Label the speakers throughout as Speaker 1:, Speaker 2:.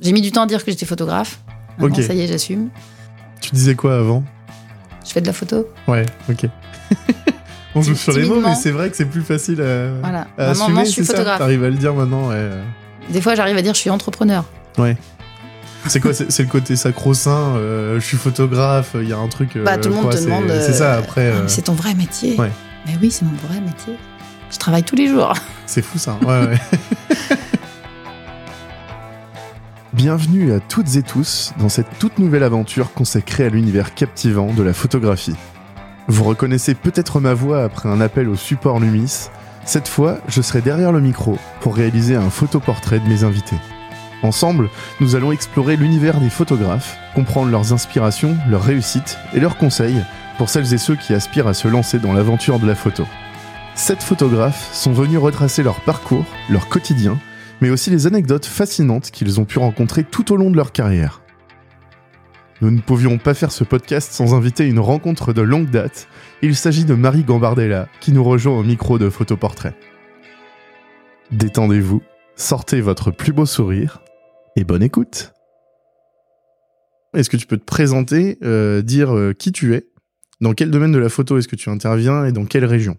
Speaker 1: J'ai mis du temps à dire que j'étais photographe. Maintenant,
Speaker 2: Ok.
Speaker 1: Ça y est, j'assume.
Speaker 2: Tu disais quoi avant
Speaker 1: Je fais de la photo.
Speaker 2: Ouais, ok. On joue sur les mots,
Speaker 1: Timidement.
Speaker 2: mais c'est vrai que c'est plus facile
Speaker 1: Voilà.
Speaker 2: à, à
Speaker 1: Maintenant,
Speaker 2: Euh, assumer.
Speaker 1: maintenant, je suis
Speaker 2: c'est ça
Speaker 1: photographe.
Speaker 2: T'arrives à le dire maintenant. ouais.
Speaker 1: Des fois, j'arrive à dire je suis entrepreneur.
Speaker 2: C'est quoi C'est c'est le côté sacro-saint. euh, je suis photographe. Il y a un truc. euh,
Speaker 1: Bah, tout le monde
Speaker 2: quoi,
Speaker 1: te
Speaker 2: c'est-
Speaker 1: demande.
Speaker 2: C'est ça.
Speaker 1: euh,
Speaker 2: Après,
Speaker 1: Ah,
Speaker 2: euh,
Speaker 1: mais c'est ton vrai métier.
Speaker 2: Ouais.
Speaker 1: Mais oui, c'est mon vrai métier. Je travaille tous les jours.
Speaker 2: C'est fou ça. Ouais, ouais.
Speaker 3: Bienvenue à toutes et tous dans cette toute nouvelle aventure consacrée à l'univers captivant de la photographie. Vous reconnaissez peut-être ma voix après un appel au support Lumis. Cette fois, je serai derrière le micro pour réaliser un photoportrait de mes invités. Ensemble, nous allons explorer l'univers des photographes, comprendre leurs inspirations, leurs réussites et leurs conseils pour celles et ceux qui aspirent à se lancer dans l'aventure de la photo. Sept photographes sont venus retracer leur parcours, leur quotidien mais aussi les anecdotes fascinantes qu'ils ont pu rencontrer tout au long de leur carrière. Nous ne pouvions pas faire ce podcast sans inviter une rencontre de longue date. Il s'agit de Marie Gambardella, qui nous rejoint au micro de Photoportrait. Détendez-vous, sortez votre plus beau sourire, et bonne écoute
Speaker 2: Est-ce que tu peux te présenter, euh, dire euh, qui tu es, dans quel domaine de la photo est-ce que tu interviens et dans quelle région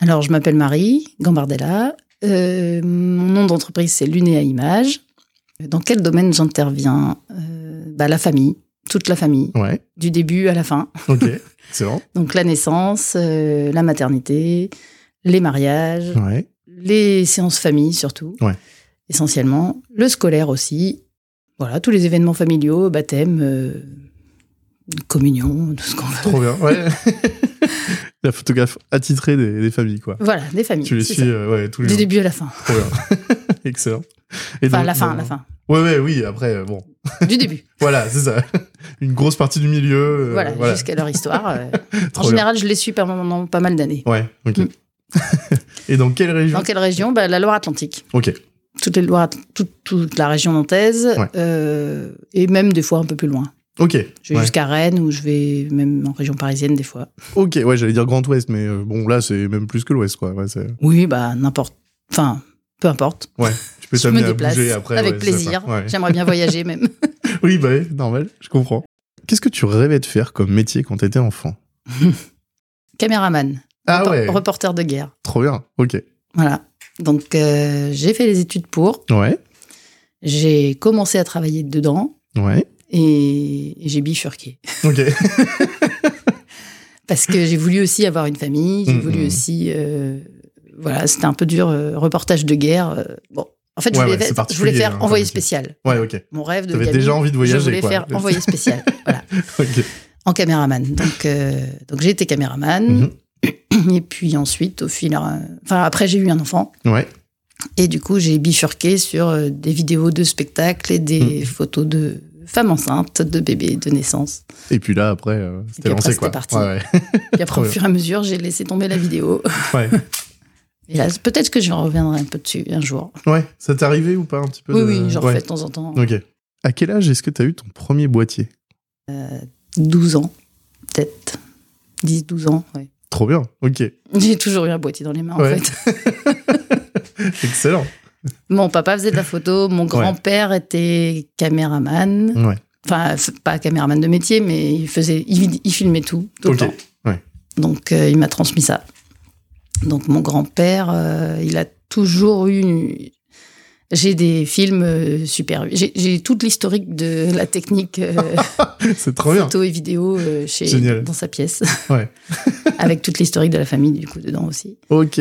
Speaker 1: Alors, je m'appelle Marie Gambardella. Euh, mon nom d'entreprise, c'est Lunéa Images. Dans quel domaine j'interviens Euh, bah, La famille, toute la famille,
Speaker 2: Ouais.
Speaker 1: du début à la fin.
Speaker 2: Ok. Excellent.
Speaker 1: Donc, la naissance, euh, la maternité, les mariages,
Speaker 2: Ouais.
Speaker 1: les séances famille surtout,
Speaker 2: Ouais.
Speaker 1: essentiellement, le scolaire aussi. Voilà, tous les événements familiaux, baptême, euh, communion, tout ce qu'on veut.
Speaker 2: Trop bien. Ouais. la photographe attitrée des, des familles, quoi.
Speaker 1: Voilà, des familles.
Speaker 2: Tu les
Speaker 1: c'est
Speaker 2: suis
Speaker 1: ça.
Speaker 2: euh, ouais, tous les
Speaker 1: Du
Speaker 2: jours.
Speaker 1: début à la fin.
Speaker 2: Trop bien. Excellent. Et
Speaker 1: Enfin,
Speaker 2: dans-
Speaker 1: la fin,
Speaker 2: dans-
Speaker 1: la fin.
Speaker 2: Ouais, ouais, oui. Après, euh, bon.
Speaker 1: Du début.
Speaker 2: Voilà, c'est ça. Une grosse partie du milieu. euh,
Speaker 1: voilà,
Speaker 2: voilà.
Speaker 1: jusqu'à leur histoire. euh.
Speaker 2: Trop
Speaker 1: en général, je les suis pendant pas mal d'années.
Speaker 2: bien. Ouais, ok.
Speaker 1: Mm.
Speaker 2: et dans quelle région
Speaker 1: Dans quelle région bah, La Loire-Atlantique.
Speaker 2: Ok.
Speaker 1: Toute, les Loire, toute, toute la région nantaise.
Speaker 2: Ouais.
Speaker 1: euh, et même des fois un peu plus loin.
Speaker 2: Ok.
Speaker 1: Je vais
Speaker 2: Ouais.
Speaker 1: jusqu'à Rennes ou je vais même en région parisienne des fois.
Speaker 2: Ok, ouais, j'allais dire Grand Ouest, mais euh, bon, là, c'est même plus que l'Ouest, quoi. Ouais, c'est-
Speaker 1: Oui, bah n'importe. Enfin, peu importe.
Speaker 2: tu peux
Speaker 1: je me
Speaker 2: t'amener à
Speaker 1: déplace
Speaker 2: bouger après.
Speaker 1: avec
Speaker 2: ouais, c'est
Speaker 1: plaisir.
Speaker 2: ça. Ouais.
Speaker 1: J'aimerais bien voyager même.
Speaker 2: Oui, bah, oui, normal, je comprends. Qu'est-ce que tu rêvais de faire comme métier quand t'étais enfant
Speaker 1: Caméraman,
Speaker 2: Ah
Speaker 1: repo-
Speaker 2: ouais,
Speaker 1: reporter de guerre.
Speaker 2: trop bien, ok.
Speaker 1: Voilà. Donc euh, j'ai fait les études pour.
Speaker 2: Ouais,
Speaker 1: J'ai commencé à travailler dedans
Speaker 2: ouais,
Speaker 1: et, et j'ai bifurqué
Speaker 2: ok.
Speaker 1: parce que j'ai voulu aussi avoir une famille. J'ai
Speaker 2: Mm,
Speaker 1: voulu
Speaker 2: mm.
Speaker 1: aussi. euh, voilà, c'était un peu dur. euh, reportage de guerre. euh, bon. En fait, je
Speaker 2: Ouais,
Speaker 1: voulais,
Speaker 2: ouais, c'est
Speaker 1: faire- je
Speaker 2: particulier,
Speaker 1: voulais
Speaker 2: hein,
Speaker 1: faire
Speaker 2: comme
Speaker 1: envoyé
Speaker 2: métier.
Speaker 1: spécial.
Speaker 2: Ouais, ok.
Speaker 1: Mon rêve de
Speaker 2: T'avais
Speaker 1: gamine,
Speaker 2: déjà envie de
Speaker 1: je
Speaker 2: voyager,
Speaker 1: voulais
Speaker 2: quoi.
Speaker 1: faire envoyé spécial. voilà.
Speaker 2: Ok.
Speaker 1: En caméraman. Donc, euh, donc j'ai été caméraman.
Speaker 2: Mhm.
Speaker 1: Et puis ensuite, au fil, euh, enfin après j'ai eu un enfant
Speaker 2: Mhm. Ouais,
Speaker 1: et du coup j'ai bifurqué sur euh, des vidéos de spectacles et des
Speaker 2: Mhm.
Speaker 1: photos de femmes enceintes, de bébés, de naissance.
Speaker 2: et puis là, après, euh, c'était
Speaker 1: puis après,
Speaker 2: lancé,
Speaker 1: c'était
Speaker 2: quoi.
Speaker 1: parti.
Speaker 2: Ouais, ouais.
Speaker 1: Puis après
Speaker 2: Trop
Speaker 1: au
Speaker 2: bien.
Speaker 1: fur et à mesure j'ai laissé tomber la vidéo.
Speaker 2: Ouais.
Speaker 1: Et là peut-être que je reviendrai un peu dessus un jour.
Speaker 2: Ouais, ça t'est arrivé ou pas un petit peu
Speaker 1: Oui
Speaker 2: de-
Speaker 1: oui, j'en
Speaker 2: Ouais.
Speaker 1: refais de temps en temps.
Speaker 2: Ok. À quel âge est-ce que t'as eu ton premier boîtier
Speaker 1: 12 ans peut-être, 10-12 ans. ouais.
Speaker 2: Trop bien, ok.
Speaker 1: J'ai toujours eu un boîtier dans les mains
Speaker 2: Ouais.
Speaker 1: en fait.
Speaker 2: Excellent.
Speaker 1: Mon papa faisait de la photo, mon grand-père était caméraman.
Speaker 2: Ouais.
Speaker 1: Enfin, f- pas caméraman de métier, mais il faisait, il, vid- il filmait tout, tout
Speaker 2: Ok,
Speaker 1: le temps.
Speaker 2: ouais.
Speaker 1: Donc, euh, il m'a transmis ça. Donc, mon grand-père, euh, il a toujours eu. une- J'ai des films euh, super. J'ai j'ai toute l'historique de la technique euh,
Speaker 2: C'est Ah, trop bien.
Speaker 1: photo et vidéo euh, chez,
Speaker 2: Génial.
Speaker 1: dans sa pièce.
Speaker 2: Ouais.
Speaker 1: Avec toute l'historique de la famille, du coup, dedans aussi.
Speaker 2: Ok.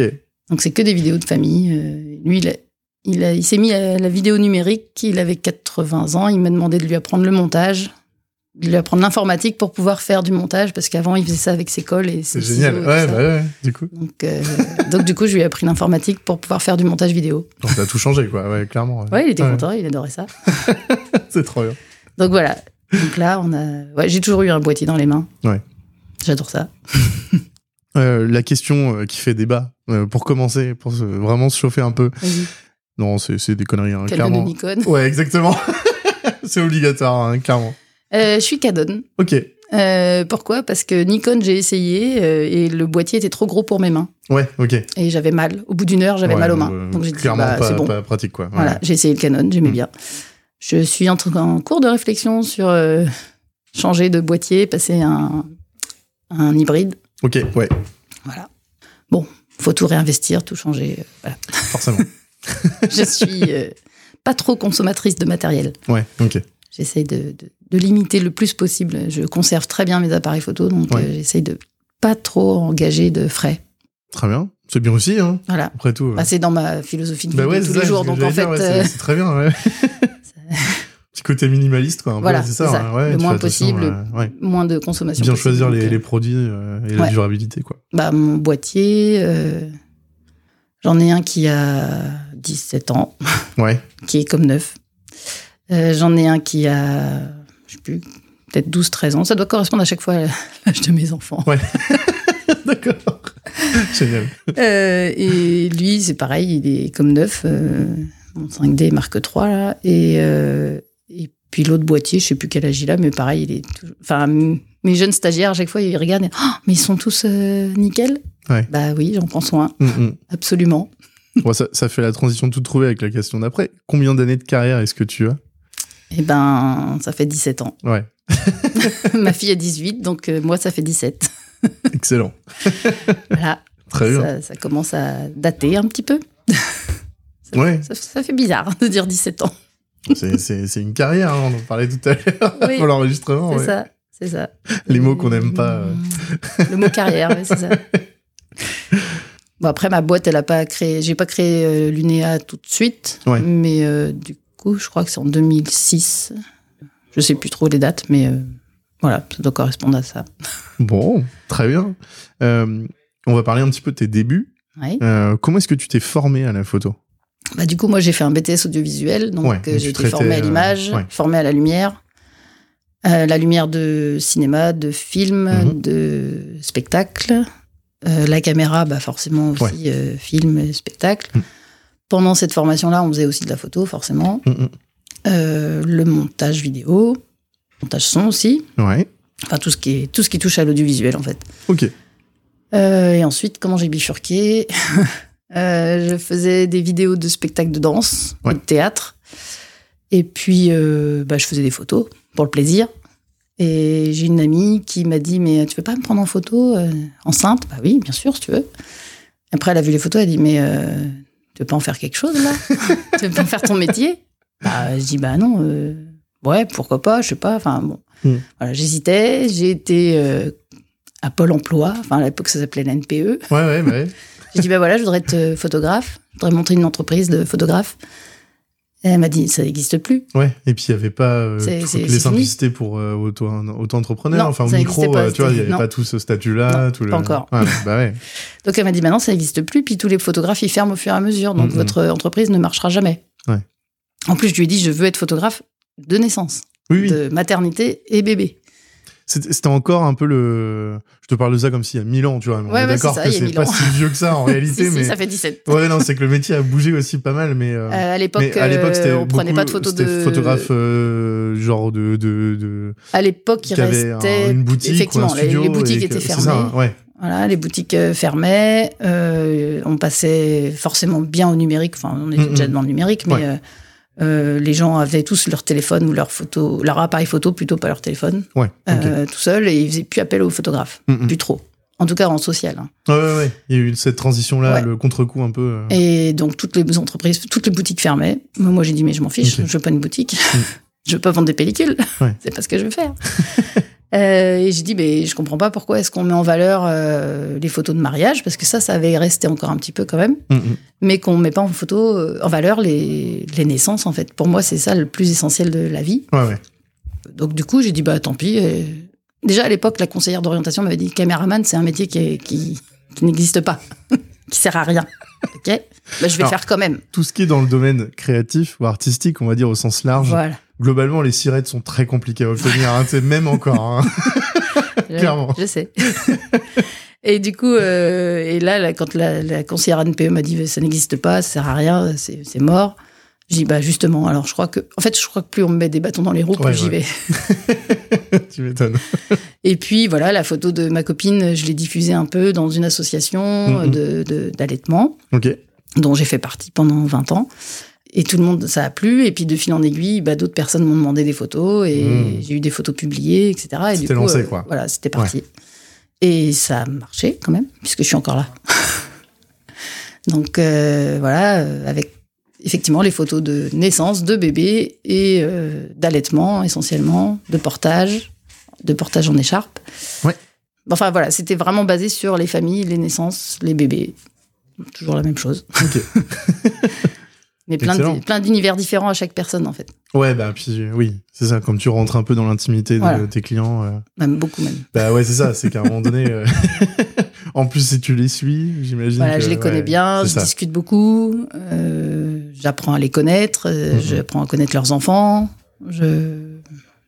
Speaker 1: Donc c'est que des vidéos de famille. Euh, lui, il, a- il, a- il s'est mis à la vidéo numérique, il avait 80 ans, il m'a demandé de lui apprendre le montage, de lui apprendre l'informatique pour pouvoir faire du montage, parce qu'avant il faisait ça avec ses cols et ses
Speaker 2: C'est génial.
Speaker 1: ciseaux et
Speaker 2: Ouais,
Speaker 1: tout ça.
Speaker 2: bah ouais, du coup.
Speaker 1: donc, euh, donc du coup, je lui ai appris l'informatique pour pouvoir faire du montage vidéo.
Speaker 2: Donc, t'as tout changé, quoi. Ouais, clairement.
Speaker 1: Ouais, il était content, il adorait ça.
Speaker 2: C'est trop bien.
Speaker 1: Donc voilà. Donc là, on a. Ouais, j'ai toujours eu un boîtier dans les mains.
Speaker 2: Ouais.
Speaker 1: J'adore ça.
Speaker 2: Euh, la question euh, qui fait débat, euh, pour commencer, pour se- vraiment se chauffer un peu.
Speaker 1: Vas-y.
Speaker 2: Non, c'est c'est des conneries,
Speaker 1: Canon
Speaker 2: hein,
Speaker 1: ou
Speaker 2: clairement.
Speaker 1: Nikon.
Speaker 2: Ouais, exactement. c'est obligatoire, hein, clairement.
Speaker 1: Euh, je suis Canon.
Speaker 2: Ok.
Speaker 1: Euh, pourquoi Parce que Nikon, j'ai essayé euh, et le boîtier était trop gros pour mes mains.
Speaker 2: Ouais, ok.
Speaker 1: et j'avais mal. Au bout d'une heure, j'avais
Speaker 2: Ouais,
Speaker 1: mal aux mains.
Speaker 2: euh,
Speaker 1: Donc j'ai dit,
Speaker 2: clairement
Speaker 1: bah,
Speaker 2: pas,
Speaker 1: c'est bon.
Speaker 2: pas pratique, quoi. Ouais. Hmm.
Speaker 1: Voilà, j'ai essayé le Canon, j'aimais bien. Je suis en, en cours de réflexion sur euh, changer de boîtier, passer à un, à un hybride.
Speaker 2: Ok, ouais,
Speaker 1: Voilà. Bon, faut tout réinvestir, tout changer. euh, voilà.
Speaker 2: forcément.
Speaker 1: Je suis euh, pas trop consommatrice de matériel.
Speaker 2: ouais, ok.
Speaker 1: J'essaye de, de- de limiter le plus possible. Je conserve très bien mes appareils photo, donc
Speaker 2: Ouais.
Speaker 1: euh, j'essaye de pas trop engager de frais.
Speaker 2: Très bien. C'est bien aussi, hein.
Speaker 1: Voilà.
Speaker 2: Après tout. euh.
Speaker 1: Bah, c'est dans ma philosophie de vie
Speaker 2: Bah
Speaker 1: de
Speaker 2: ouais,
Speaker 1: tous
Speaker 2: c'est
Speaker 1: les
Speaker 2: ça,
Speaker 1: jours.
Speaker 2: c'est ce
Speaker 1: Donc
Speaker 2: que
Speaker 1: en fait,
Speaker 2: j'allais dire, ouais,
Speaker 1: euh,
Speaker 2: c'est- c'est très bien, ouais. Petit côté minimaliste, quoi. un peu,
Speaker 1: Voilà,
Speaker 2: c'est ça.
Speaker 1: c'est ça.
Speaker 2: hein, ouais,
Speaker 1: Le
Speaker 2: tu
Speaker 1: moins
Speaker 2: fais attention,
Speaker 1: possible,
Speaker 2: euh, ouais.
Speaker 1: moins de consommation.
Speaker 2: Bien
Speaker 1: possible.
Speaker 2: choisir
Speaker 1: Donc,
Speaker 2: les,
Speaker 1: euh,
Speaker 2: les produits euh, et la
Speaker 1: ouais.
Speaker 2: durabilité, quoi.
Speaker 1: bah, mon boîtier, euh, j'en ai un qui a 17 ans,
Speaker 2: Ouais,
Speaker 1: qui est comme neuf. Euh, j'en ai un qui a, je sais plus, peut-être 12-13 ans. Ça doit correspondre à chaque fois à l'âge de mes enfants.
Speaker 2: d'accord. Génial.
Speaker 1: Euh, et lui, c'est pareil, il est comme neuf, euh, mon 5D Mark 3 là. Et, euh, et puis l'autre boîtier, je sais plus quel âge il a, mais pareil, il est. toujours- Enfin, m- mes jeunes stagiaires, à chaque fois, ils regardent, et, Ah, mais ils sont tous euh, nickel.
Speaker 2: Ouais.
Speaker 1: Bah oui, j'en prends soin,
Speaker 2: Hum, hum.
Speaker 1: absolument.
Speaker 2: Bon, ça, ça fait la transition toute trouvée avec la question d'après. Combien d'années de carrière est-ce que tu as
Speaker 1: Et ben, ça fait 17 ans.
Speaker 2: Ouais,
Speaker 1: Ma fille a 18, donc euh, moi, ça fait 17.
Speaker 2: excellent.
Speaker 1: Voilà,
Speaker 2: Très bien.
Speaker 1: ça, ça commence à dater un petit peu.
Speaker 2: Ouais,
Speaker 1: Ça, ça fait bizarre de dire 17 ans.
Speaker 2: c'est- c'est c'est une carrière, hein, on en parlait tout à l'heure
Speaker 1: Oui,
Speaker 2: pour l'enregistrement.
Speaker 1: c'est
Speaker 2: ouais.
Speaker 1: ça, c'est ça. Mm.
Speaker 2: Les mots qu'on n'aime pas. euh.
Speaker 1: Le mot carrière, ouais, c'est ça. Bon, après, ma boîte, elle a pas créé. J'ai pas créé euh, l'UNEA tout de suite.
Speaker 2: Ouais.
Speaker 1: Mais euh, du coup, je crois que c'est en 2006. Je sais plus trop les dates, mais euh, voilà, ça doit correspondre à ça.
Speaker 2: Bon, très bien. Euh, on va parler un petit peu de tes débuts.
Speaker 1: Ouais.
Speaker 2: Euh, comment est-ce que tu t'es formé à la photo
Speaker 1: Bah, du coup, moi, j'ai fait un BTS audiovisuel. Donc,
Speaker 2: Ouais,
Speaker 1: euh,
Speaker 2: donc tu
Speaker 1: j'ai été
Speaker 2: traitais,
Speaker 1: formée à
Speaker 2: euh,
Speaker 1: l'image,
Speaker 2: ouais.
Speaker 1: formée à la lumière. Euh, la lumière de cinéma, de film,
Speaker 2: Mhm.
Speaker 1: de spectacle. Euh, la caméra, bah forcément aussi euh, film et spectacle.
Speaker 2: Mhm.
Speaker 1: Pendant cette formation-là, on faisait aussi de la photo, forcément.
Speaker 2: Hum,
Speaker 1: Euh, le montage vidéo, montage son aussi.
Speaker 2: hum. Ouais,
Speaker 1: Enfin, tout ce qui, est, tout ce qui touche à l'audiovisuel, en fait.
Speaker 2: ok.
Speaker 1: Euh, et ensuite, comment j'ai bifurqué Euh, Je faisais des vidéos de spectacles de danse,
Speaker 2: Ouais.
Speaker 1: et de théâtre. Et puis, euh, bah, je faisais des photos pour le plaisir. Et j'ai une amie qui m'a dit Mais tu veux pas me prendre en photo euh, enceinte Bah oui, bien sûr, si tu veux. Après, elle a vu les photos, elle a dit Mais euh, tu veux pas en faire quelque chose là Tu veux pas en faire ton métier Bah, je dis Bah non, euh, ouais, pourquoi pas, je sais pas. Enfin bon.
Speaker 2: Mm.
Speaker 1: Voilà, j'hésitais, j'ai été euh, à Pôle emploi, enfin à l'époque ça s'appelait l'NPE.
Speaker 2: Ouais, ouais, bah ouais.
Speaker 1: J'ai dit, ben voilà, je voudrais être euh, photographe, je voudrais monter une entreprise de photographe. Et elle m'a dit, ça n'existe plus.
Speaker 2: Ouais, et puis il n'y avait pas euh,
Speaker 1: C'est-
Speaker 2: toutes
Speaker 1: c'est-
Speaker 2: les
Speaker 1: c'est
Speaker 2: simplicités pour euh, auto- auto-entrepreneur,
Speaker 1: Non,
Speaker 2: enfin au
Speaker 1: ça
Speaker 2: micro,
Speaker 1: existait pas,
Speaker 2: euh, tu vois, il n'y avait
Speaker 1: non.
Speaker 2: pas tout ce statut-là.
Speaker 1: Non,
Speaker 2: tout le...
Speaker 1: pas encore.
Speaker 2: Ouais, bah ouais.
Speaker 1: Donc elle m'a dit, maintenant ça n'existe plus, puis tous les photographes, ils ferment au fur et à mesure, donc
Speaker 2: Mhm.
Speaker 1: votre entreprise ne marchera jamais.
Speaker 2: Ouais.
Speaker 1: En plus, je lui ai dit, je veux être photographe de naissance,
Speaker 2: Oui, oui.
Speaker 1: de maternité et bébé.
Speaker 2: C'était c'était encore un peu le. Je te parle de ça comme s'il y a 1000 ans, tu vois. mais on
Speaker 1: Ouais,
Speaker 2: est
Speaker 1: ouais,
Speaker 2: d'accord
Speaker 1: c'est ça,
Speaker 2: que
Speaker 1: il y a
Speaker 2: c'est
Speaker 1: 1000
Speaker 2: pas
Speaker 1: ans.
Speaker 2: si vieux que ça en
Speaker 1: Si,
Speaker 2: réalité,
Speaker 1: si,
Speaker 2: mais.
Speaker 1: ça fait 17.
Speaker 2: Ouais, non, c'est que le métier a bougé aussi pas mal, mais. euh,
Speaker 1: Euh, à l'époque,
Speaker 2: mais à l'époque, c'était
Speaker 1: euh, on prenait
Speaker 2: beaucoup-
Speaker 1: pas de photos
Speaker 2: c'était
Speaker 1: de.
Speaker 2: photographe, euh, genre de, de, de-
Speaker 1: À l'époque, il
Speaker 2: qui avait un-
Speaker 1: restait.
Speaker 2: une boutique, ou un
Speaker 1: Effectivement, les-
Speaker 2: studio,
Speaker 1: les
Speaker 2: et
Speaker 1: boutiques
Speaker 2: que-
Speaker 1: étaient
Speaker 2: c'est ça,
Speaker 1: fermées.
Speaker 2: ouais.
Speaker 1: Voilà, les boutiques euh, fermaient, euh, on passait forcément bien au numérique, enfin on était
Speaker 2: Mm,
Speaker 1: déjà
Speaker 2: mm.
Speaker 1: dans le numérique, mais
Speaker 2: Ouais.
Speaker 1: euh, euh, les gens avaient tous leur téléphone ou leur photo, leur appareil photo plutôt pas leur téléphone,
Speaker 2: Ouais. ok.
Speaker 1: euh, tout seul, et ils faisaient plus appel aux photographes,
Speaker 2: Mm, mm.
Speaker 1: plus trop. En tout cas en social. hein.
Speaker 2: Ouais, ouais, ouais. Il y a eu cette transition-là,
Speaker 1: Ouais.
Speaker 2: le contre-coup un peu. euh,
Speaker 1: Et donc toutes les entreprises, toutes les boutiques fermaient. Moi, moi, j'ai dit mais je m'en fiche,
Speaker 2: Ok. Mm.
Speaker 1: je veux pas une boutique, je veux pas vendre des pellicules,
Speaker 2: Ouais.
Speaker 1: c'est pas ce que je veux faire. Euh, et j'ai dit mais je comprends pas pourquoi est-ce qu'on met en valeur euh, les photos de mariage parce que ça ça avait resté encore un petit peu quand même,
Speaker 2: mm, mm.
Speaker 1: mais qu'on met pas en photo euh, en valeur les, les naissances en fait. Pour moi c'est ça le plus essentiel de la vie.
Speaker 2: Ouais, ouais.
Speaker 1: Donc du coup j'ai dit bah tant pis. euh. Déjà à l'époque la conseillère d'orientation m'avait dit caméraman c'est un métier qui, est- qui, qui n'existe pas, qui sert à rien. Ok, bah, je vais
Speaker 2: Alors,
Speaker 1: faire quand même.
Speaker 2: tout ce qui est dans le domaine créatif ou artistique, on va dire au sens large.
Speaker 1: Voilà.
Speaker 2: Globalement, les sirettes sont très compliquées à obtenir, hein, c'est même encore. hein.
Speaker 1: Je-
Speaker 2: Clairement.
Speaker 1: Je sais. et du coup, euh, et là, là, quand la, la conseillère NPE m'a dit ça n'existe pas, ça sert à rien, c'est c'est mort. J'ai dit bah justement, alors je crois que, en fait, je crois que plus on me met des bâtons dans les roues, plus
Speaker 2: Ouais,
Speaker 1: j'y
Speaker 2: ouais.
Speaker 1: vais.
Speaker 2: tu m'étonnes.
Speaker 1: Et puis voilà, la photo de ma copine, je l'ai diffusée un peu dans une association
Speaker 2: Mhm.
Speaker 1: de- de- d'allaitement
Speaker 2: Ok.
Speaker 1: dont j'ai fait partie pendant 20 ans. Et tout le monde, ça a plu. Et puis, de fil en aiguille, bah, d'autres personnes m'ont demandé des photos et
Speaker 2: Mmh.
Speaker 1: j'ai eu des photos publiées, etc. Et euh,
Speaker 2: C'était lancé, quoi.
Speaker 1: Voilà, c'était parti. Et ça a marché quand même, puisque je suis encore là. Donc, euh, voilà, euh, avec effectivement les photos de naissance, de bébé et euh, d'allaitement essentiellement, de portage, de portage en écharpe.
Speaker 2: Ouais.
Speaker 1: Enfin, voilà, c'était vraiment basé sur les familles, les naissances, les bébés. Toujours la même chose. Mais plein
Speaker 2: Excellent.
Speaker 1: de- plein d'univers différents à chaque personne, en fait.
Speaker 2: Ouais, bah puis euh, oui, c'est ça, comme tu rentres un peu dans l'intimité de
Speaker 1: Voilà.
Speaker 2: tes clients. euh,
Speaker 1: Même beaucoup, même.
Speaker 2: Bah ouais, c'est ça, c'est qu'à un moment donné. euh, en plus, si tu les suis, j'imagine.
Speaker 1: Voilà,
Speaker 2: que,
Speaker 1: je les connais
Speaker 2: euh, ouais,
Speaker 1: bien,
Speaker 2: c'est
Speaker 1: je
Speaker 2: ça.
Speaker 1: discute beaucoup, euh, j'apprends à les connaître, euh,
Speaker 2: Mhm.
Speaker 1: j'apprends à connaître leurs enfants. Je...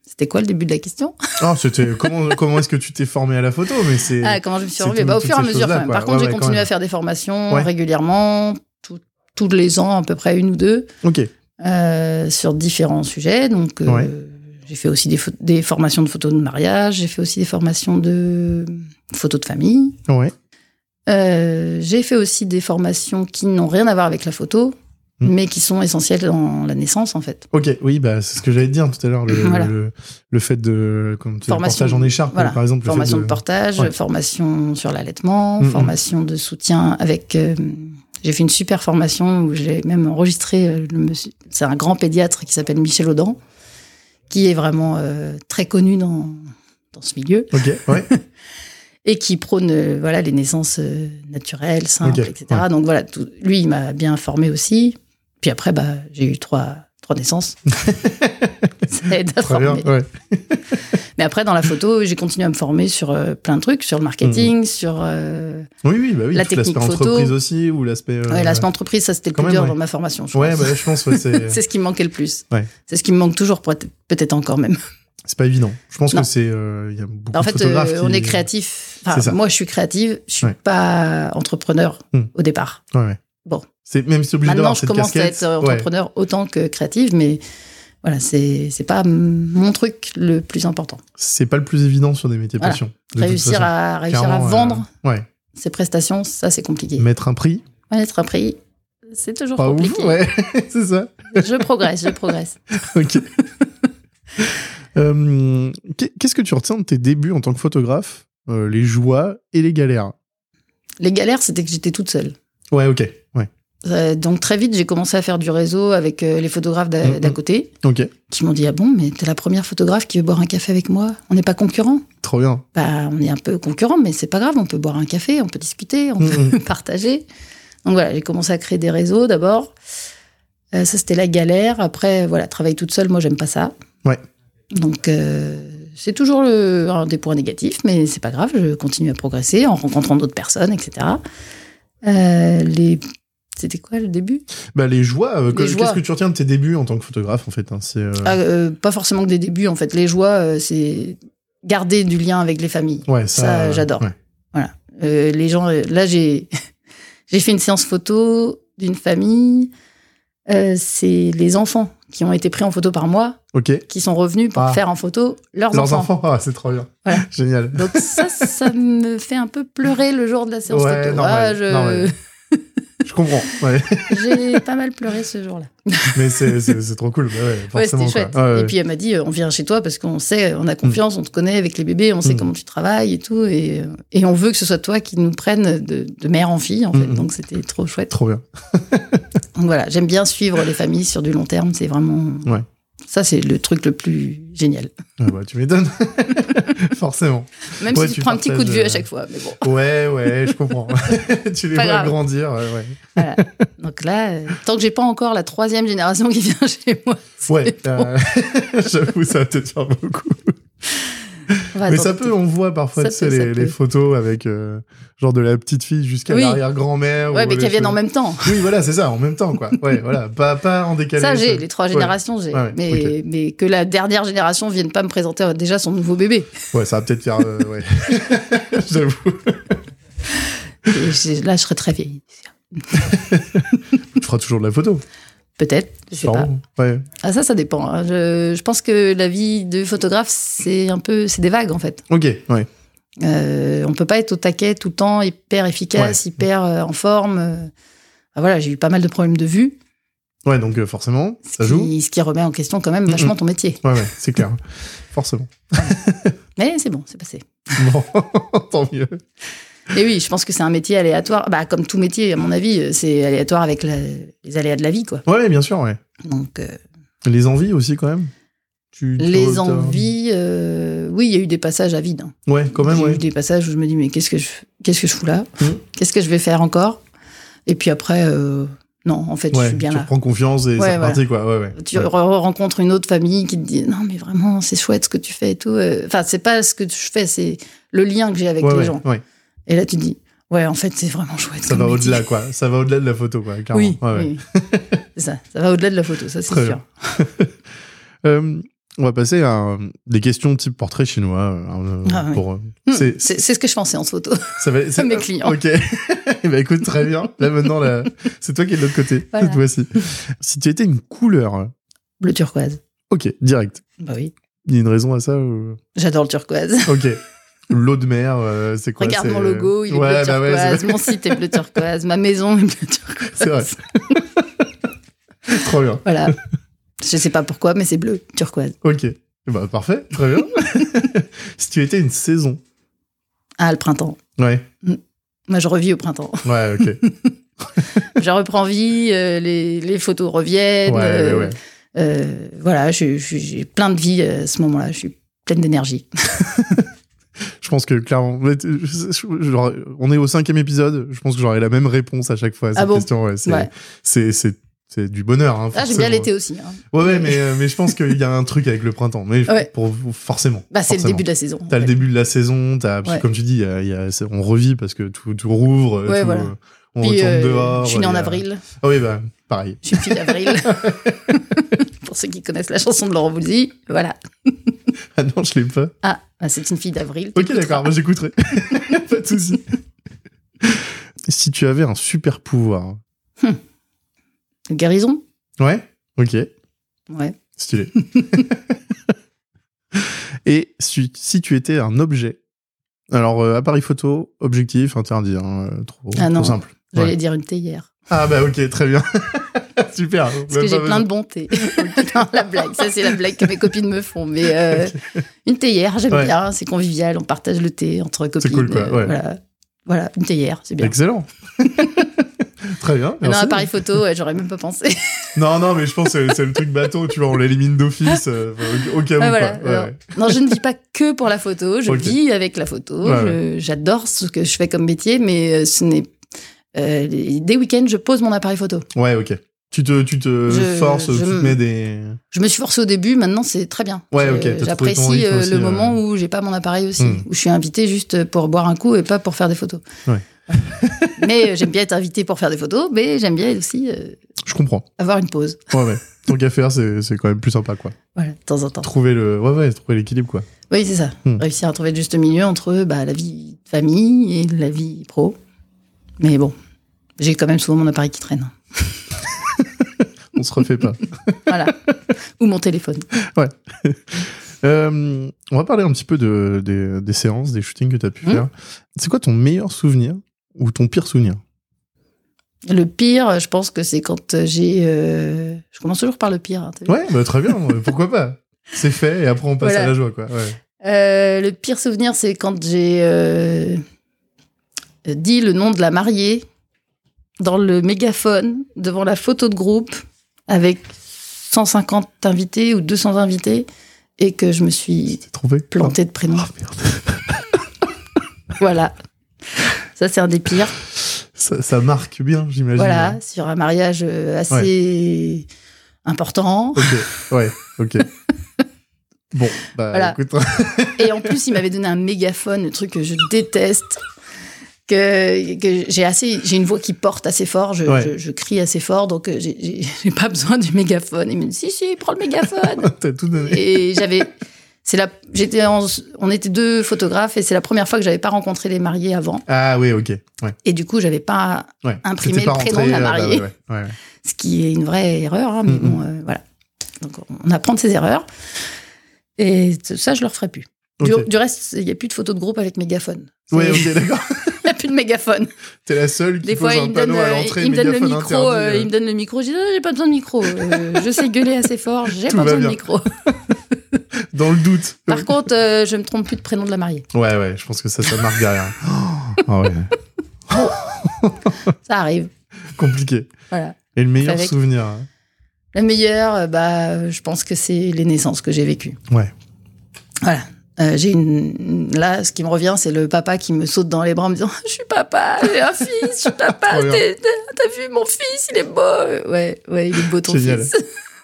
Speaker 1: C'était quoi le début de la question
Speaker 2: Ah, c'était comment, comment est-ce que tu t'es formé à la photo Mais c'est
Speaker 1: Ah, comment je me suis
Speaker 2: c'est
Speaker 1: relevée
Speaker 2: tout-
Speaker 1: bah, Au
Speaker 2: toutes
Speaker 1: fur et à
Speaker 2: ces
Speaker 1: mesure,
Speaker 2: choses-là,
Speaker 1: quand même.
Speaker 2: quoi.
Speaker 1: Par contre,
Speaker 2: Ouais, ouais,
Speaker 1: j'ai
Speaker 2: quand
Speaker 1: continué
Speaker 2: même.
Speaker 1: à faire des formations
Speaker 2: Ouais.
Speaker 1: régulièrement, tout- tous les ans, à peu près une ou deux,
Speaker 2: ok.
Speaker 1: euh, sur différents sujets. Donc, euh,
Speaker 2: Ouais.
Speaker 1: j'ai fait aussi des, pho- des formations de photos de mariage, j'ai fait aussi des formations de photos de famille.
Speaker 2: Ouais.
Speaker 1: Euh, j'ai fait aussi des formations qui n'ont rien à voir avec la photo,
Speaker 2: Hmm.
Speaker 1: mais qui sont essentielles dans la naissance, en fait.
Speaker 2: Ok. Oui, bah c'est ce que j'allais te dire tout à l'heure. Le,
Speaker 1: Voilà.
Speaker 2: le, le fait de comme tu dis, le
Speaker 1: Formation.
Speaker 2: portage en écharpe,
Speaker 1: Voilà.
Speaker 2: par exemple. le fait
Speaker 1: formation de... portage,
Speaker 2: Ouais.
Speaker 1: formation sur l'allaitement,
Speaker 2: Hmm,
Speaker 1: formation de soutien avec. euh, j'ai fait une super formation où j'ai même enregistré euh, le monsieur. C'est un grand pédiatre qui s'appelle Michel Audan, qui est vraiment euh, très connu dans, dans ce milieu
Speaker 2: Ok. Ouais.
Speaker 1: et qui prône euh, voilà les naissances euh, naturelles, simples,
Speaker 2: Ok,
Speaker 1: etc. Donc voilà, tout- lui il m'a bien formé aussi. Puis après bah j'ai eu trois trois naissances. Ça aide à
Speaker 2: Très bien.
Speaker 1: former.
Speaker 2: Ouais.
Speaker 1: Mais après dans la photo j'ai continué à me former sur euh, plein de trucs, sur le
Speaker 2: Mhm.
Speaker 1: marketing, sur euh,
Speaker 2: Oui, oui, bah oui.
Speaker 1: La
Speaker 2: tout l'aspect
Speaker 1: technique photo.
Speaker 2: entreprise aussi ou l'aspect. euh,
Speaker 1: ouais, l'aspect entreprise. Ça c'était le
Speaker 2: Quand
Speaker 1: plus
Speaker 2: même,
Speaker 1: dur
Speaker 2: ouais.
Speaker 1: dans ma formation. je
Speaker 2: Ouais,
Speaker 1: pense.
Speaker 2: bah je pense ouais, c'est
Speaker 1: C'est ce qui me manquait le plus.
Speaker 2: Ouais.
Speaker 1: C'est ce qui me manque toujours, peut- peut-être encore même.
Speaker 2: c'est pas évident. Je pense
Speaker 1: Non.
Speaker 2: que c'est euh, il y a beaucoup
Speaker 1: En
Speaker 2: de
Speaker 1: fait,
Speaker 2: photographes
Speaker 1: euh,
Speaker 2: qui-
Speaker 1: on est créatif. Enfin,
Speaker 2: C'est ça.
Speaker 1: moi, je suis créative. Je suis
Speaker 2: Ouais.
Speaker 1: pas entrepreneur
Speaker 2: Hmm.
Speaker 1: au départ.
Speaker 2: Ouais, ouais.
Speaker 1: Bon.
Speaker 2: C'est même si c'est obligé
Speaker 1: Maintenant,
Speaker 2: d'avoir
Speaker 1: je
Speaker 2: cette
Speaker 1: commence à
Speaker 2: casquette.
Speaker 1: être euh,
Speaker 2: ouais.
Speaker 1: entrepreneur autant que créative, mais voilà, c'est c'est pas mon truc le plus important.
Speaker 2: C'est pas le plus évident sur des métiers
Speaker 1: Voilà.
Speaker 2: passion. de toute
Speaker 1: Réussir
Speaker 2: façon.
Speaker 1: à, réussir à
Speaker 2: Clairement, euh,
Speaker 1: vendre
Speaker 2: ouais.
Speaker 1: ses prestations, ça c'est compliqué.
Speaker 2: Mettre un prix.
Speaker 1: Connaître un prix, c'est toujours
Speaker 2: Pas ouf.
Speaker 1: compliqué.
Speaker 2: Ouais. c'est ça.
Speaker 1: Je progresse, je progresse.
Speaker 2: Ok. Euh, qu'est- Qu'est-ce que tu retiens de tes débuts en tant que photographe Euh, Les joies et les galères.
Speaker 1: Les galères, c'était que j'étais toute seule.
Speaker 2: Ouais, ok. Ouais.
Speaker 1: Euh, Donc très vite, j'ai commencé à faire du réseau avec euh, les photographes
Speaker 2: Mm,
Speaker 1: d'à
Speaker 2: mm.
Speaker 1: d'à côté,
Speaker 2: Ok.
Speaker 1: qui m'ont dit ah bon, mais t'es la première photographe qui veut boire un café avec moi. On n'est pas concurrents.
Speaker 2: Trop bien.
Speaker 1: Bah, on est un peu concurrents, mais c'est pas grave. On peut boire un café, on peut discuter, on
Speaker 2: Mm, mm.
Speaker 1: peut partager. Donc voilà, j'ai commencé à créer des réseaux d'abord. Euh, ça, c'était la galère. Après, voilà, travailler toute seule, moi, j'aime pas ça.
Speaker 2: Ouais.
Speaker 1: Donc, euh, c'est toujours le, un des points négatifs, mais c'est pas grave. Je continue à progresser en rencontrant d'autres personnes, etc. Euh, les... C'était quoi le début
Speaker 2: Bah, les joies, euh,
Speaker 1: Les
Speaker 2: que- qu'est-ce
Speaker 1: joies.
Speaker 2: que tu retiens de tes débuts en tant que photographe, en fait hein, C'est euh,
Speaker 1: Ah, euh, Pas forcément que des débuts, en fait. Les joies, euh, c'est garder du lien avec les familles.
Speaker 2: ouais,
Speaker 1: ça,
Speaker 2: euh,
Speaker 1: j'adore.
Speaker 2: ouais.
Speaker 1: Euh, les gens, euh, là, j'ai j'ai fait une séance photo d'une famille. Euh, c'est les enfants qui ont été pris en photo par moi,
Speaker 2: Ok.
Speaker 1: qui sont revenus pour
Speaker 2: Ah.
Speaker 1: faire en photo leurs,
Speaker 2: Leurs
Speaker 1: enfants.
Speaker 2: enfants, ah, c'est trop bien.
Speaker 1: Voilà.
Speaker 2: Génial.
Speaker 1: Donc ça, ça me fait un peu pleurer le jour de la séance
Speaker 2: Ouais,
Speaker 1: photo. Ah,
Speaker 2: normal,
Speaker 1: je-
Speaker 2: normal. Je comprends. Ouais.
Speaker 1: J'ai pas mal pleuré ce jour-là.
Speaker 2: Mais c'est c'est- c'est trop cool. Bah ouais,
Speaker 1: Ouais,
Speaker 2: forcément,
Speaker 1: c'était
Speaker 2: quoi.
Speaker 1: chouette.
Speaker 2: Ouais, ouais.
Speaker 1: Et puis elle m'a dit, euh, on vient chez toi parce qu'on sait, on a confiance, on te connaît avec les bébés, on sait
Speaker 2: Mm.
Speaker 1: comment tu travailles et tout. Et, euh, et on veut que ce soit toi qui nous prenne de, de mère en fille, en fait.
Speaker 2: Mm.
Speaker 1: Donc c'était trop chouette.
Speaker 2: Trop bien.
Speaker 1: Donc voilà, j'aime bien suivre les familles sur du long terme, c'est vraiment.
Speaker 2: Ouais.
Speaker 1: Ça, c'est le truc le plus génial.
Speaker 2: Ah bah, tu m'étonnes. Forcément.
Speaker 1: Même
Speaker 2: Ouais,
Speaker 1: si tu,
Speaker 2: tu
Speaker 1: prends un petit coup de
Speaker 2: partages,
Speaker 1: vieux à
Speaker 2: euh,
Speaker 1: chaque fois, mais bon.
Speaker 2: Ouais, ouais, je comprends. tu les
Speaker 1: Pas
Speaker 2: vois
Speaker 1: grave.
Speaker 2: grandir. ouais, ouais.
Speaker 1: Voilà. Donc là, euh, tant que j'ai pas encore la troisième génération qui vient chez moi,
Speaker 2: Ouais, euh, j'avoue, ça va te faire beaucoup.
Speaker 1: on va
Speaker 2: Mais
Speaker 1: attendre.
Speaker 2: ça peut, hein, on voit parfois
Speaker 1: Ça
Speaker 2: tu sais,
Speaker 1: peut, ça
Speaker 2: les,
Speaker 1: peut.
Speaker 2: les photos avec euh, genre de la petite fille jusqu'à
Speaker 1: Oui.
Speaker 2: l'arrière-grand-mère.
Speaker 1: Ouais,
Speaker 2: ou
Speaker 1: mais
Speaker 2: les
Speaker 1: qu'elles viennent en
Speaker 2: choses.
Speaker 1: même temps.
Speaker 2: Oui, voilà, c'est ça, en même temps, quoi. Ouais, voilà, pas, pas en décalé.
Speaker 1: Ça, j'ai,
Speaker 2: ça.
Speaker 1: les trois
Speaker 2: Ouais. Ah
Speaker 1: générations, j'ai.
Speaker 2: Ouais, ouais,
Speaker 1: mais, mais que la dernière génération vienne pas me présenter euh, déjà son nouveau bébé.
Speaker 2: Ouais, ça va peut-être faire. euh, ouais. j'avoue.
Speaker 1: Et j'ai- là, je serais très vieille.
Speaker 2: Tu feras toujours de la photo.
Speaker 1: Peut-être, je sais pas.
Speaker 2: sûrement. Ouais.
Speaker 1: Ah, ça, ça dépend. hein. Je, je pense que la vie de photographe, c'est un peu, c'est des vagues, en fait.
Speaker 2: Ok, ouais.
Speaker 1: Euh, on peut pas être au taquet tout le temps, hyper efficace, hyper euh, en forme. Euh, ah, voilà, j'ai eu pas mal de problèmes de vue.
Speaker 2: Ouais, donc euh, forcément,
Speaker 1: Ce
Speaker 2: ça joue.
Speaker 1: qui, ce qui remet en question quand même
Speaker 2: Mm,
Speaker 1: vachement ton métier.
Speaker 2: Ouais, ouais, c'est clair. forcément.
Speaker 1: Mais c'est bon, c'est passé.
Speaker 2: Bon, tant mieux.
Speaker 1: Et oui, je pense que c'est un métier aléatoire. Bah, comme tout métier, à mon avis, euh, c'est aléatoire avec la- les aléas de la vie, quoi.
Speaker 2: Ouais, bien sûr, ouais.
Speaker 1: Donc, euh,
Speaker 2: Les envies aussi, quand même. Tu- tu-
Speaker 1: les
Speaker 2: t'as-
Speaker 1: envies, euh, oui, il y a eu des passages à vide. hein.
Speaker 2: Ouais, quand même,
Speaker 1: J'ai
Speaker 2: ouais.
Speaker 1: eu des passages où je me dis, mais qu'est-ce que je, qu'est-ce que je fous là
Speaker 2: Mm.
Speaker 1: Qu'est-ce que je vais faire encore Et puis après, euh, non, en fait, je
Speaker 2: Ouais,
Speaker 1: suis bien
Speaker 2: tu
Speaker 1: là.
Speaker 2: reprends confiance et
Speaker 1: Ouais,
Speaker 2: c'est reparti, quoi. Ouais, ouais.
Speaker 1: Tu
Speaker 2: Ouais.
Speaker 1: re- rencontres une autre famille qui te dit, non, mais vraiment, c'est chouette ce que tu fais et tout. Euh, Enfin, c'est pas ce que je fais, c'est le lien que j'ai avec
Speaker 2: Ouais,
Speaker 1: les
Speaker 2: ouais,
Speaker 1: gens.
Speaker 2: ouais.
Speaker 1: Et là, tu te dis, ouais, en fait, c'est vraiment chouette.
Speaker 2: Ça
Speaker 1: comme
Speaker 2: va
Speaker 1: métier.
Speaker 2: au-delà, quoi. Ça va au-delà de la photo, quoi, clairement.
Speaker 1: Oui,
Speaker 2: Ouais, ouais.
Speaker 1: oui, oui. c'est ça. Ça va au-delà de la photo, ça c'est
Speaker 2: Très
Speaker 1: sûr.
Speaker 2: bien. Euh, on va passer à euh, des questions type portrait chinois. euh,
Speaker 1: Ah, oui.
Speaker 2: pour, euh,
Speaker 1: Hmm,
Speaker 2: c'est-
Speaker 1: C'est c'est ce que je pensais en photo.
Speaker 2: ça va- c'est-
Speaker 1: mes clients.
Speaker 2: Ok. Eh ben, écoute, très bien. Là, maintenant, là, c'est toi qui es de l'autre côté,
Speaker 1: Voilà.
Speaker 2: cette fois-ci. Si tu étais une couleur,
Speaker 1: Bleu turquoise.
Speaker 2: ok, direct.
Speaker 1: Bah oui,
Speaker 2: Il y a une raison à ça ou-
Speaker 1: j'adore le turquoise.
Speaker 2: Ok. L'eau de mer, euh, c'est quoi
Speaker 1: Regarde
Speaker 2: c'est-
Speaker 1: mon logo, il est
Speaker 2: Ouais,
Speaker 1: bleu
Speaker 2: bah ouais, c'est-
Speaker 1: turquoise. mon site est bleu turquoise. Ma maison est bleu turquoise.
Speaker 2: C'est vrai. Trop bien.
Speaker 1: Voilà. Je sais pas pourquoi, mais c'est bleu turquoise.
Speaker 2: Ok. Bah, parfait. Très bien. si tu étais une saison.
Speaker 1: Ah, le printemps.
Speaker 2: Ouais.
Speaker 1: Moi, je revis au printemps.
Speaker 2: Ouais, ok.
Speaker 1: Je reprends vie, euh, les, les photos reviennent.
Speaker 2: Ouais, ouais,
Speaker 1: euh,
Speaker 2: ouais.
Speaker 1: euh, voilà, je- je- j'ai plein de vie euh, à ce moment-là. Je suis pleine d'énergie.
Speaker 2: Je pense que clairement, mais tu- je- je- genre, on est au cinquième épisode. Je pense que j'aurai la même réponse à chaque fois à
Speaker 1: Ah
Speaker 2: cette
Speaker 1: bon
Speaker 2: question. ouais. c'est,
Speaker 1: Ouais.
Speaker 2: c'est, c'est, c'est du bonheur. Hein,
Speaker 1: Ah, j'aime bien
Speaker 2: forcément.
Speaker 1: l'été aussi. hein.
Speaker 2: Ouais, ouais, mais, euh, mais je pense qu'il y a un truc avec le printemps. Mais
Speaker 1: Ouais.
Speaker 2: pour, pour- forcément.
Speaker 1: Bah, c'est le
Speaker 2: forcément.
Speaker 1: début de la saison. en
Speaker 2: T'as le
Speaker 1: fait.
Speaker 2: début de la saison. T'as, puis
Speaker 1: Ouais.
Speaker 2: comme tu dis, il y a- il y a- c'est- on revit parce que tout, tout rouvre.
Speaker 1: Ouais,
Speaker 2: tout,
Speaker 1: voilà.
Speaker 2: euh, On
Speaker 1: Puis,
Speaker 2: retourne
Speaker 1: euh,
Speaker 2: dehors.
Speaker 1: Je suis née
Speaker 2: il
Speaker 1: en
Speaker 2: y a-
Speaker 1: avril.
Speaker 2: Ah oui, bah pareil.
Speaker 1: Je suis fille d'avril. Pour ceux qui connaissent la chanson de Laurent Voulzy, voilà.
Speaker 2: Ah non, je l'ai pas.
Speaker 1: Ah, bah, c'est une fille d'avril.
Speaker 2: Ok, d'accord, moi j'écouterai. pas de souci. si tu avais un super pouvoir.
Speaker 1: Guérison
Speaker 2: Ouais, ok,
Speaker 1: Ouais.
Speaker 2: stylé. Et si, si tu étais un objet. Alors, euh, appareil photo, objectif, interdit, hein, euh, trop,
Speaker 1: Ah non.
Speaker 2: trop simple.
Speaker 1: J'allais
Speaker 2: Ouais.
Speaker 1: dire une théière.
Speaker 2: Ah bah ok, très bien. super.
Speaker 1: Parce que j'ai plein de bonté. non, la blague. Ça, c'est la blague que mes copines me font. Mais euh, une théière, j'aime
Speaker 2: Ouais.
Speaker 1: bien. C'est convivial. On partage le thé entre copines.
Speaker 2: cool, quoi, ouais.
Speaker 1: voilà. Voilà, une théière, c'est bien.
Speaker 2: Excellent. très bien.
Speaker 1: Non,
Speaker 2: merci.
Speaker 1: appareil photo, ouais, j'aurais même pas pensé.
Speaker 2: Non, non, mais je pense que c'est- c'est le truc bateau, tu vois, on l'élimine d'office, euh, au cas où.
Speaker 1: Ah, voilà,
Speaker 2: quoi. Ouais,
Speaker 1: alors.
Speaker 2: ouais.
Speaker 1: non, je ne vis pas que pour la photo. Je
Speaker 2: Ok.
Speaker 1: vis avec la photo.
Speaker 2: Ouais,
Speaker 1: Je- J'adore ce que je fais comme métier, mais euh, ce n'est euh, les- des week-ends, je pose mon appareil photo.
Speaker 2: Ouais, ok. Tu te, tu te
Speaker 1: Je-
Speaker 2: forces,
Speaker 1: je
Speaker 2: tu te
Speaker 1: me-
Speaker 2: mets des.
Speaker 1: Je me suis forcée au début, maintenant c'est très bien.
Speaker 2: Ouais,
Speaker 1: Je-
Speaker 2: ok, t'as trouvé ton
Speaker 1: J'apprécie
Speaker 2: rythme
Speaker 1: euh,
Speaker 2: aussi,
Speaker 1: le
Speaker 2: euh.
Speaker 1: moment où j'ai pas mon appareil aussi,
Speaker 2: Hmm.
Speaker 1: où je suis invitée juste pour boire un coup et pas pour faire des photos.
Speaker 2: Ouais.
Speaker 1: mais euh, j'aime bien être invitée pour faire des photos, mais j'aime bien aussi euh,
Speaker 2: Je comprends.
Speaker 1: avoir une pause.
Speaker 2: Ouais, ouais. Tant qu'à faire, c'est c'est quand même plus sympa, quoi.
Speaker 1: Voilà, de temps en temps.
Speaker 2: Trouver le, ouais, ouais, trouver l'équilibre, quoi.
Speaker 1: Oui, c'est ça.
Speaker 2: Hmm.
Speaker 1: Réussir à trouver le juste milieu entre bah, la vie de famille et la vie pro. Mais bon, j'ai quand même souvent mon appareil qui traîne.
Speaker 2: On se refait pas.
Speaker 1: Voilà. Ou mon téléphone.
Speaker 2: Euh, on va parler un petit peu de, des, des séances, des shootings que t'as pu
Speaker 1: Mhm.
Speaker 2: faire. C'est quoi ton meilleur souvenir ou ton pire souvenir
Speaker 1: Le pire, je pense que c'est quand j'ai. euh, Je commence toujours par le pire. hein, t'as vu
Speaker 2: Ouais, bah, très bien. euh, pourquoi pas C'est fait et après on passe
Speaker 1: Voilà.
Speaker 2: à la joie, quoi. Ouais.
Speaker 1: Euh, le pire souvenir, c'est quand j'ai euh, dit le nom de la mariée dans le mégaphone devant la photo de groupe avec 150 invités ou 200 invités et que je me suis
Speaker 2: T'es trompé
Speaker 1: plantée de prénom.
Speaker 2: Oh merde.
Speaker 1: Voilà. Ça, c'est un des pires.
Speaker 2: Ça, ça marque bien, j'imagine.
Speaker 1: Voilà, sur un mariage euh, assez important.
Speaker 2: Ok, ouais, ok. bon, bah
Speaker 1: Voilà.
Speaker 2: écoute.
Speaker 1: Et en plus, il m'avait donné un mégaphone, le truc que je déteste. Que, que j'ai assez, j'ai une voix qui porte assez fort, je,
Speaker 2: Ouais.
Speaker 1: je- je crie assez fort, donc euh, j'ai- j'ai j'ai pas besoin du mégaphone. Il me dit si si, prends le mégaphone.
Speaker 2: T'as tout donné.
Speaker 1: et j'avais, c'est la, j'étais, en- on était deux photographes et c'est la première fois que j'avais pas rencontré les mariés avant,
Speaker 2: Ah oui, ok. Ouais.
Speaker 1: et du coup j'avais pas,
Speaker 2: ouais.
Speaker 1: Imprimer
Speaker 2: T'étais
Speaker 1: le prénom de la
Speaker 2: rentré, euh,
Speaker 1: mariée.
Speaker 2: bah, ouais, ouais, ouais, ouais.
Speaker 1: ce qui est une vraie erreur, hein, mais
Speaker 2: Mhm.
Speaker 1: bon euh, voilà. Donc on apprend de ses erreurs et ça je le referai plus. Du,
Speaker 2: Ok.
Speaker 1: du reste, il y a plus de photos de groupe avec mégaphone.
Speaker 2: Ouais,
Speaker 1: C'est-
Speaker 2: ok, d'accord.
Speaker 1: La plus de mégaphone.
Speaker 2: T'es la seule qui
Speaker 1: Des
Speaker 2: pose
Speaker 1: fois,
Speaker 2: un
Speaker 1: il me donne,
Speaker 2: panneau à
Speaker 1: euh,
Speaker 2: l'entrée,
Speaker 1: il me donne le
Speaker 2: mégaphone
Speaker 1: micro. euh,
Speaker 2: interdit, euh.
Speaker 1: il me donne le micro. Je dis, Ah, j'ai pas besoin de micro. Euh, je sais gueuler assez fort. J'ai
Speaker 2: Tout
Speaker 1: pas
Speaker 2: va
Speaker 1: besoin de
Speaker 2: bien.
Speaker 1: micro.
Speaker 2: Dans le doute.
Speaker 1: Par contre, euh, je me trompe plus de prénom de la mariée.
Speaker 2: Ouais, ouais, je pense que ça, ça marque derrière. Ah ouais,
Speaker 1: Ça arrive.
Speaker 2: compliqué.
Speaker 1: Voilà.
Speaker 2: Et le meilleur
Speaker 1: Avec-
Speaker 2: souvenir. hein.
Speaker 1: La meilleure, euh, bah, euh, je pense que c'est les naissances que j'ai vécues.
Speaker 2: Ouais.
Speaker 1: Voilà. Euh, j'ai une... Là, ce qui me revient, c'est le papa qui me saute dans les bras en me disant Je suis papa, j'ai un fils, je suis papa,
Speaker 2: Trop bien.
Speaker 1: t'es- t'es- t'as vu mon fils, il est beau. Ouais, ouais, il est beau ton
Speaker 2: Génial.
Speaker 1: fils.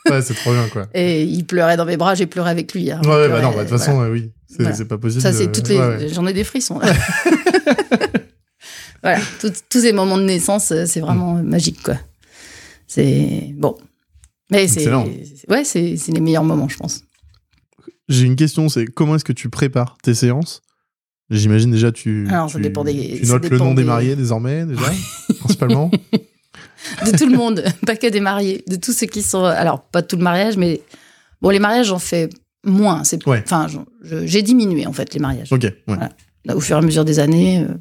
Speaker 2: Ouais, c'est trop bien, quoi.
Speaker 1: Et il pleurait dans mes bras, j'ai pleuré avec lui. hein.
Speaker 2: Ouais,
Speaker 1: Il
Speaker 2: ouais, bah
Speaker 1: pleurait,
Speaker 2: non, bah, de toute
Speaker 1: voilà.
Speaker 2: façon, ouais, oui. C'est
Speaker 1: Voilà.
Speaker 2: c'est pas possible.
Speaker 1: Ça,
Speaker 2: euh,
Speaker 1: c'est toutes les.
Speaker 2: ouais, ouais.
Speaker 1: J'en ai des frissons, là. voilà. Tout- tous ces moments de naissance, euh, c'est vraiment
Speaker 2: Mm.
Speaker 1: euh, magique, quoi. C'est. Bon. Mais c'est.
Speaker 2: Excellent.
Speaker 1: Ouais, c'est c'est les meilleurs moments, je pense.
Speaker 2: J'ai une question, c'est comment est-ce que tu prépares tes séances J'imagine déjà tu.
Speaker 1: Alors, ça
Speaker 2: tu-
Speaker 1: dépend des-
Speaker 2: Tu
Speaker 1: ça
Speaker 2: notes le
Speaker 1: dépend
Speaker 2: nom des
Speaker 1: des-
Speaker 2: mariés désormais, déjà, principalement.
Speaker 1: De tout le monde, pas que des mariés, de tous ceux qui sont. Alors, pas tout le mariage, mais. Bon, les mariages, j'en fais moins. c'est-
Speaker 2: Ouais.
Speaker 1: Enfin, j'en- je- j'ai diminué, en fait, les mariages.
Speaker 2: Ok, ouais.
Speaker 1: Là, au fur et à mesure des années, euh,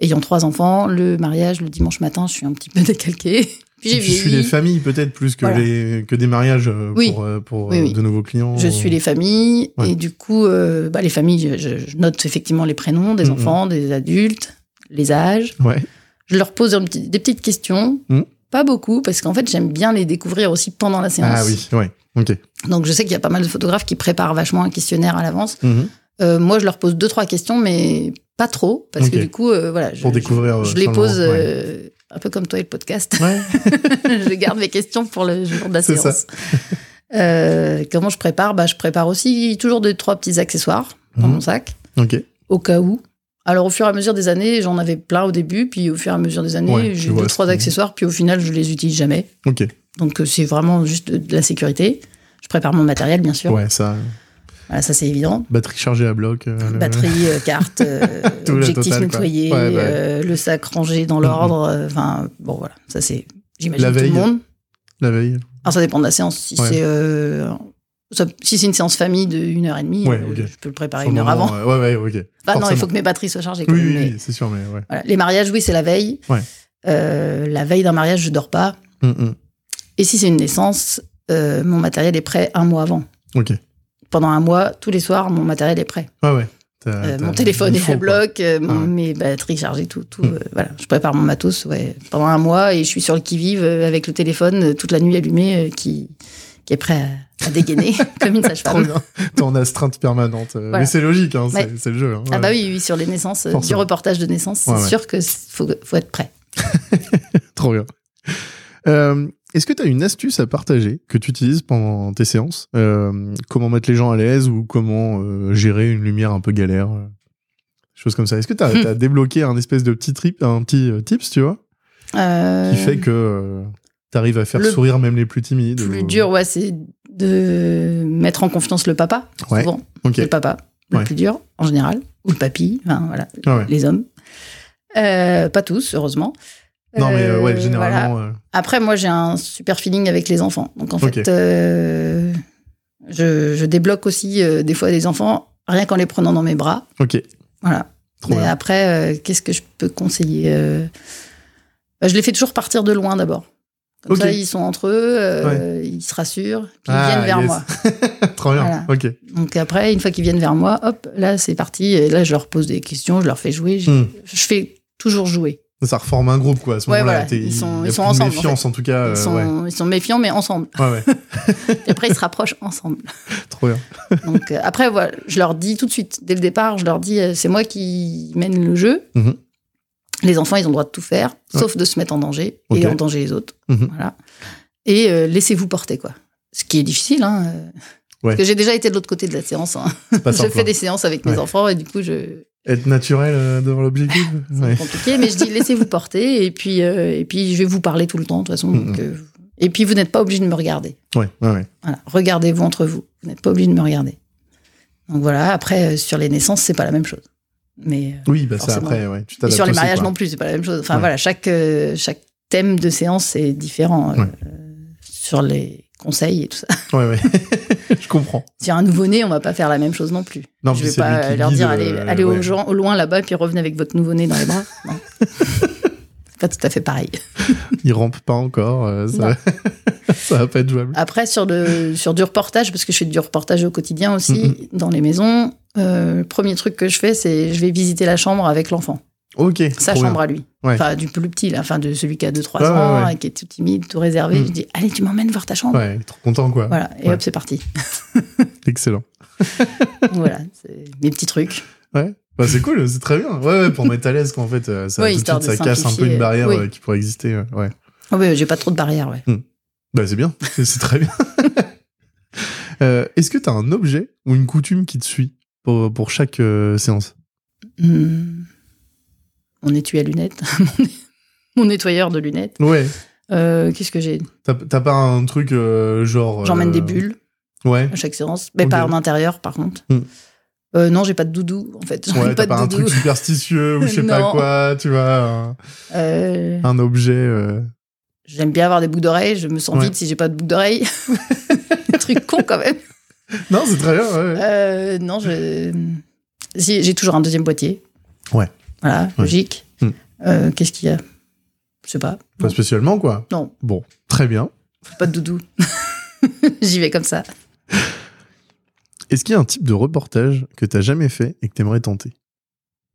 Speaker 1: ayant trois enfants, le mariage, le dimanche matin, je suis un petit peu décalquée. Puis j'ai
Speaker 2: Tu suis
Speaker 1: vieilli.
Speaker 2: les familles peut-être plus que,
Speaker 1: Voilà.
Speaker 2: les, que des mariages euh,
Speaker 1: Oui.
Speaker 2: pour, euh, pour
Speaker 1: Oui,
Speaker 2: euh,
Speaker 1: oui.
Speaker 2: de nouveaux clients.
Speaker 1: Je suis les familles
Speaker 2: Ouais.
Speaker 1: et du coup, euh, bah, les familles, je, je note effectivement les prénoms des
Speaker 2: Mhm.
Speaker 1: enfants, des adultes, les âges.
Speaker 2: Ouais.
Speaker 1: Je leur pose un petit- des petites questions,
Speaker 2: Mhm.
Speaker 1: pas beaucoup parce qu'en fait j'aime bien les découvrir aussi pendant la séance.
Speaker 2: Ah oui, ouais. Ok.
Speaker 1: Donc je sais qu'il y a pas mal de photographes qui préparent vachement un questionnaire à l'avance.
Speaker 2: Mhm.
Speaker 1: Euh, moi, je leur pose deux trois questions, mais pas trop parce
Speaker 2: Ok.
Speaker 1: que du coup, euh, voilà, je,
Speaker 2: Pour découvrir,
Speaker 1: je,
Speaker 2: euh,
Speaker 1: je
Speaker 2: sur
Speaker 1: les
Speaker 2: le
Speaker 1: pose
Speaker 2: moment, ouais.
Speaker 1: euh, un peu comme toi et le podcast.
Speaker 2: Ouais.
Speaker 1: je garde mes questions pour le jour de la
Speaker 2: C'est
Speaker 1: séance. Euh, comment je prépare bah, Je prépare aussi toujours deux, trois petits accessoires dans
Speaker 2: Mhm.
Speaker 1: mon sac,
Speaker 2: Ok.
Speaker 1: au cas où. Alors, au fur et à mesure des années, j'en avais plein au début, puis au fur et à mesure des années,
Speaker 2: Ouais, tu
Speaker 1: j'ai
Speaker 2: vois
Speaker 1: deux,
Speaker 2: ce
Speaker 1: trois
Speaker 2: qu'on-
Speaker 1: accessoires, puis au final, je les utilise jamais.
Speaker 2: Ok.
Speaker 1: Donc, euh, c'est vraiment juste de, de la sécurité. Je prépare mon matériel, bien sûr.
Speaker 2: Ouais, ça.
Speaker 1: Voilà, ça, c'est évident.
Speaker 2: Batterie chargée à bloc. euh, le-
Speaker 1: Batterie, euh, carte, euh,
Speaker 2: Tout la
Speaker 1: objectif
Speaker 2: totale, quoi.
Speaker 1: nettoyé,
Speaker 2: Ouais, bah ouais.
Speaker 1: euh, le sac rangé dans l'ordre. euh, Enfin, bon, voilà. Ça, c'est, j'imagine,
Speaker 2: La
Speaker 1: tout le
Speaker 2: veille.
Speaker 1: monde.
Speaker 2: La veille.
Speaker 1: Alors, ça dépend de la séance. Si
Speaker 2: Ouais.
Speaker 1: c'est euh, ça- si c'est une séance famille de 1 heure et demie,
Speaker 2: Ouais,
Speaker 1: euh,
Speaker 2: ok.
Speaker 1: je peux le préparer
Speaker 2: Sur
Speaker 1: une
Speaker 2: le
Speaker 1: heure
Speaker 2: moment,
Speaker 1: avant.
Speaker 2: euh, Ouais, ouais, ok.
Speaker 1: Enfin, non, il
Speaker 2: forcément.
Speaker 1: faut que mes batteries soient chargées. quand
Speaker 2: Oui,
Speaker 1: même,
Speaker 2: oui,
Speaker 1: mais
Speaker 2: oui, c'est sûr, mais ouais.
Speaker 1: voilà. Les mariages, oui, c'est la veille.
Speaker 2: Ouais.
Speaker 1: Euh, la veille d'un mariage, je dors pas.
Speaker 2: Mm, mm.
Speaker 1: Et si c'est une naissance, euh, mon matériel est prêt un mois avant.
Speaker 2: Ok.
Speaker 1: Pendant un mois, tous les soirs, mon matériel est prêt.
Speaker 2: Ouais, ouais. T'as-
Speaker 1: Euh,
Speaker 2: t'as-
Speaker 1: mon téléphone
Speaker 2: Ah, il
Speaker 1: est
Speaker 2: faut,
Speaker 1: à bloc, euh, mon-
Speaker 2: Ah ouais.
Speaker 1: mes batteries chargées, tout. tout
Speaker 2: Mm.
Speaker 1: euh, voilà. Je prépare mon matos ouais, pendant un mois et je suis sur le qui-vive euh, avec le téléphone euh, toute la nuit allumé euh, qui, qui est prêt à, à dégainer comme une
Speaker 2: quoi. Trop
Speaker 1: sage-femme.
Speaker 2: bien. T'es en astreinte permanente. euh,
Speaker 1: Voilà.
Speaker 2: Mais c'est logique, hein, c'est
Speaker 1: Ouais.
Speaker 2: c'est le jeu. hein,
Speaker 1: Ah
Speaker 2: ouais.
Speaker 1: bah oui, oui, sur les naissances, euh, du
Speaker 2: Forcément.
Speaker 1: reportage de naissance, c'est
Speaker 2: Ouais, ouais.
Speaker 1: sûr que c- faut, faut être prêt.
Speaker 2: Trop bien. Euh, Est-ce que tu as une astuce à partager que tu utilises pendant tes séances Euh, Comment mettre les gens à l'aise ou comment euh, gérer une lumière un peu galère euh, Choses comme ça. Est-ce que tu as,
Speaker 1: Hmm.
Speaker 2: débloqué un espèce de petit trip, un petit euh, tips, tu vois,
Speaker 1: Euh,
Speaker 2: qui fait que tu arrives à faire
Speaker 1: le
Speaker 2: sourire même les plus timides
Speaker 1: le plus
Speaker 2: ou-
Speaker 1: dur, ouais, c'est de mettre en confiance le papa,
Speaker 2: euh, Ouais,
Speaker 1: souvent.
Speaker 2: Ok.
Speaker 1: Le papa, le
Speaker 2: Ouais.
Speaker 1: plus dur, en général. Ou le papy, enfin, voilà,
Speaker 2: Ah ouais.
Speaker 1: les hommes. Euh, pas tous, heureusement.
Speaker 2: Non, mais
Speaker 1: Euh,
Speaker 2: euh, ouais,
Speaker 1: voilà.
Speaker 2: généralement. euh,
Speaker 1: Après, moi, j'ai un super feeling avec les enfants. Donc, en fait,
Speaker 2: Ok.
Speaker 1: euh, je, je débloque aussi euh, des fois des enfants, rien qu'en les prenant dans mes bras.
Speaker 2: Ok.
Speaker 1: Voilà.
Speaker 2: Trop
Speaker 1: Mais
Speaker 2: bien.
Speaker 1: après, euh, qu'est-ce que je peux conseiller Euh, bah, Je les fais toujours partir de loin d'abord. Comme
Speaker 2: Ok.
Speaker 1: ça, ils sont entre eux, euh, ils se rassurent, puis ils
Speaker 2: Ah,
Speaker 1: viennent vers
Speaker 2: yes.
Speaker 1: moi.
Speaker 2: Trop bien.
Speaker 1: Voilà.
Speaker 2: Ok.
Speaker 1: Donc après, une fois qu'ils viennent vers moi, hop, là, c'est parti. Et là, je leur pose des questions, je leur fais jouer. Je,
Speaker 2: Hmm.
Speaker 1: je fais toujours jouer.
Speaker 2: Ça reforme un groupe, quoi, à ce
Speaker 1: Ouais,
Speaker 2: moment-là.
Speaker 1: voilà.
Speaker 2: T'es-
Speaker 1: Ils sont-
Speaker 2: y a
Speaker 1: ils sont
Speaker 2: plus de
Speaker 1: ensemble, en
Speaker 2: méfiance, en, tout cas. euh,
Speaker 1: ils, sont,
Speaker 2: ouais.
Speaker 1: ils sont méfiants, mais ensemble.
Speaker 2: Ouais, ouais.
Speaker 1: Et après, ils se rapprochent ensemble.
Speaker 2: Trop bien.
Speaker 1: Donc euh, après, voilà, je leur dis tout de suite, dès le départ, je leur dis, euh, c'est moi qui mène le jeu.
Speaker 2: Mhm.
Speaker 1: Les enfants, ils ont le droit de tout faire, sauf de se mettre en danger
Speaker 2: Ok.
Speaker 1: et en danger les autres.
Speaker 2: Mhm.
Speaker 1: Voilà. Et euh, laissez-vous porter, quoi. Ce qui est difficile, hein. euh,
Speaker 2: Ouais.
Speaker 1: Parce que j'ai déjà été de l'autre côté de la séance. hein.
Speaker 2: C'est pas
Speaker 1: je
Speaker 2: simple.
Speaker 1: fais
Speaker 2: hein.
Speaker 1: des séances avec mes
Speaker 2: Ouais.
Speaker 1: enfants et du coup, je...
Speaker 2: Être naturel euh, devant l'objectif.
Speaker 1: c'est
Speaker 2: ouais.
Speaker 1: compliqué. Mais je dis, laissez-vous porter et puis, euh, et puis je vais vous parler tout le temps, de toute façon.
Speaker 2: Mhm.
Speaker 1: donc, euh, et puis, vous n'êtes pas obligé de me regarder.
Speaker 2: ouais, ouais, ouais.
Speaker 1: Voilà, regardez-vous entre vous. Vous n'êtes pas obligé de me regarder. Donc voilà, après, euh, sur les naissances, c'est pas la même chose. Mais euh,
Speaker 2: Oui, bah ça
Speaker 1: Forcément.
Speaker 2: après, ouais. Tu
Speaker 1: et
Speaker 2: t'adaptes
Speaker 1: sur les
Speaker 2: aussi,
Speaker 1: mariages
Speaker 2: quoi.
Speaker 1: non plus, c'est pas la même chose. Enfin
Speaker 2: Ouais.
Speaker 1: voilà, chaque, euh, chaque thème de séance est différent euh,
Speaker 2: Ouais.
Speaker 1: euh, sur les conseils et tout ça.
Speaker 2: Ouais, ouais. je comprends.
Speaker 1: Sur un nouveau-né, on va pas faire la même chose non plus.
Speaker 2: Non,
Speaker 1: je
Speaker 2: puis
Speaker 1: vais
Speaker 2: c'est lui
Speaker 1: pas
Speaker 2: qui
Speaker 1: leur
Speaker 2: guide,
Speaker 1: dire allez,
Speaker 2: euh,
Speaker 1: allez
Speaker 2: ouais.
Speaker 1: aux gens, au loin là-bas puis revenez avec votre nouveau-né dans les bras. Non. C'est pas tout à fait pareil.
Speaker 2: Il rampe pas encore. euh, ça... ça va pas être jouable.
Speaker 1: Après, sur, le, sur du reportage, parce que je fais du reportage au quotidien aussi,
Speaker 2: Mm,
Speaker 1: dans les maisons, euh, le premier truc que je fais, c'est je vais visiter la chambre avec l'enfant.
Speaker 2: Ok.
Speaker 1: Sa
Speaker 2: trop bien.
Speaker 1: chambre à lui.
Speaker 2: Ouais.
Speaker 1: Enfin, du plus petit, là, enfin, de celui qui a 2-3
Speaker 2: Ah,
Speaker 1: ans,
Speaker 2: ouais, ouais.
Speaker 1: et qui est tout timide, tout réservé.
Speaker 2: Mm.
Speaker 1: Je dis Allez, tu m'emmènes voir ta chambre.
Speaker 2: Ouais, trop content quoi.
Speaker 1: Voilà, et
Speaker 2: Ouais.
Speaker 1: hop, c'est parti.
Speaker 2: Excellent.
Speaker 1: voilà, c'est mes petits trucs.
Speaker 2: Ouais. Bah, c'est cool, c'est très bien. Ouais, ouais, pour mettre à l'aise qu'en fait, euh, ça,
Speaker 1: Ouais,
Speaker 2: tout de
Speaker 1: histoire
Speaker 2: suite, ça
Speaker 1: de
Speaker 2: casse un peu
Speaker 1: simplifier,
Speaker 2: une barrière
Speaker 1: oui.
Speaker 2: euh, qui pourrait exister. euh, Ouais.
Speaker 1: Ah ouais, j'ai pas trop de barrières, ouais.
Speaker 2: Bah c'est bien, c'est c'est très bien. Euh, Est-ce que t'as un objet ou une coutume qui te suit pour, pour chaque euh, séance
Speaker 1: Hmm. Mon étui à lunettes, Mon- mon nettoyeur de lunettes.
Speaker 2: Ouais.
Speaker 1: Euh, Qu'est-ce que j'ai
Speaker 2: T'as t'as pas un truc euh, genre.
Speaker 1: J'emmène
Speaker 2: euh,
Speaker 1: des bulles.
Speaker 2: Ouais.
Speaker 1: à chaque séance, mais
Speaker 2: Ok.
Speaker 1: pas en intérieur par contre.
Speaker 2: Hmm.
Speaker 1: Euh, non, j'ai pas de doudou en fait. J'en ai
Speaker 2: Ouais,
Speaker 1: pas
Speaker 2: t'as
Speaker 1: de
Speaker 2: pas un
Speaker 1: doudou.
Speaker 2: truc superstitieux ou je sais pas
Speaker 1: Non.
Speaker 2: quoi, tu vois, un,
Speaker 1: Euh,
Speaker 2: un objet. euh,
Speaker 1: J'aime bien avoir des boucles d'oreilles. Je me sens
Speaker 2: Ouais.
Speaker 1: vide si j'ai pas de boucles d'oreilles. Un truc con quand même.
Speaker 2: Non, c'est très bien, ouais. ouais.
Speaker 1: Euh, non, je... si, j'ai toujours un deuxième boîtier.
Speaker 2: Ouais.
Speaker 1: Voilà, logique.
Speaker 2: Hmm.
Speaker 1: Euh, Qu'est-ce qu'il y a Je sais pas.
Speaker 2: Pas spécialement, quoi.
Speaker 1: Non.
Speaker 2: Bon, très bien.
Speaker 1: Pas de doudou. J'y vais comme ça.
Speaker 2: Est-ce qu'il y a un type de reportage que t'as jamais fait et que t'aimerais tenter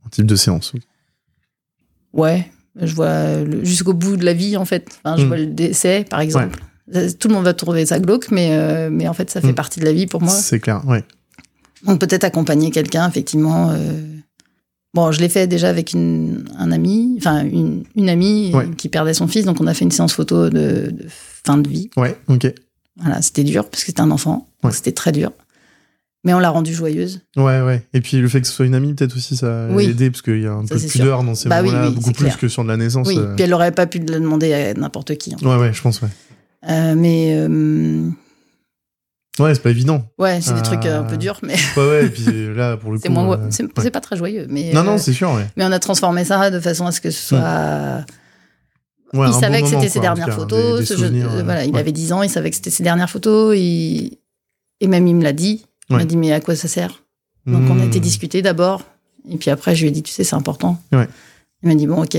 Speaker 2: Un type de séance oui.
Speaker 1: Ouais, je vois le- jusqu'au bout de la vie, en fait. Enfin, je
Speaker 2: Mm.
Speaker 1: vois le décès, par exemple. Ça, Tout le monde va trouver ça glauque, mais, euh, mais en fait, ça fait
Speaker 2: Mm.
Speaker 1: partie de la vie pour moi.
Speaker 2: C'est clair, ouais.
Speaker 1: Donc, peut-être accompagner quelqu'un, effectivement. euh, Bon, je l'ai fait déjà avec une, un ami, enfin, une, une amie euh,
Speaker 2: Ouais.
Speaker 1: qui perdait son fils. Donc, on a fait une séance photo de, de fin de vie.
Speaker 2: Ouais, ok.
Speaker 1: Voilà, c'était dur parce que c'était un enfant.
Speaker 2: Ouais.
Speaker 1: Donc, c'était très dur. Mais on l'a rendue joyeuse.
Speaker 2: Ouais, ouais. Et puis le fait que ce soit une amie, peut-être aussi, ça a
Speaker 1: Oui.
Speaker 2: aidé, parce qu'il y a un
Speaker 1: Ça,
Speaker 2: peu de
Speaker 1: c'est
Speaker 2: pudeur dans ces
Speaker 1: Bah oui,
Speaker 2: moments-là,
Speaker 1: oui,
Speaker 2: beaucoup
Speaker 1: c'est
Speaker 2: plus
Speaker 1: clair.
Speaker 2: que sur de la naissance.
Speaker 1: Oui,
Speaker 2: euh.
Speaker 1: puis elle n'aurait pas pu le demander à n'importe qui. hein.
Speaker 2: Ouais, ouais, je pense, ouais.
Speaker 1: Euh, mais euh,
Speaker 2: Ouais, c'est pas évident.
Speaker 1: ouais, c'est
Speaker 2: Euh,
Speaker 1: des trucs euh, un peu durs, mais
Speaker 2: Ouais, ouais, et puis là, pour le coup.
Speaker 1: C'est moins,
Speaker 2: euh,
Speaker 1: c'est
Speaker 2: ouais.
Speaker 1: c'est pas très joyeux, mais
Speaker 2: Non,
Speaker 1: euh,
Speaker 2: non, c'est sûr, ouais.
Speaker 1: mais on a transformé ça de façon à ce que ce soit.
Speaker 2: Ouais, un
Speaker 1: il
Speaker 2: bon
Speaker 1: savait que
Speaker 2: moment,
Speaker 1: c'était ses
Speaker 2: quoi, en tout
Speaker 1: dernières
Speaker 2: cas,
Speaker 1: photos.
Speaker 2: des- des
Speaker 1: ce jeu-
Speaker 2: souvenirs,
Speaker 1: euh,
Speaker 2: euh,
Speaker 1: voilà, il
Speaker 2: ouais.
Speaker 1: avait 10 ans, il savait que c'était ses dernières photos. il- Et même il me l'a dit. Il
Speaker 2: Ouais.
Speaker 1: m'a dit mais à quoi ça sert Donc on a été
Speaker 2: Mmh.
Speaker 1: discuté d'abord, et puis après je lui ai dit tu sais c'est important.
Speaker 2: Ouais.
Speaker 1: Il m'a dit bon ok.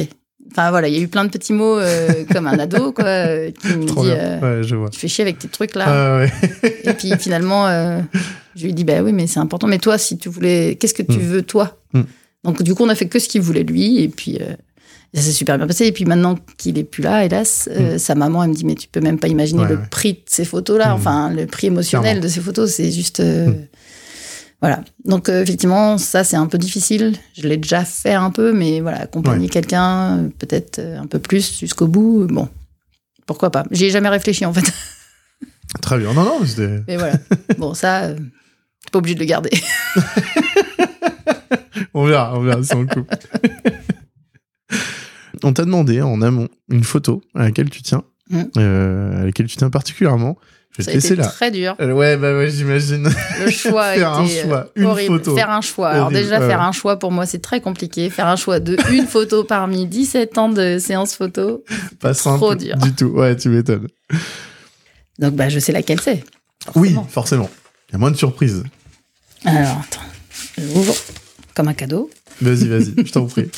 Speaker 1: Enfin voilà, il y a eu plein de petits mots euh, comme un ado quoi euh, qui me
Speaker 2: Trop
Speaker 1: dit
Speaker 2: bien.
Speaker 1: euh,
Speaker 2: Ouais, je vois.
Speaker 1: tu fais chier avec tes trucs là.
Speaker 2: Ah, ouais.
Speaker 1: Et puis finalement, euh, je lui ai dit, bah oui, mais c'est important. Mais toi, si tu voulais, qu'est-ce que tu
Speaker 2: Mm.
Speaker 1: veux, toi
Speaker 2: Mm.
Speaker 1: Donc du coup, on a fait que ce qu'il voulait lui. Et puis, euh, ça s'est super bien passé. Et puis maintenant qu'il est plus là, hélas, euh, sa maman, elle me dit, mais tu peux même pas imaginer
Speaker 2: Hmm. Ouais,
Speaker 1: le
Speaker 2: ouais.
Speaker 1: prix de ces photos-là.
Speaker 2: Mm.
Speaker 1: Enfin, le prix émotionnel
Speaker 2: Clairement.
Speaker 1: de ces photos, c'est juste. euh,
Speaker 2: Mm.
Speaker 1: Voilà. Donc euh, effectivement, ça, c'est un peu difficile. Je l'ai déjà fait un peu, mais voilà, accompagner quelqu'un, euh, peut-être euh, un peu plus jusqu'au bout, euh, bon. Pourquoi pas J'y ai jamais réfléchi en fait.
Speaker 2: Très bien. Non, non, mais c'était.
Speaker 1: Mais voilà. bon, ça, euh, t'es pas obligé de le garder.
Speaker 2: On verra, on verra, c'est le coup. on t'a demandé en amont une photo à laquelle tu tiens,
Speaker 1: Mm.
Speaker 2: euh, à laquelle tu tiens particulièrement. Je vais
Speaker 1: ça
Speaker 2: te
Speaker 1: a
Speaker 2: laisser
Speaker 1: été
Speaker 2: là.
Speaker 1: très dur.
Speaker 2: Euh, Ouais, bah ouais, j'imagine.
Speaker 1: Le choix
Speaker 2: Faire
Speaker 1: a
Speaker 2: un
Speaker 1: été euh,
Speaker 2: choix, une
Speaker 1: horrible.
Speaker 2: photo.
Speaker 1: Faire un choix. Alors
Speaker 2: Horrible,
Speaker 1: déjà,
Speaker 2: ouais,
Speaker 1: faire
Speaker 2: ouais.
Speaker 1: un choix, pour moi, c'est très compliqué. Faire un choix de une photo parmi 17 ans de séance photo.
Speaker 2: Pas simple
Speaker 1: Trop dur.
Speaker 2: du tout. Ouais, tu m'étonnes.
Speaker 1: Donc, bah, je sais laquelle c'est.
Speaker 2: Oui,
Speaker 1: forcément.
Speaker 2: forcément. Il y a moins de surprises.
Speaker 1: Alors, attends. Je l'ouvre comme un cadeau,
Speaker 2: Vas-y, vas-y, je t'en prie.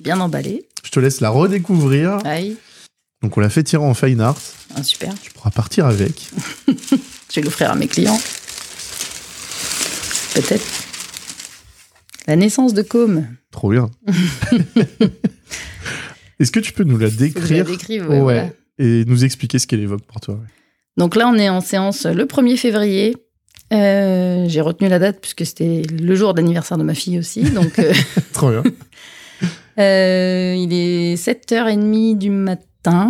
Speaker 1: bien emballé.
Speaker 2: Je te laisse la redécouvrir.
Speaker 1: Aïe.
Speaker 2: Donc, on l'a fait tirer en fine art.
Speaker 1: Ah, super.
Speaker 2: Tu pourras partir avec.
Speaker 1: Je vais l'offrir à mes clients. Peut-être. La naissance de Com.
Speaker 2: Trop bien. Est-ce que tu peux nous la
Speaker 1: Faut que je la
Speaker 2: décrire
Speaker 1: décrive,
Speaker 2: Ouais.
Speaker 1: ouais, voilà.
Speaker 2: et nous expliquer ce qu'elle évoque pour toi ouais.
Speaker 1: Donc là, on est en séance le 1er février. Euh, J'ai retenu la date puisque c'était le jour d'anniversaire de ma fille aussi. Donc, euh,
Speaker 2: Trop bien.
Speaker 1: euh, il est 7h30 du matin,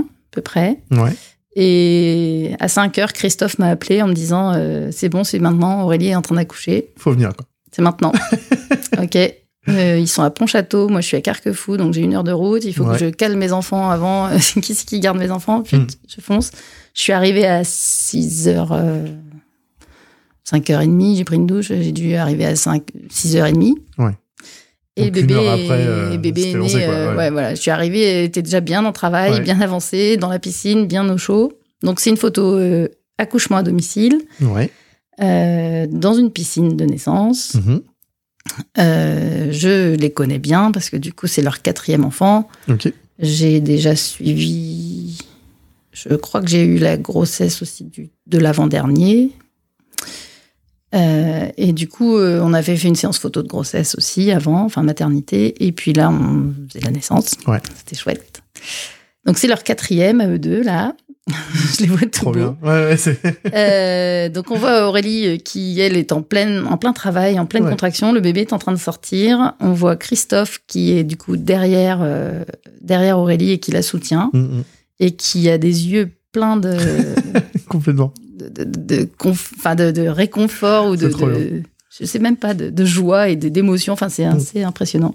Speaker 1: à peu près.
Speaker 2: Ouais.
Speaker 1: Et à 5h, Christophe m'a appelé en me disant euh, C'est bon, c'est maintenant, Aurélie est en train d'accoucher.
Speaker 2: Faut venir, quoi.
Speaker 1: C'est maintenant. ok. Euh, ils sont à Pontchâteau, moi je suis à Carquefou, donc j'ai une heure de route. Il faut
Speaker 2: Ouais.
Speaker 1: que je calme mes enfants avant. qui c'est qui garde mes enfants Puis
Speaker 2: Mm.
Speaker 1: je fonce. Je suis arrivée à euh, 6h. 5h30, j'ai pris une douche, j'ai dû arriver à 5, 6h30.
Speaker 2: Ouais.
Speaker 1: Et
Speaker 2: Donc,
Speaker 1: le bébé,
Speaker 2: une heure après, euh,
Speaker 1: et bébé est
Speaker 2: c'était
Speaker 1: né.
Speaker 2: lancé, quoi,
Speaker 1: euh,
Speaker 2: ouais.
Speaker 1: ouais, voilà. Je suis arrivée, elle était déjà bien en travail,
Speaker 2: Ouais.
Speaker 1: bien avancée, dans la piscine, bien au chaud. Donc c'est une photo euh, accouchement à domicile.
Speaker 2: Ouais.
Speaker 1: euh, dans une piscine de naissance.
Speaker 2: Mhm.
Speaker 1: Euh, je les connais bien parce que du coup, c'est leur quatrième enfant.
Speaker 2: Ok.
Speaker 1: J'ai déjà suivi. Je crois que j'ai eu la grossesse aussi du, de l'avant-dernier. Euh, et du coup, euh, on avait fait une séance photo de grossesse aussi avant, enfin maternité. Et puis là, on faisait la naissance.
Speaker 2: Ouais.
Speaker 1: C'était chouette. Donc c'est leur quatrième à eux deux, là. je les vois tout
Speaker 2: Trop
Speaker 1: beaux.
Speaker 2: bien. Ouais, ouais, c'est.
Speaker 1: Euh, donc on voit Aurélie euh, qui, elle, est en, pleine, en plein travail, en pleine
Speaker 2: Ouais.
Speaker 1: contraction. Le bébé est en train de sortir. On voit Christophe qui est du coup derrière, euh, derrière Aurélie et qui la soutient
Speaker 2: Mm, mm.
Speaker 1: et qui a des yeux pleins de,
Speaker 2: Complètement.
Speaker 1: de, de, de conf- enfin, de- de réconfort ou de,
Speaker 2: C'est trop
Speaker 1: de- je sais même pas, de, de joie et de- d'émotion. Enfin, c'est
Speaker 2: Mm.
Speaker 1: assez impressionnant.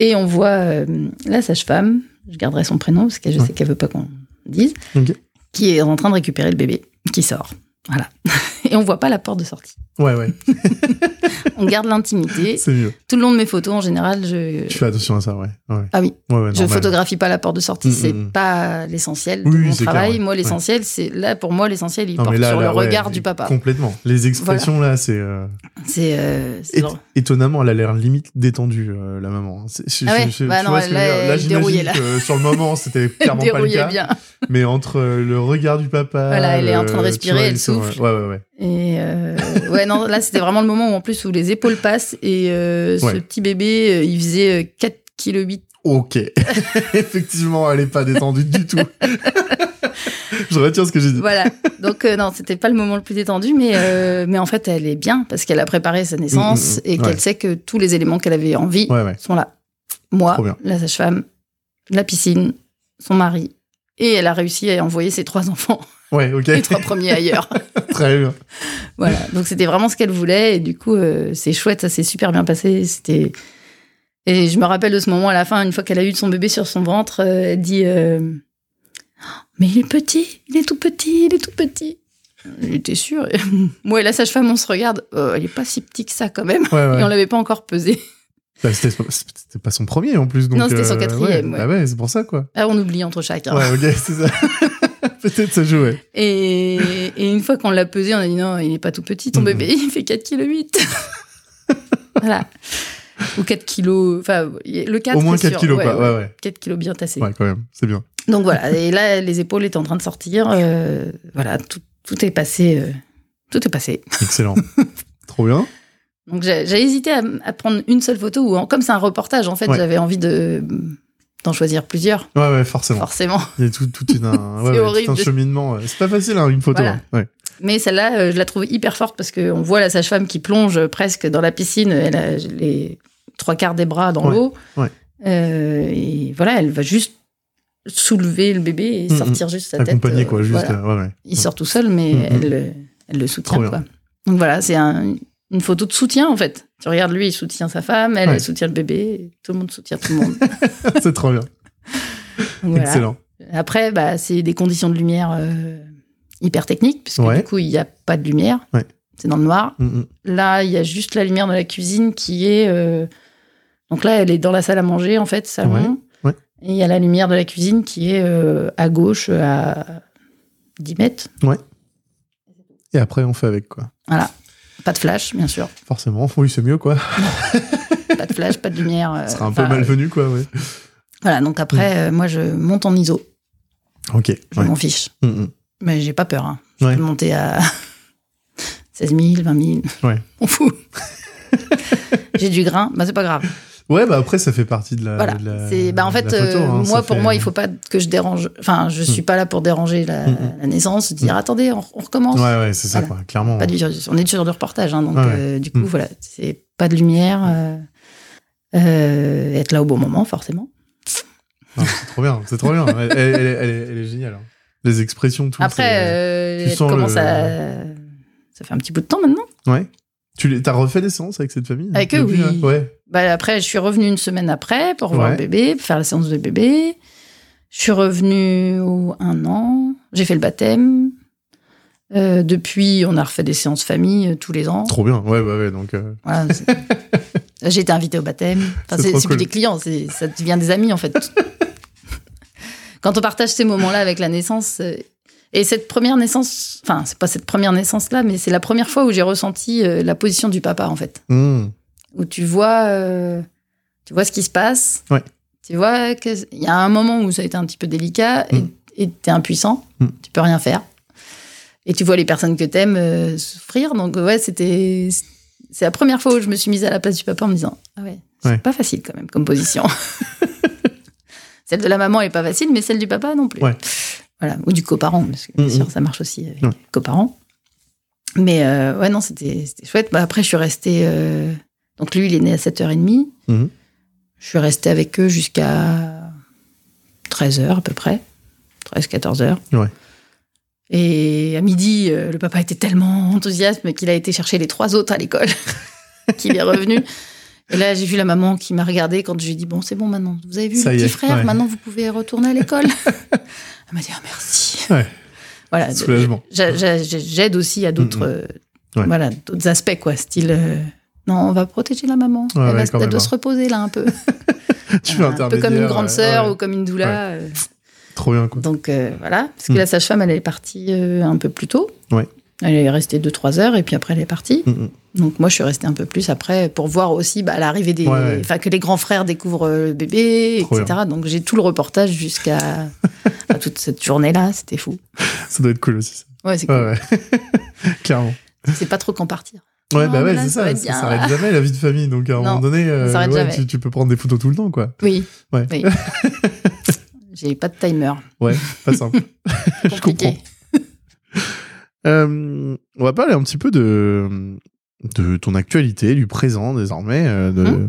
Speaker 1: Et on voit euh, la sage-femme, je garderai son prénom parce que je
Speaker 2: Ouais.
Speaker 1: sais qu'elle veut pas qu'on dise,
Speaker 2: Ok.
Speaker 1: qui est en train de récupérer le bébé, qui sort. Voilà. et on voit pas la porte de sortie.
Speaker 2: Ouais, ouais.
Speaker 1: On garde l'intimité.
Speaker 2: C'est mieux.
Speaker 1: Tout le long de mes photos, en général, je,
Speaker 2: Tu fais attention à ça, ouais. ouais.
Speaker 1: Ah oui.
Speaker 2: Ouais, ouais,
Speaker 1: je
Speaker 2: normal.
Speaker 1: photographie pas la porte de sortie.
Speaker 2: Mm,
Speaker 1: c'est
Speaker 2: mm, mm.
Speaker 1: pas l'essentiel de
Speaker 2: Oui,
Speaker 1: mon
Speaker 2: c'est clair,
Speaker 1: travail.
Speaker 2: ouais.
Speaker 1: Moi, l'essentiel, c'est là pour moi, l'essentiel, il
Speaker 2: Non, mais
Speaker 1: porte
Speaker 2: là,
Speaker 1: sur
Speaker 2: là,
Speaker 1: le
Speaker 2: ouais,
Speaker 1: regard du papa.
Speaker 2: Complètement. Les expressions, là, c'est. euh,
Speaker 1: C'est euh, c'est
Speaker 2: é-
Speaker 1: drôle.
Speaker 2: Étonnamment, elle a l'air limite détendue, euh, la maman. C'est- c'est-
Speaker 1: Ah ouais,
Speaker 2: c'est-
Speaker 1: bah
Speaker 2: tu
Speaker 1: non,
Speaker 2: vois ce que je veux
Speaker 1: là,
Speaker 2: dire Là,
Speaker 1: elle dérouillait,
Speaker 2: j'imagine
Speaker 1: là.
Speaker 2: que sur le moment, c'était clairement pas le
Speaker 1: dérouillait
Speaker 2: cas.
Speaker 1: bien.
Speaker 2: Mais entre euh, le regard du papa.
Speaker 1: Voilà, elle est en train de
Speaker 2: le-
Speaker 1: respirer,
Speaker 2: tu vois,
Speaker 1: elle
Speaker 2: ils sont-
Speaker 1: souffle.
Speaker 2: Ouais, ouais, ouais.
Speaker 1: Et euh, ouais, non, là, c'était vraiment le moment où, en plus, où les épaules passent et euh, ce
Speaker 2: Ouais.
Speaker 1: petit bébé, euh, il faisait 4 kg
Speaker 2: Ok. Effectivement, elle est pas détendue du tout. je retiens ce que j'ai dit.
Speaker 1: Voilà. Donc, euh, non, c'était pas le moment le plus détendu, mais, euh, mais en fait, elle est bien parce qu'elle a préparé sa naissance
Speaker 2: Mm, mm, mm.
Speaker 1: et qu'elle
Speaker 2: Ouais.
Speaker 1: sait que tous les éléments qu'elle avait envie
Speaker 2: Ouais, ouais.
Speaker 1: sont là. Moi,
Speaker 2: Trop bien.
Speaker 1: la sage-femme, la piscine, son mari. Et elle a réussi à envoyer ses trois enfants,
Speaker 2: Ouais, ok.
Speaker 1: les trois premiers ailleurs.
Speaker 2: Très bien.
Speaker 1: Voilà, donc c'était vraiment ce qu'elle voulait et du coup euh, c'est chouette, ça s'est super bien passé. C'était et je me rappelle de ce moment à la fin, une fois qu'elle a eu son bébé sur son ventre, euh, elle dit euh, Oh, mais il est petit, il est tout petit, il est tout petit. J'étais sûre. Moi et la sage-femme on se regarde, Euh, elle est pas si petite que ça quand même.
Speaker 2: Ouais, ouais.
Speaker 1: Et on l'avait pas encore pesé.
Speaker 2: Bah, c'était c'était pas son premier en plus. Donc,
Speaker 1: Non, c'était son
Speaker 2: euh,
Speaker 1: quatrième,
Speaker 2: Ouais.
Speaker 1: ouais.
Speaker 2: Ah ouais, c'est pour ça quoi.
Speaker 1: Ah, on oublie entre chaque. hein.
Speaker 2: Ouais, ok, c'est ça. Peut-être ça joue, ouais.
Speaker 1: Et, et une fois qu'on l'a pesé, on a dit non, il n'est pas tout petit, ton
Speaker 2: Mhm.
Speaker 1: bébé, il fait 4,8 kg. voilà. Ou 4 kilos, enfin, le 4
Speaker 2: Au moins
Speaker 1: c'est
Speaker 2: 4
Speaker 1: sûr.
Speaker 2: kilos,
Speaker 1: Ouais,
Speaker 2: quoi.
Speaker 1: ouais.
Speaker 2: Ouais, ouais.
Speaker 1: 4 kilos bien tassés.
Speaker 2: Ouais, quand même. C'est bien.
Speaker 1: Donc voilà, et là, les épaules étaient en train de sortir. euh, voilà, tout, tout est passé. euh, tout est passé.
Speaker 2: Excellent. Trop bien.
Speaker 1: Donc j'ai j'ai hésité à, à prendre une seule photo, ou en- comme c'est un reportage, en fait,
Speaker 2: Ouais.
Speaker 1: j'avais envie de d'en choisir plusieurs,
Speaker 2: Ouais, ouais, forcément.
Speaker 1: forcément.
Speaker 2: Il y a tout, tout une- un, ouais,
Speaker 1: C'est
Speaker 2: ouais, tout
Speaker 1: horrible.
Speaker 2: un cheminement. euh, C'est pas facile, hein, une photo.
Speaker 1: Voilà.
Speaker 2: hein. Ouais.
Speaker 1: Mais celle-là, euh, je la trouve hyper forte parce qu'on voit la sage-femme qui plonge presque dans la piscine. Elle a les trois quarts des bras dans
Speaker 2: Ouais,
Speaker 1: l'eau.
Speaker 2: ouais.
Speaker 1: Euh, et voilà, elle va juste soulever le bébé et
Speaker 2: Mm,
Speaker 1: sortir juste sa
Speaker 2: Accompagné,
Speaker 1: tête. euh,
Speaker 2: quoi. Juste,
Speaker 1: voilà.
Speaker 2: euh, ouais, ouais.
Speaker 1: Il sort tout seul, mais
Speaker 2: Mm, mm.
Speaker 1: elle, le- elle le soutient.
Speaker 2: Trop bien.
Speaker 1: quoi. Donc voilà, c'est un- une photo de soutien en fait. Tu regardes lui, il soutient sa femme, elle,
Speaker 2: Ouais.
Speaker 1: elle soutient le bébé. Tout le monde soutient tout le monde. Donc
Speaker 2: c'est trop bien.
Speaker 1: voilà.
Speaker 2: Excellent.
Speaker 1: Après, bah, c'est des conditions de lumière euh, hyper techniques, puisque
Speaker 2: Ouais.
Speaker 1: du coup, il n'y a pas de lumière.
Speaker 2: Ouais.
Speaker 1: C'est dans le noir.
Speaker 2: Mm, mm.
Speaker 1: Là, il y a juste la lumière de la cuisine qui est. euh, Donc là, elle est dans la salle à manger, en fait, salon.
Speaker 2: Ouais, ouais.
Speaker 1: Et il y a la lumière de la cuisine qui est euh, à gauche, à 10 mètres.
Speaker 2: Et après, on fait avec, quoi.
Speaker 1: Pas de flash, bien sûr.
Speaker 2: Forcément. Oui, c'est mieux, quoi.
Speaker 1: Pas de flash, pas de lumière. euh,
Speaker 2: Ce sera un peu
Speaker 1: enfin,
Speaker 2: malvenu, quoi, ouais.
Speaker 1: Voilà, donc après, euh, moi, je monte en ISO.
Speaker 2: Ok.
Speaker 1: Je
Speaker 2: Ouais.
Speaker 1: m'en fiche.
Speaker 2: Mm, mm.
Speaker 1: Mais j'ai pas peur. Hein. Je
Speaker 2: Ouais.
Speaker 1: peux monter à 16 000, 20 000.
Speaker 2: Ouais.
Speaker 1: On fout. J'ai du grain, bah c'est pas grave.
Speaker 2: Ouais, bah après, ça fait partie de la.
Speaker 1: Voilà.
Speaker 2: de la-
Speaker 1: C'est, bah en
Speaker 2: de la
Speaker 1: fait,
Speaker 2: photo,
Speaker 1: euh,
Speaker 2: hein,
Speaker 1: moi,
Speaker 2: ça
Speaker 1: pour
Speaker 2: fait- Hmm.
Speaker 1: moi, il faut pas que je dérange. Enfin, je suis pas là pour déranger la,
Speaker 2: Mm, mm.
Speaker 1: la naissance, dire attendez, on, on recommence.
Speaker 2: Ouais, ouais, c'est ça,
Speaker 1: Voilà.
Speaker 2: quoi. Clairement.
Speaker 1: Pas de visuel- on est sur du reportage, hein, donc
Speaker 2: Ouais, ouais.
Speaker 1: euh, du coup,
Speaker 2: Mm.
Speaker 1: voilà, c'est pas de lumière, euh, euh, être là au bon moment, forcément.
Speaker 2: Non, C'est trop bien. C'est trop bien. Elle, elle- elle est, elle est- elle est géniale. hein. Les expressions, tout. c'est-
Speaker 1: Après, euh,
Speaker 2: tu
Speaker 1: elle
Speaker 2: sens
Speaker 1: commence
Speaker 2: le-
Speaker 1: à. Ça fait un petit bout de temps maintenant.
Speaker 2: Ouais. Tu les- t'as refait des séances avec cette famille
Speaker 1: Avec
Speaker 2: hein,
Speaker 1: eux,
Speaker 2: depuis,
Speaker 1: oui.
Speaker 2: là Ouais.
Speaker 1: Bah, après, je suis revenue une semaine après pour voir
Speaker 2: Ouais.
Speaker 1: le bébé, pour faire la séance de bébé. Je suis revenue au un an. J'ai fait le baptême. Euh, depuis, on a refait des séances famille euh, tous les ans.
Speaker 2: Trop bien. Ouais, ouais, ouais. Donc, euh,
Speaker 1: Voilà, c'est- J'ai été invitée au baptême. Enfin,
Speaker 2: C'est
Speaker 1: c'est
Speaker 2: trop
Speaker 1: c'est plus
Speaker 2: cool.
Speaker 1: des clients, c'est- ça devient des amis en fait. Quand on partage ces moments-là avec la naissance, euh, Et cette première naissance, enfin, c'est pas cette première naissance-là, mais c'est la première fois où j'ai ressenti euh, la position du papa, en fait.
Speaker 2: Mmh.
Speaker 1: Où tu vois, euh, tu vois ce qui se passe.
Speaker 2: Ouais.
Speaker 1: Tu vois qu'il y a un moment où ça a été un petit peu délicat et-
Speaker 2: Mm.
Speaker 1: et t'es impuissant.
Speaker 2: Mm.
Speaker 1: Tu peux rien faire. Et tu vois les personnes que t'aimes euh, souffrir. Donc, ouais, c'était. C'est la première fois où je me suis mise à la place du papa en me disant Ah ouais, c'est
Speaker 2: Ouais.
Speaker 1: pas facile quand même comme position. celle de la maman est pas facile, mais celle du papa non plus.
Speaker 2: Ouais.
Speaker 1: Voilà. Ou du coparent, parce que bien
Speaker 2: Mm,
Speaker 1: sûr, ça marche aussi avec
Speaker 2: Ouais.
Speaker 1: les coparents. Mais euh, ouais, non, c'était c'était chouette. Bah, après, je suis restée. euh, Donc, lui, il est né à 7h30.
Speaker 2: Mhm.
Speaker 1: Je suis restée avec eux jusqu'à 13h à peu près. 13-14h.
Speaker 2: Ouais.
Speaker 1: Et à midi, euh, le papa était tellement enthousiaste qu'il a été chercher les trois autres à l'école, qu'il est revenu. Et là, j'ai vu la maman qui m'a regardée quand j'ai dit Bon, c'est bon maintenant, vous avez vu
Speaker 2: Ça
Speaker 1: le
Speaker 2: y
Speaker 1: petit
Speaker 2: est,
Speaker 1: frère,
Speaker 2: ouais.
Speaker 1: maintenant vous pouvez retourner à l'école. Elle m'a dit Ah, merci.
Speaker 2: Ouais.
Speaker 1: Voilà.
Speaker 2: Soulagement.
Speaker 1: j'a- j'a- j'a- J'aide aussi à d'autres
Speaker 2: Mm,
Speaker 1: euh,
Speaker 2: Ouais.
Speaker 1: voilà, d'autres aspects, quoi. Style euh, Non, on va protéger la maman. elle
Speaker 2: Ouais, ouais,
Speaker 1: va-
Speaker 2: quand
Speaker 1: elle
Speaker 2: même,
Speaker 1: doit
Speaker 2: hein.
Speaker 1: se reposer là un peu.
Speaker 2: Tu fais
Speaker 1: Voilà, un peu comme une
Speaker 2: intermédiaire,
Speaker 1: grande
Speaker 2: ouais,
Speaker 1: sœur
Speaker 2: ouais.
Speaker 1: ou comme une doula. euh,
Speaker 2: Trop bien, quoi.
Speaker 1: donc euh, voilà, parce que
Speaker 2: Mm.
Speaker 1: la sage-femme, elle est partie euh, un peu plus tôt.
Speaker 2: Ouais.
Speaker 1: Elle est restée 2-3 heures et puis après, elle est partie.
Speaker 2: Mm, mm.
Speaker 1: Donc moi, je suis restée un peu plus après pour voir aussi bah, l'arrivée des...
Speaker 2: Ouais, ouais.
Speaker 1: Enfin, que les grands frères découvrent euh, le bébé,
Speaker 2: Trop
Speaker 1: etc. Donc j'ai tout le reportage jusqu'à à toute cette journée-là. C'était fou.
Speaker 2: Ça doit être cool aussi. ça.
Speaker 1: Ouais, c'est cool.
Speaker 2: Ouais, ouais. Clairement.
Speaker 1: Tu sais pas trop quand partir.
Speaker 2: Ouais,
Speaker 1: Non,
Speaker 2: bah
Speaker 1: mais
Speaker 2: ouais,
Speaker 1: là,
Speaker 2: c'est
Speaker 1: ça va
Speaker 2: ça.
Speaker 1: être
Speaker 2: Ça
Speaker 1: bien.
Speaker 2: s'arrête jamais la vie de famille. Donc à un
Speaker 1: Non,
Speaker 2: moment donné, euh,
Speaker 1: s'arrête
Speaker 2: ouais,
Speaker 1: jamais.
Speaker 2: tu, tu peux prendre des photos tout le temps, quoi.
Speaker 1: Oui.
Speaker 2: Ouais.
Speaker 1: oui. j'ai pas de timer.
Speaker 2: Ouais, pas simple.
Speaker 1: Je
Speaker 2: comprends. Euh, on va parler un petit peu de, de ton actualité, du présent désormais. euh, de-
Speaker 1: Mhm.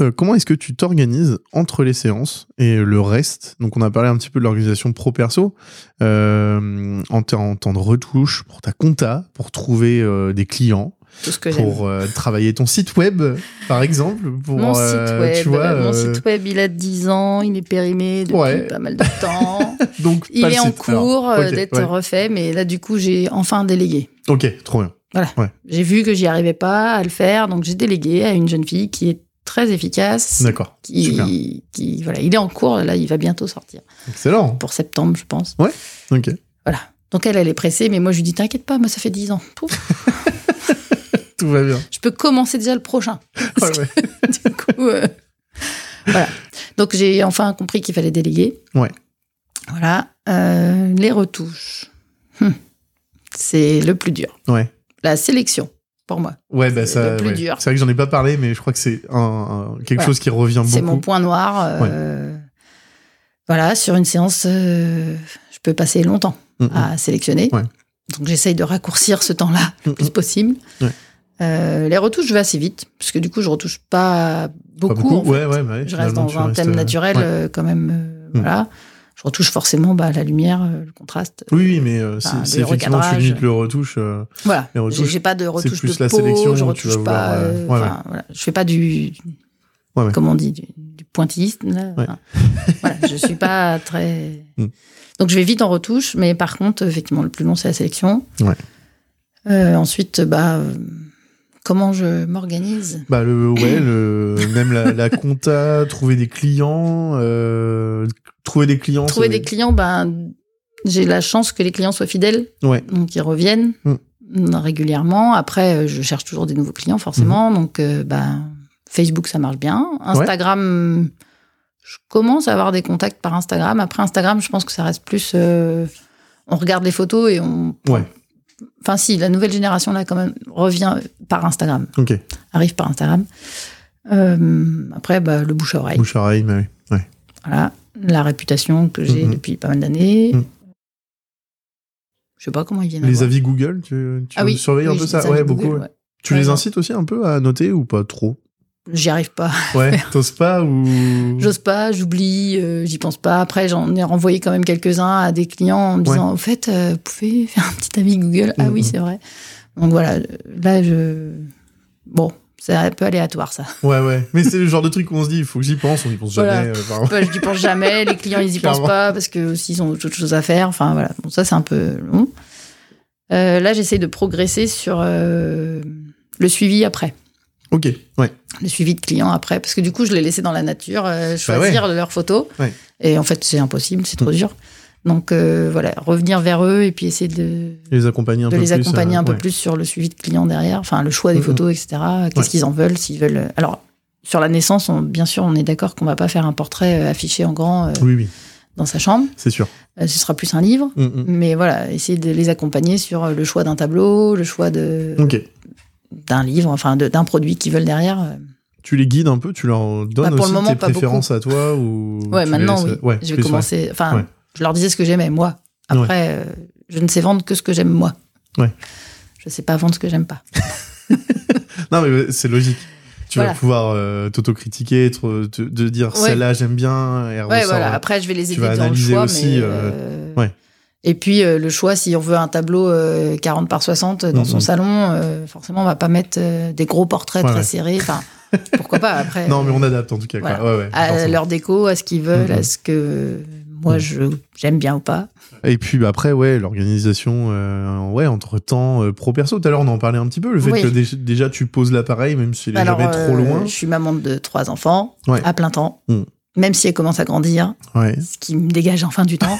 Speaker 2: Euh, comment est-ce que tu t'organises entre les séances et le reste Donc, on a parlé un petit peu de l'organisation pro-perso, euh, en, te- en temps de retouche, pour ta compta, pour trouver euh, des clients,
Speaker 1: Tout ce que j'aime.
Speaker 2: pour euh, travailler ton site web, par exemple. Pour,
Speaker 1: Mon site
Speaker 2: euh,
Speaker 1: web,
Speaker 2: tu vois,
Speaker 1: mon
Speaker 2: euh,
Speaker 1: site web, il a 10 ans, il est périmé depuis
Speaker 2: Ouais.
Speaker 1: pas mal de temps.
Speaker 2: Donc,
Speaker 1: Il
Speaker 2: pas le
Speaker 1: est en
Speaker 2: site, alors.
Speaker 1: cours euh,
Speaker 2: Ok,
Speaker 1: d'être
Speaker 2: ouais.
Speaker 1: refait, mais là, du coup, j'ai enfin délégué.
Speaker 2: Ok, trop bien.
Speaker 1: J'ai vu que j'y arrivais pas à le faire, donc j'ai délégué à une jeune fille qui est très efficace.
Speaker 2: D'accord. Super.
Speaker 1: Qui, qui, voilà, il est en cours, là, il va bientôt sortir.
Speaker 2: Excellent.
Speaker 1: Pour septembre, je pense.
Speaker 2: Ok.
Speaker 1: Donc elle, elle est pressée, mais moi, je lui dis T'inquiète pas, moi, ça fait 10 ans. Pouf,
Speaker 2: Tout va bien.
Speaker 1: je peux commencer déjà le prochain.
Speaker 2: Ouais, ouais.
Speaker 1: du coup, euh, voilà. Donc j'ai enfin compris qu'il fallait déléguer.
Speaker 2: Ouais.
Speaker 1: Voilà. Euh, les retouches. Hum. C'est le plus dur.
Speaker 2: Ouais.
Speaker 1: La sélection, pour moi.
Speaker 2: Ouais, bah
Speaker 1: C'est
Speaker 2: ça.
Speaker 1: le plus
Speaker 2: ouais.
Speaker 1: dur.
Speaker 2: C'est vrai que j'en ai pas parlé, mais je crois que c'est un, un- quelque
Speaker 1: Voilà.
Speaker 2: chose qui revient
Speaker 1: C'est mon
Speaker 2: beaucoup.
Speaker 1: point noir. euh, Voilà, sur une séance, euh, je peux passer longtemps
Speaker 2: Mm, mm.
Speaker 1: à sélectionner.
Speaker 2: Ouais.
Speaker 1: Donc j'essaye de raccourcir ce temps-là le
Speaker 2: Mm,
Speaker 1: plus
Speaker 2: mm.
Speaker 1: possible.
Speaker 2: Ouais.
Speaker 1: Euh, les retouches, je vais assez vite, parce que du coup, je retouche pas
Speaker 2: Pas
Speaker 1: beaucoup. en fait.
Speaker 2: Ouais, ouais, bah ouais,
Speaker 1: je reste
Speaker 2: finalement,
Speaker 1: dans
Speaker 2: tu
Speaker 1: un
Speaker 2: restes,
Speaker 1: thème
Speaker 2: euh,
Speaker 1: naturel
Speaker 2: ouais.
Speaker 1: euh, quand même. euh,
Speaker 2: Mm.
Speaker 1: Voilà. Je retouche forcément bah, la lumière, euh, le contraste.
Speaker 2: Oui, oui, mais euh,
Speaker 1: Enfin,
Speaker 2: si,
Speaker 1: le
Speaker 2: si effectivement tu
Speaker 1: recadrage.
Speaker 2: limites le retouche, euh,
Speaker 1: Voilà.
Speaker 2: Les retouches,
Speaker 1: J'ai- J'ai pas de retouche
Speaker 2: plus
Speaker 1: de
Speaker 2: la
Speaker 1: peau,
Speaker 2: sélection, tu
Speaker 1: je
Speaker 2: vas
Speaker 1: retouche
Speaker 2: vouloir,
Speaker 1: pas.
Speaker 2: euh,
Speaker 1: euh,
Speaker 2: ouais,
Speaker 1: enfin, voilà. Je fais pas du, du-
Speaker 2: Ouais, ouais.
Speaker 1: comment on dit, du, du pointillisme. là.
Speaker 2: Ouais.
Speaker 1: Enfin, voilà, je suis pas très.
Speaker 2: Mm.
Speaker 1: Donc je vais vite en retouche, mais par contre, effectivement, le plus long c'est la sélection.
Speaker 2: Ouais.
Speaker 1: Euh, ensuite, bah, euh, comment je m'organise
Speaker 2: bah le, ouais, le, même la, la compta, trouver des clients, euh, trouver des clients.
Speaker 1: Trouver
Speaker 2: c'est-
Speaker 1: des clients, ben, j'ai la chance que les clients soient fidèles.
Speaker 2: Ouais.
Speaker 1: Donc, ils reviennent
Speaker 2: Mm. Mm-hmm.
Speaker 1: régulièrement. Après, euh, je cherche toujours des nouveaux clients, forcément. Donc, euh, ben, Facebook, ça marche bien. Instagram, je commence à avoir des contacts par Instagram. Après, Instagram, je pense que ça reste plus. euh, on regarde les photos et on.
Speaker 2: Ouais.
Speaker 1: Enfin, si, la nouvelle génération, là, quand même, revient par Instagram,
Speaker 2: Ok.
Speaker 1: arrive par Instagram. Euh, après, bah, le bouche à oreille.
Speaker 2: Bouche à oreille, mais oui.
Speaker 1: Voilà, la réputation que j'ai
Speaker 2: Mhm.
Speaker 1: depuis pas mal d'années.
Speaker 2: Mhm.
Speaker 1: Je sais pas comment ils viennent. à
Speaker 2: Les
Speaker 1: voir.
Speaker 2: avis Google, tu, tu
Speaker 1: Ah oui,
Speaker 2: surveilles
Speaker 1: oui,
Speaker 2: un peu
Speaker 1: j'ai des
Speaker 2: ça,
Speaker 1: avis
Speaker 2: ouais,
Speaker 1: Google,
Speaker 2: beaucoup. ouais.
Speaker 1: ouais.
Speaker 2: Tu
Speaker 1: Ouais,
Speaker 2: les
Speaker 1: ouais.
Speaker 2: incites aussi un peu à noter ou pas trop
Speaker 1: J'y arrive pas.
Speaker 2: Ouais. T'oses pas ou
Speaker 1: J'ose pas, j'oublie, euh, j'y pense pas. Après, j'en ai renvoyé quand même quelques-uns à des clients en me
Speaker 2: Ouais.
Speaker 1: disant Au fait, euh, vous pouvez faire un petit avis Google Ah
Speaker 2: Mhm.
Speaker 1: oui, c'est vrai. Donc voilà, euh, là, je. Bon, c'est un peu aléatoire ça.
Speaker 2: Ouais, ouais. Mais c'est le genre de truc où on se dit, il faut que j'y pense, on y pense jamais.
Speaker 1: Voilà.
Speaker 2: euh, par-
Speaker 1: Bah, je n'y pense jamais, les clients ils y pensent
Speaker 2: Clairement.
Speaker 1: pas parce que aussi ils ont autre chose à faire. Enfin voilà, bon, ça c'est un peu long. Euh, là, j'essaie de progresser sur euh, le suivi après,
Speaker 2: Ok. Ouais.
Speaker 1: le suivi de clients après, parce que du coup, je les laissais dans la nature euh,
Speaker 2: Bah ouais.
Speaker 1: choisir leurs photos.
Speaker 2: Ouais. Mm.
Speaker 1: Et en fait, c'est impossible, c'est trop dur. Donc euh, voilà, revenir vers eux et puis essayer de
Speaker 2: les accompagner un
Speaker 1: de
Speaker 2: peu
Speaker 1: les
Speaker 2: plus.
Speaker 1: accompagner
Speaker 2: euh,
Speaker 1: un peu
Speaker 2: ouais.
Speaker 1: plus sur le suivi de clients derrière, enfin le choix des
Speaker 2: Mhm.
Speaker 1: photos, etc. Qu'est-ce
Speaker 2: Ouais.
Speaker 1: qu'ils en veulent, s'ils veulent. euh, Alors sur la naissance, on- bien sûr, on est d'accord qu'on va pas faire un portrait euh, affiché en grand euh,
Speaker 2: Oui, oui,
Speaker 1: dans sa chambre.
Speaker 2: c'est sûr.
Speaker 1: Euh, ce sera plus un livre.
Speaker 2: Mm, mm.
Speaker 1: Mais voilà, essayer de les accompagner sur euh, le choix d'un tableau, le choix de
Speaker 2: Ok.
Speaker 1: d'un livre, enfin de- d'un produit qu'ils veulent derrière. euh.
Speaker 2: Tu les guides un peu, tu leur donnes
Speaker 1: Bah, pour
Speaker 2: aussi
Speaker 1: le moment,
Speaker 2: tes
Speaker 1: pas
Speaker 2: préférences à toi ou
Speaker 1: Ouais,
Speaker 2: tu
Speaker 1: maintenant,
Speaker 2: les
Speaker 1: oui.
Speaker 2: laisses- euh, ouais,
Speaker 1: je vais
Speaker 2: plus, ouais.
Speaker 1: commencer. Enfin,
Speaker 2: Ouais.
Speaker 1: je leur disais ce que j'aimais, moi.
Speaker 2: Ouais.
Speaker 1: Après, euh, je ne sais vendre que ce que j'aime, moi.
Speaker 2: Ouais.
Speaker 1: Je sais pas vendre ce que j'aime pas.
Speaker 2: Non, mais c'est logique. Tu vas
Speaker 1: Voilà.
Speaker 2: pouvoir euh, t'autocritiquer, te, te- de dire
Speaker 1: Ouais.
Speaker 2: celle-là j'aime bien. Et elle
Speaker 1: Ouais,
Speaker 2: ressort,
Speaker 1: voilà.
Speaker 2: euh,
Speaker 1: Après, je vais les
Speaker 2: tu
Speaker 1: aider
Speaker 2: vas
Speaker 1: dans le
Speaker 2: analyser
Speaker 1: choix,
Speaker 2: aussi,
Speaker 1: mais.
Speaker 2: euh,
Speaker 1: euh,
Speaker 2: ouais.
Speaker 1: Et puis, euh, le choix, si on veut un tableau euh, 40 par 60 dans son
Speaker 2: Mhm.
Speaker 1: salon, euh, forcément, on va pas mettre euh, des gros portraits
Speaker 2: Ouais,
Speaker 1: très
Speaker 2: ouais.
Speaker 1: serrés. Enfin, pourquoi pas après euh,
Speaker 2: Non, mais on adapte en tout cas. quoi. Ouais, ouais,
Speaker 1: à
Speaker 2: forcément.
Speaker 1: leur déco, à ce qu'ils veulent,
Speaker 2: Mhm.
Speaker 1: à ce que euh, moi
Speaker 2: Mhm.
Speaker 1: je j'aime bien ou pas.
Speaker 2: Et puis bah, après, ouais, l'organisation, euh, ouais, entre temps, pro perso. Tout à l'heure, on en parlait un petit peu. Le fait
Speaker 1: Oui.
Speaker 2: que dé- déjà tu poses l'appareil, même s'il est
Speaker 1: Alors,
Speaker 2: jamais trop
Speaker 1: euh,
Speaker 2: loin.
Speaker 1: je suis maman de trois enfants
Speaker 2: Ouais. Mm.
Speaker 1: à plein temps,
Speaker 2: Mhm.
Speaker 1: même si elle commence à grandir,
Speaker 2: Ouais,
Speaker 1: ce qui me dégage enfin du temps.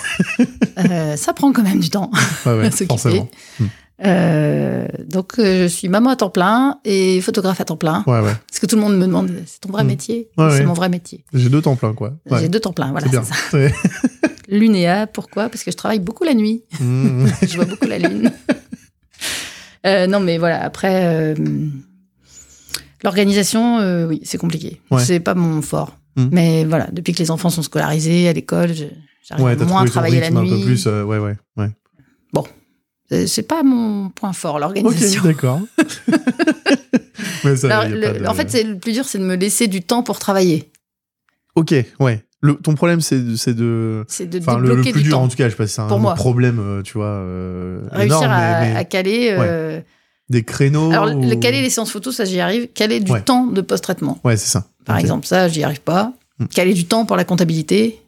Speaker 1: Euh, ça prend quand même du temps.
Speaker 2: ouais, ouais,
Speaker 1: s'occuper.
Speaker 2: forcément. Mm.
Speaker 1: Euh, donc euh, je suis maman à temps plein et photographe à temps plein.
Speaker 2: Ouais, ouais.
Speaker 1: Parce que tout le monde me demande, c'est ton vrai
Speaker 2: Mhm.
Speaker 1: métier
Speaker 2: Ouais,
Speaker 1: C'est
Speaker 2: ouais.
Speaker 1: mon vrai métier.
Speaker 2: J'ai deux temps pleins, quoi. Ouais,
Speaker 1: J'ai deux temps plein, voilà.
Speaker 2: c'est bien.
Speaker 1: c'est ça.
Speaker 2: Ouais.
Speaker 1: L'UNEA, pourquoi Parce que je travaille beaucoup la nuit.
Speaker 2: Mmh.
Speaker 1: je vois beaucoup la lune. Euh, non, mais voilà, après, euh, l'organisation, euh, oui, c'est compliqué.
Speaker 2: Ouais.
Speaker 1: C'est pas mon fort.
Speaker 2: Mm.
Speaker 1: Mais voilà, depuis que les enfants sont scolarisés à l'école, je- j'arrive
Speaker 2: Ouais, t'as
Speaker 1: moins à
Speaker 2: trouvé ton
Speaker 1: travailler la
Speaker 2: rythme un peu
Speaker 1: nuit.
Speaker 2: plus. euh, ouais, ouais, ouais.
Speaker 1: Euh, C'est pas mon point fort,
Speaker 2: Ok,
Speaker 1: l'organisation.
Speaker 2: d'accord. Mais ça,
Speaker 1: Alors,
Speaker 2: y a pas
Speaker 1: le-
Speaker 2: de-
Speaker 1: En fait, c'est le plus dur, c'est de me laisser du temps pour travailler.
Speaker 2: Ok, ouais. Le, ton problème, c'est de- c'est de.
Speaker 1: C'est de
Speaker 2: Enfin, le, le
Speaker 1: débloquer
Speaker 2: plus
Speaker 1: du
Speaker 2: dur,
Speaker 1: temps.
Speaker 2: en tout cas, je sais pas si c'est un
Speaker 1: Pour moi.
Speaker 2: problème, euh, tu vois, euh,
Speaker 1: Réussir
Speaker 2: énorme,
Speaker 1: à,
Speaker 2: mais, mais
Speaker 1: à caler. euh,
Speaker 2: des créneaux.
Speaker 1: Alors,
Speaker 2: ou-
Speaker 1: le- caler les séances photos, ça j'y arrive. Caler du
Speaker 2: Ouais.
Speaker 1: temps de post-traitement,
Speaker 2: Ouais, c'est ça.
Speaker 1: par
Speaker 2: Ok.
Speaker 1: exemple, ça j'y arrive pas.
Speaker 2: Mm.
Speaker 1: Caler du temps pour la comptabilité.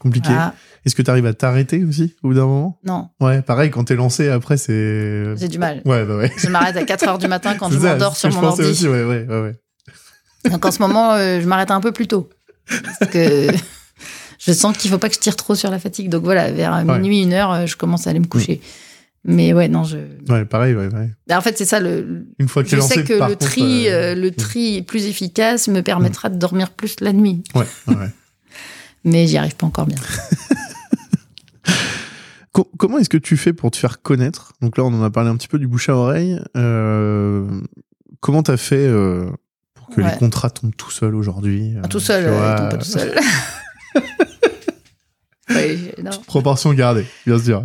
Speaker 2: Compliqué.
Speaker 1: voilà.
Speaker 2: Est-ce que tu arrives à t'arrêter aussi, au bout d'un moment
Speaker 1: Ah, Non,
Speaker 2: Ouais, pareil, quand t'es lancé, après, c'est.
Speaker 1: j'ai du mal.
Speaker 2: Ouais, bah ouais.
Speaker 1: Je m'arrête à 4 heures du matin quand
Speaker 2: C'est
Speaker 1: je
Speaker 2: ça,
Speaker 1: m'endors
Speaker 2: c'est
Speaker 1: sur
Speaker 2: ce que
Speaker 1: mon
Speaker 2: je pensais
Speaker 1: ordi.
Speaker 2: aussi, ouais, ouais, ouais, ouais.
Speaker 1: Donc en ce moment, euh, je m'arrête un peu plus tôt. Parce que je sens qu'il faut pas que je tire trop sur la fatigue. Donc voilà, vers
Speaker 2: Ouais. Mm.
Speaker 1: minuit, une heure, euh, je commence à aller me coucher. Mais ouais, non, je.
Speaker 2: Ouais, pareil, ouais, ouais.
Speaker 1: En fait, c'est ça le.
Speaker 2: Une fois que t'es
Speaker 1: Je
Speaker 2: lancé,
Speaker 1: sais que
Speaker 2: par
Speaker 1: le
Speaker 2: contre,
Speaker 1: tri,
Speaker 2: euh,
Speaker 1: euh, le tri plus efficace me permettra de dormir plus la nuit.
Speaker 2: Ouais, ouais.
Speaker 1: Mais j'y arrive pas encore bien.
Speaker 2: Co- comment est-ce que tu fais pour te faire connaître Donc là, on en a parlé un petit peu du bouche à oreille. Euh, comment t'as fait euh, pour que les
Speaker 1: Ouais.
Speaker 2: contrats tombent tout seuls aujourd'hui
Speaker 1: Tout seul,
Speaker 2: tu vois,
Speaker 1: euh, non, pas tout seul. Ouais, non.
Speaker 2: Proportion gardée, bien sûr.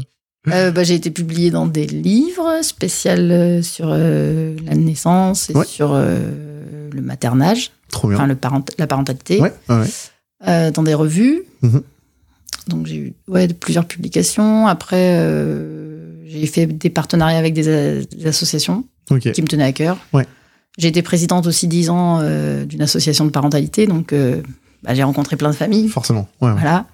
Speaker 2: Mhm.
Speaker 1: Euh, bah, j'ai été publiée dans des livres spéciaux euh, sur euh, la naissance et
Speaker 2: Ouais.
Speaker 1: sur euh, le maternage,
Speaker 2: Trop bien.
Speaker 1: enfin le parent la parentalité,
Speaker 2: ouais, ouais, ouais.
Speaker 1: euh, dans des revues.
Speaker 2: Mhm.
Speaker 1: Donc j'ai eu ouais, plusieurs publications. Après, euh, j'ai fait des partenariats avec des, a- des associations
Speaker 2: Ok.
Speaker 1: qui me tenaient à cœur.
Speaker 2: Ouais.
Speaker 1: J'ai été présidente aussi 10 ans euh, d'une association de parentalité, donc euh, bah, j'ai rencontré plein de familles.
Speaker 2: Forcément. Ouais, ouais.
Speaker 1: Voilà.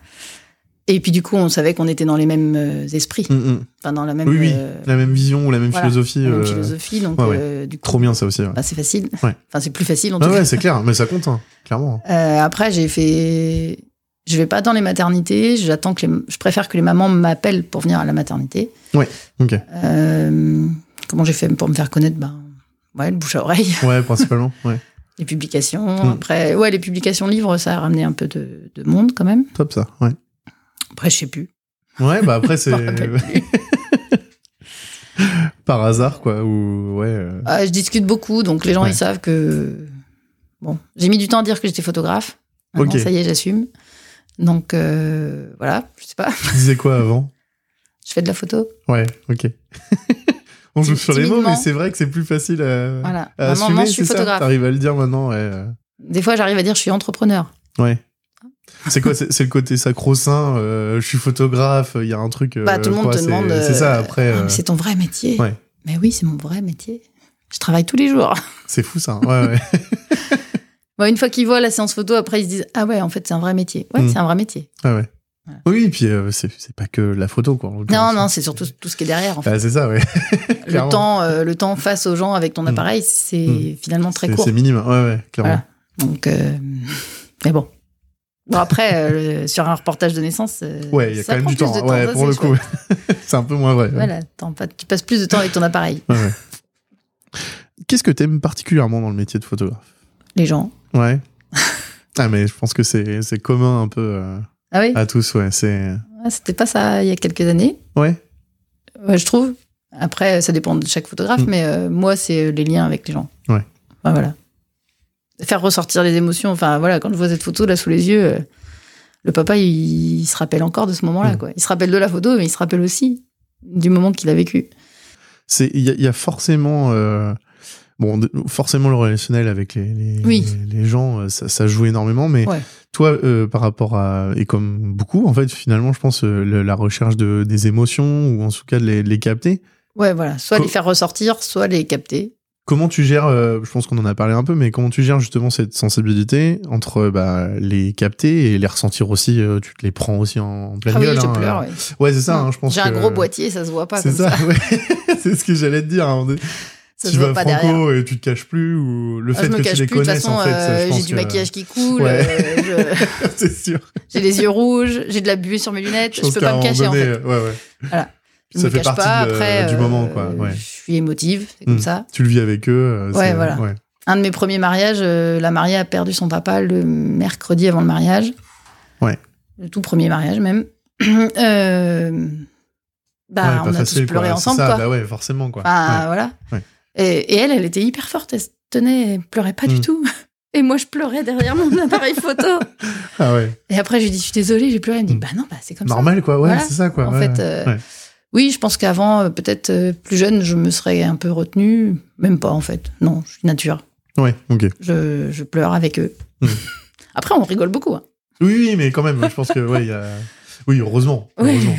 Speaker 1: Et puis du coup, on savait qu'on était dans les mêmes euh, esprits,
Speaker 2: Mm, mm.
Speaker 1: enfin dans la même
Speaker 2: Oui, oui.
Speaker 1: euh,
Speaker 2: La même vision ou la même
Speaker 1: voilà,
Speaker 2: philosophie.
Speaker 1: la même
Speaker 2: euh,
Speaker 1: philosophie, donc
Speaker 2: ouais, ouais.
Speaker 1: euh, du coup,
Speaker 2: Trop bien, ça aussi. Ouais,
Speaker 1: bah, c'est facile.
Speaker 2: Ouais.
Speaker 1: Enfin, c'est plus facile en
Speaker 2: Ah
Speaker 1: tout
Speaker 2: ouais,
Speaker 1: cas.
Speaker 2: c'est clair, mais ça compte, hein, clairement.
Speaker 1: Euh, après, j'ai fait. Je vais pas dans les maternités. J'attends que les... je préfère que les mamans m'appellent pour venir à la maternité.
Speaker 2: Ok.
Speaker 1: Euh, Comment j'ai fait pour me faire connaître Ben, ouais, le bouche à oreille,
Speaker 2: Ouais, principalement. Ouais.
Speaker 1: les publications.
Speaker 2: Mm.
Speaker 1: Après, ouais, les publications livres, ça a ramené un peu de, de monde quand même.
Speaker 2: Top ça. Ouais.
Speaker 1: Après, je sais plus.
Speaker 2: Ouais, bah après c'est
Speaker 1: Je m'en rappelle
Speaker 2: par hasard quoi ou ouais. euh,
Speaker 1: Ah, je discute beaucoup, donc les gens
Speaker 2: Ouais.
Speaker 1: ils savent que. Bon, j'ai mis du temps à dire que j'étais photographe. Maintenant,
Speaker 2: Ok.
Speaker 1: ça y est, j'assume. Donc euh, voilà, je sais pas.
Speaker 2: Tu disais quoi avant
Speaker 1: Je fais de la photo.
Speaker 2: Ouais, ok. On joue
Speaker 1: Ti-
Speaker 2: sur les mots, mais
Speaker 1: timidement.
Speaker 2: c'est vrai que c'est plus facile à,
Speaker 1: Voilà.
Speaker 2: à
Speaker 1: Maman,
Speaker 2: assumer.
Speaker 1: je suis
Speaker 2: Euh, c'est ça
Speaker 1: photographe.
Speaker 2: T'arrives à le dire maintenant. Ouais. euh,
Speaker 1: Des fois, j'arrive à dire je suis entrepreneur.
Speaker 2: ouais. C'est quoi C'est c'est le côté sacro-saint. euh, je suis photographe. Il y a un truc.
Speaker 1: Bah, tout le
Speaker 2: euh,
Speaker 1: monde
Speaker 2: quoi,
Speaker 1: te
Speaker 2: c'est-
Speaker 1: demande,
Speaker 2: C'est ça.
Speaker 1: euh,
Speaker 2: Après,
Speaker 1: Ah,
Speaker 2: euh,
Speaker 1: mais c'est ton vrai métier.
Speaker 2: ouais.
Speaker 1: Mais oui, c'est mon vrai métier. Je travaille tous les jours.
Speaker 2: c'est fou ça. hein. Ouais, ouais.
Speaker 1: Bon, une fois qu'ils voient la séance photo, après ils se disent Ah ouais, en fait, c'est un vrai métier. Ouais,
Speaker 2: Mm.
Speaker 1: c'est un vrai métier.
Speaker 2: Ouais, ouais.
Speaker 1: Voilà.
Speaker 2: Oui, et puis euh, c'est c'est pas que la photo quoi. en
Speaker 1: Non,
Speaker 2: l'occurrence.
Speaker 1: non, c'est surtout tout ce qui est derrière. en fait.
Speaker 2: Ah, c'est ça, ouais.
Speaker 1: le,
Speaker 2: clairement.
Speaker 1: temps, euh, le temps face aux gens avec ton
Speaker 2: Mm.
Speaker 1: appareil, c'est finalement très
Speaker 2: C'est-
Speaker 1: court.
Speaker 2: C'est minime. Ouais, ouais, clairement.
Speaker 1: Voilà. Donc, euh, mais bon, Bon, après, euh, le- sur un reportage de naissance, euh,
Speaker 2: Ouais, il y a
Speaker 1: ça
Speaker 2: quand même
Speaker 1: prend
Speaker 2: du
Speaker 1: plus
Speaker 2: temps. hein.
Speaker 1: de
Speaker 2: ouais,
Speaker 1: ça,
Speaker 2: pour
Speaker 1: c'est
Speaker 2: le coup,
Speaker 1: chouette.
Speaker 2: c'est un peu moins vrai.
Speaker 1: Voilà, t'en pas- tu passes plus de temps avec ton appareil.
Speaker 2: Qu'est-ce que t'aimes particulièrement dans le métier de photographe
Speaker 1: Les gens.
Speaker 2: Ouais. ah, mais je pense que c'est c'est commun un peu euh,
Speaker 1: Ah oui
Speaker 2: à tous, ouais. C'est.
Speaker 1: Ah, C'était pas ça il y a quelques années,
Speaker 2: Ouais.
Speaker 1: ouais, je trouve. Après, ça dépend de chaque photographe,
Speaker 2: Mm.
Speaker 1: mais euh, moi, c'est euh, les liens avec les gens.
Speaker 2: Ouais.
Speaker 1: Enfin, voilà. Faire ressortir les émotions. Enfin, voilà, quand je vois cette photo là sous les yeux, euh, le papa, il, il se rappelle encore de ce moment-là.
Speaker 2: Mm.
Speaker 1: quoi. Il se rappelle de la photo, mais il se rappelle aussi du moment qu'il a vécu.
Speaker 2: c'est- Il y, a- il y a forcément. euh, Bon, de- forcément, le relationnel avec les, les,
Speaker 1: Oui.
Speaker 2: les, les gens, euh, ça, ça joue énormément. Mais
Speaker 1: Ouais.
Speaker 2: toi, euh, par rapport à. Et comme beaucoup, en fait, finalement, je pense, euh, le- la recherche de, des émotions, ou en tout cas de les, de les capter,
Speaker 1: Ouais, voilà. Soit
Speaker 2: Co-
Speaker 1: les faire ressortir, soit les capter.
Speaker 2: Comment tu gères, euh, je pense qu'on en a parlé un peu, mais comment tu gères justement cette sensibilité entre euh, bah, les capter et les ressentir aussi euh, Tu te les prends aussi en, en pleine
Speaker 1: Ah oui,
Speaker 2: gueule.
Speaker 1: je
Speaker 2: hein,
Speaker 1: pleure.
Speaker 2: euh.
Speaker 1: ouais.
Speaker 2: Ouais, c'est ça, hein, je pense.
Speaker 1: J'ai un
Speaker 2: que-
Speaker 1: gros boîtier, ça se voit pas.
Speaker 2: C'est
Speaker 1: Comme ça,
Speaker 2: ça, ouais. c'est ce que j'allais te dire. hein.
Speaker 1: Ça
Speaker 2: tu
Speaker 1: se voit
Speaker 2: vas
Speaker 1: pas
Speaker 2: franco
Speaker 1: derrière.
Speaker 2: et tu te caches plus ou le
Speaker 1: Ah,
Speaker 2: fait
Speaker 1: je me
Speaker 2: que
Speaker 1: cache
Speaker 2: tu les
Speaker 1: plus. De toute
Speaker 2: connaisses
Speaker 1: façon,
Speaker 2: en fait. ça, je
Speaker 1: euh, j'ai
Speaker 2: pense
Speaker 1: du
Speaker 2: que-
Speaker 1: maquillage qui coule.
Speaker 2: Ouais.
Speaker 1: euh, je-
Speaker 2: c'est sûr.
Speaker 1: J'ai les yeux rouges, j'ai de la buée sur mes lunettes, je,
Speaker 2: pense
Speaker 1: peux
Speaker 2: qu'à
Speaker 1: pas
Speaker 2: un
Speaker 1: me
Speaker 2: moment
Speaker 1: cacher en
Speaker 2: donné,
Speaker 1: fait.
Speaker 2: ouais, ouais.
Speaker 1: Voilà. Je
Speaker 2: Ça
Speaker 1: me
Speaker 2: fait
Speaker 1: cache
Speaker 2: partie
Speaker 1: pas
Speaker 2: de-
Speaker 1: après.
Speaker 2: du
Speaker 1: euh,
Speaker 2: moment, quoi. Ouais.
Speaker 1: Je suis émotive, c'est comme
Speaker 2: Mm.
Speaker 1: ça.
Speaker 2: Tu le vis avec eux. euh,
Speaker 1: Ouais,
Speaker 2: c'est-
Speaker 1: voilà. Un de mes premiers mariages, euh, la mariée a perdu son papa le mercredi avant le mariage.
Speaker 2: Ouais.
Speaker 1: Le tout premier mariage même. Euh,
Speaker 2: Ouais,
Speaker 1: bah,
Speaker 2: pas
Speaker 1: on a
Speaker 2: facile,
Speaker 1: tous pleuré
Speaker 2: quoi. C'est
Speaker 1: ensemble,
Speaker 2: ça,
Speaker 1: quoi.
Speaker 2: Bah ouais, forcément, quoi.
Speaker 1: Enfin, euh,
Speaker 2: Ouais.
Speaker 1: voilà.
Speaker 2: Ouais.
Speaker 1: Et, et elle, elle était hyper forte, elle se tenait, elle pleurait pas
Speaker 2: Mm.
Speaker 1: du tout. Et moi, je pleurais derrière mon appareil photo.
Speaker 2: Ah ouais.
Speaker 1: Et après, je lui dis, je suis désolée, j'ai pleuré. Elle me dit,
Speaker 2: Mm.
Speaker 1: bah non, bah, c'est comme ça.
Speaker 2: Normal, quoi. Ouais,
Speaker 1: Voilà.
Speaker 2: c'est ça, quoi.
Speaker 1: En
Speaker 2: ouais.
Speaker 1: fait, euh,
Speaker 2: Ouais.
Speaker 1: oui, je pense qu'avant, euh, peut-être euh, plus jeune, je me serais un peu retenue. Même pas, en fait. Non, je suis nature.
Speaker 2: Ouais, ok.
Speaker 1: Je, je pleure avec eux.
Speaker 2: Mm.
Speaker 1: Après, on rigole beaucoup. hein.
Speaker 2: Oui, oui, mais quand même, je pense que, ouais, il y a. Oui, heureusement.
Speaker 1: Oui.
Speaker 2: heureusement.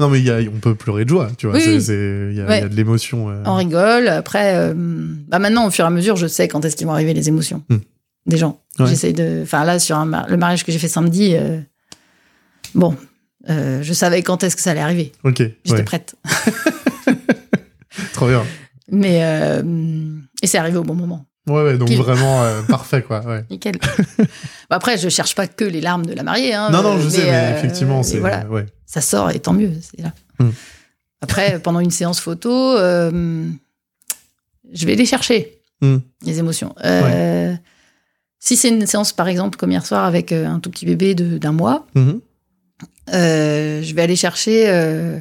Speaker 2: Non, mais il y a, on peut pleurer de joie, tu vois.
Speaker 1: Oui,
Speaker 2: c'est-
Speaker 1: oui.
Speaker 2: c'est- Il y, a-
Speaker 1: Ouais.
Speaker 2: il y a de l'émotion. euh.
Speaker 1: On rigole. Après, euh, bah maintenant, au fur et à mesure, je sais quand est-ce qu'ils vont arriver les émotions
Speaker 2: Mm.
Speaker 1: des gens.
Speaker 2: Ouais.
Speaker 1: J'essaye de. Enfin, là, sur un mar- le mariage que j'ai fait samedi, euh, bon, euh, je savais quand est-ce que ça allait arriver.
Speaker 2: Ok,
Speaker 1: J'étais
Speaker 2: ouais,
Speaker 1: prête.
Speaker 2: trop bien.
Speaker 1: Mais. euh, et c'est arrivé au bon moment.
Speaker 2: Ouais, ouais, donc
Speaker 1: Pile.
Speaker 2: vraiment euh, parfait, quoi. Ouais.
Speaker 1: Nickel. Bon, après, je cherche pas que les larmes de la mariée. hein,
Speaker 2: Non, non,
Speaker 1: euh,
Speaker 2: je sais, mais
Speaker 1: euh,
Speaker 2: effectivement,
Speaker 1: et
Speaker 2: c'est.
Speaker 1: voilà,
Speaker 2: ouais.
Speaker 1: ça sort et tant mieux, c'est là.
Speaker 2: Hmm.
Speaker 1: Après, pendant une séance photo, euh, je vais les chercher,
Speaker 2: Hmm.
Speaker 1: les émotions. Euh, Si c'est une séance, par exemple, comme hier soir avec euh, un tout petit bébé de- d'un mois,
Speaker 2: Mhm.
Speaker 1: euh, je vais aller chercher euh,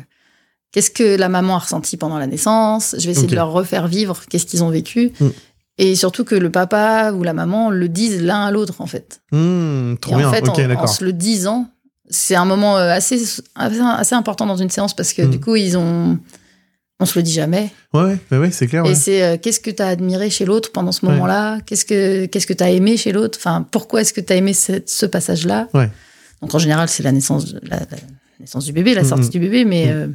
Speaker 1: qu'est-ce que la maman a ressenti pendant la naissance. Je vais essayer
Speaker 2: Ok.
Speaker 1: de leur refaire vivre qu'est-ce qu'ils ont vécu.
Speaker 2: Hmm.
Speaker 1: Et surtout que le papa ou la maman le disent l'un à l'autre, en fait.
Speaker 2: Hmm, trop
Speaker 1: Et
Speaker 2: bien,
Speaker 1: en fait,
Speaker 2: ok,
Speaker 1: en- en,
Speaker 2: d'accord.
Speaker 1: se le disant, c'est un moment euh, assez, assez, assez important dans une séance parce que
Speaker 2: Mm.
Speaker 1: du coup, ils ont. On se le dit jamais.
Speaker 2: Ouais, ouais, bah ouais, c'est clair.
Speaker 1: Et
Speaker 2: Ouais.
Speaker 1: c'est euh, qu'est-ce que tu as admiré chez l'autre pendant ce
Speaker 2: Ouais.
Speaker 1: moment-là Qu'est-ce que qu'est-ce que tu as aimé chez l'autre Enfin, pourquoi est-ce que tu as aimé cette- ce passage-là
Speaker 2: Ouais.
Speaker 1: Donc en général, c'est la naissance, de- la, la naissance du bébé, la
Speaker 2: Mm,
Speaker 1: sortie
Speaker 2: mm.
Speaker 1: du bébé, mais
Speaker 2: Mm.
Speaker 1: euh,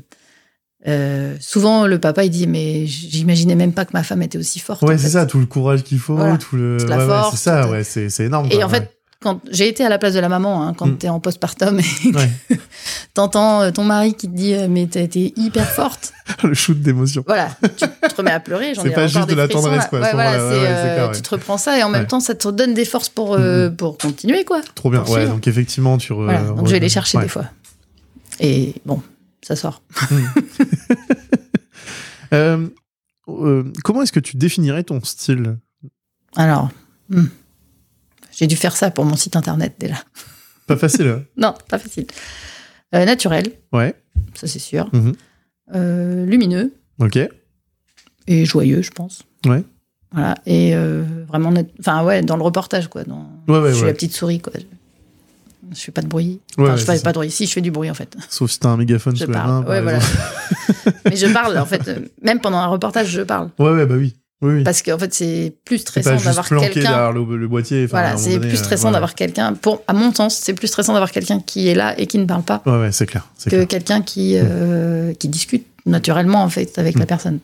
Speaker 1: euh, souvent le papa il dit mais j'imaginais même pas que ma femme était aussi forte. en
Speaker 2: Ouais, c'est
Speaker 1: fait.
Speaker 2: ça, tout le courage qu'il faut,
Speaker 1: Voilà.
Speaker 2: tout le.
Speaker 1: Toute la
Speaker 2: ouais, ouais, c'est
Speaker 1: force,
Speaker 2: ça,
Speaker 1: tout-
Speaker 2: ouais, c'est c'est énorme.
Speaker 1: Et
Speaker 2: quoi,
Speaker 1: en fait, quand j'ai été à la place de la maman, hein, quand
Speaker 2: Oh, bah Mm.
Speaker 1: t'es en postpartum et que
Speaker 2: Ouais.
Speaker 1: t'entends euh, ton mari qui te dit euh, mais t'as été hyper forte.
Speaker 2: le shoot d'émotion.
Speaker 1: voilà, tu te remets à pleurer. J'en
Speaker 2: C'est
Speaker 1: ai
Speaker 2: pas
Speaker 1: encore
Speaker 2: juste
Speaker 1: des
Speaker 2: de la
Speaker 1: frissons,
Speaker 2: tendresse,
Speaker 1: là.
Speaker 2: quoi, à
Speaker 1: Ouais,
Speaker 2: ce
Speaker 1: voilà,
Speaker 2: moment-là.
Speaker 1: c'est,
Speaker 2: Ouais, ouais, c'est
Speaker 1: euh,
Speaker 2: clair, ouais.
Speaker 1: tu te reprends ça et en
Speaker 2: Ouais.
Speaker 1: même temps ça te donne des forces pour euh, pour continuer quoi.
Speaker 2: Trop bien.
Speaker 1: Poursuivre.
Speaker 2: Ouais, donc effectivement, tu. re-
Speaker 1: Voilà, donc je vais les chercher
Speaker 2: ouais.
Speaker 1: des fois. Et bon, ça sort.
Speaker 2: Euh, euh, comment est-ce que tu définirais ton style
Speaker 1: Alors, hmm. j'ai dû faire ça pour mon site internet dès là.
Speaker 2: Pas facile. hein.
Speaker 1: Non, pas facile. Euh, naturel,
Speaker 2: Ouais.
Speaker 1: ça c'est sûr.
Speaker 2: Mhm.
Speaker 1: Euh, lumineux.
Speaker 2: Ok.
Speaker 1: et joyeux, je pense.
Speaker 2: Ouais.
Speaker 1: Voilà. Et euh, vraiment, net- enfin ouais, dans le reportage quoi. Dans...
Speaker 2: Ah Ouais, ouais,
Speaker 1: je suis
Speaker 2: ouais.
Speaker 1: la petite souris quoi. Je- Je fais pas de bruit. Enfin,
Speaker 2: Ouais, ouais,
Speaker 1: je
Speaker 2: c'est
Speaker 1: fais
Speaker 2: ça.
Speaker 1: pas de bruit. Si je fais du bruit en fait,
Speaker 2: Sauf si t'as un mégaphone
Speaker 1: je
Speaker 2: sous la main.
Speaker 1: parle.
Speaker 2: par
Speaker 1: Ouais, voilà.
Speaker 2: exemple.
Speaker 1: Mais je parle en fait. euh, Même pendant un reportage, je parle
Speaker 2: Ouais, ouais, bah oui. Oui, oui.
Speaker 1: parce qu'en fait, c'est plus
Speaker 2: C'est pas
Speaker 1: stressant
Speaker 2: juste
Speaker 1: d'avoir
Speaker 2: planqué
Speaker 1: quelqu'un.
Speaker 2: derrière le, le boîtier. enfin, à un
Speaker 1: Voilà,
Speaker 2: moment
Speaker 1: c'est
Speaker 2: donné,
Speaker 1: plus
Speaker 2: euh,
Speaker 1: stressant
Speaker 2: ouais.
Speaker 1: d'avoir quelqu'un. Pour, à mon sens, c'est plus stressant d'avoir quelqu'un qui est là et qui ne parle pas
Speaker 2: Ouais, ouais, c'est clair. C'est
Speaker 1: que
Speaker 2: clair.
Speaker 1: quelqu'un qui euh, qui discute naturellement en fait avec
Speaker 2: Mm.
Speaker 1: la personne.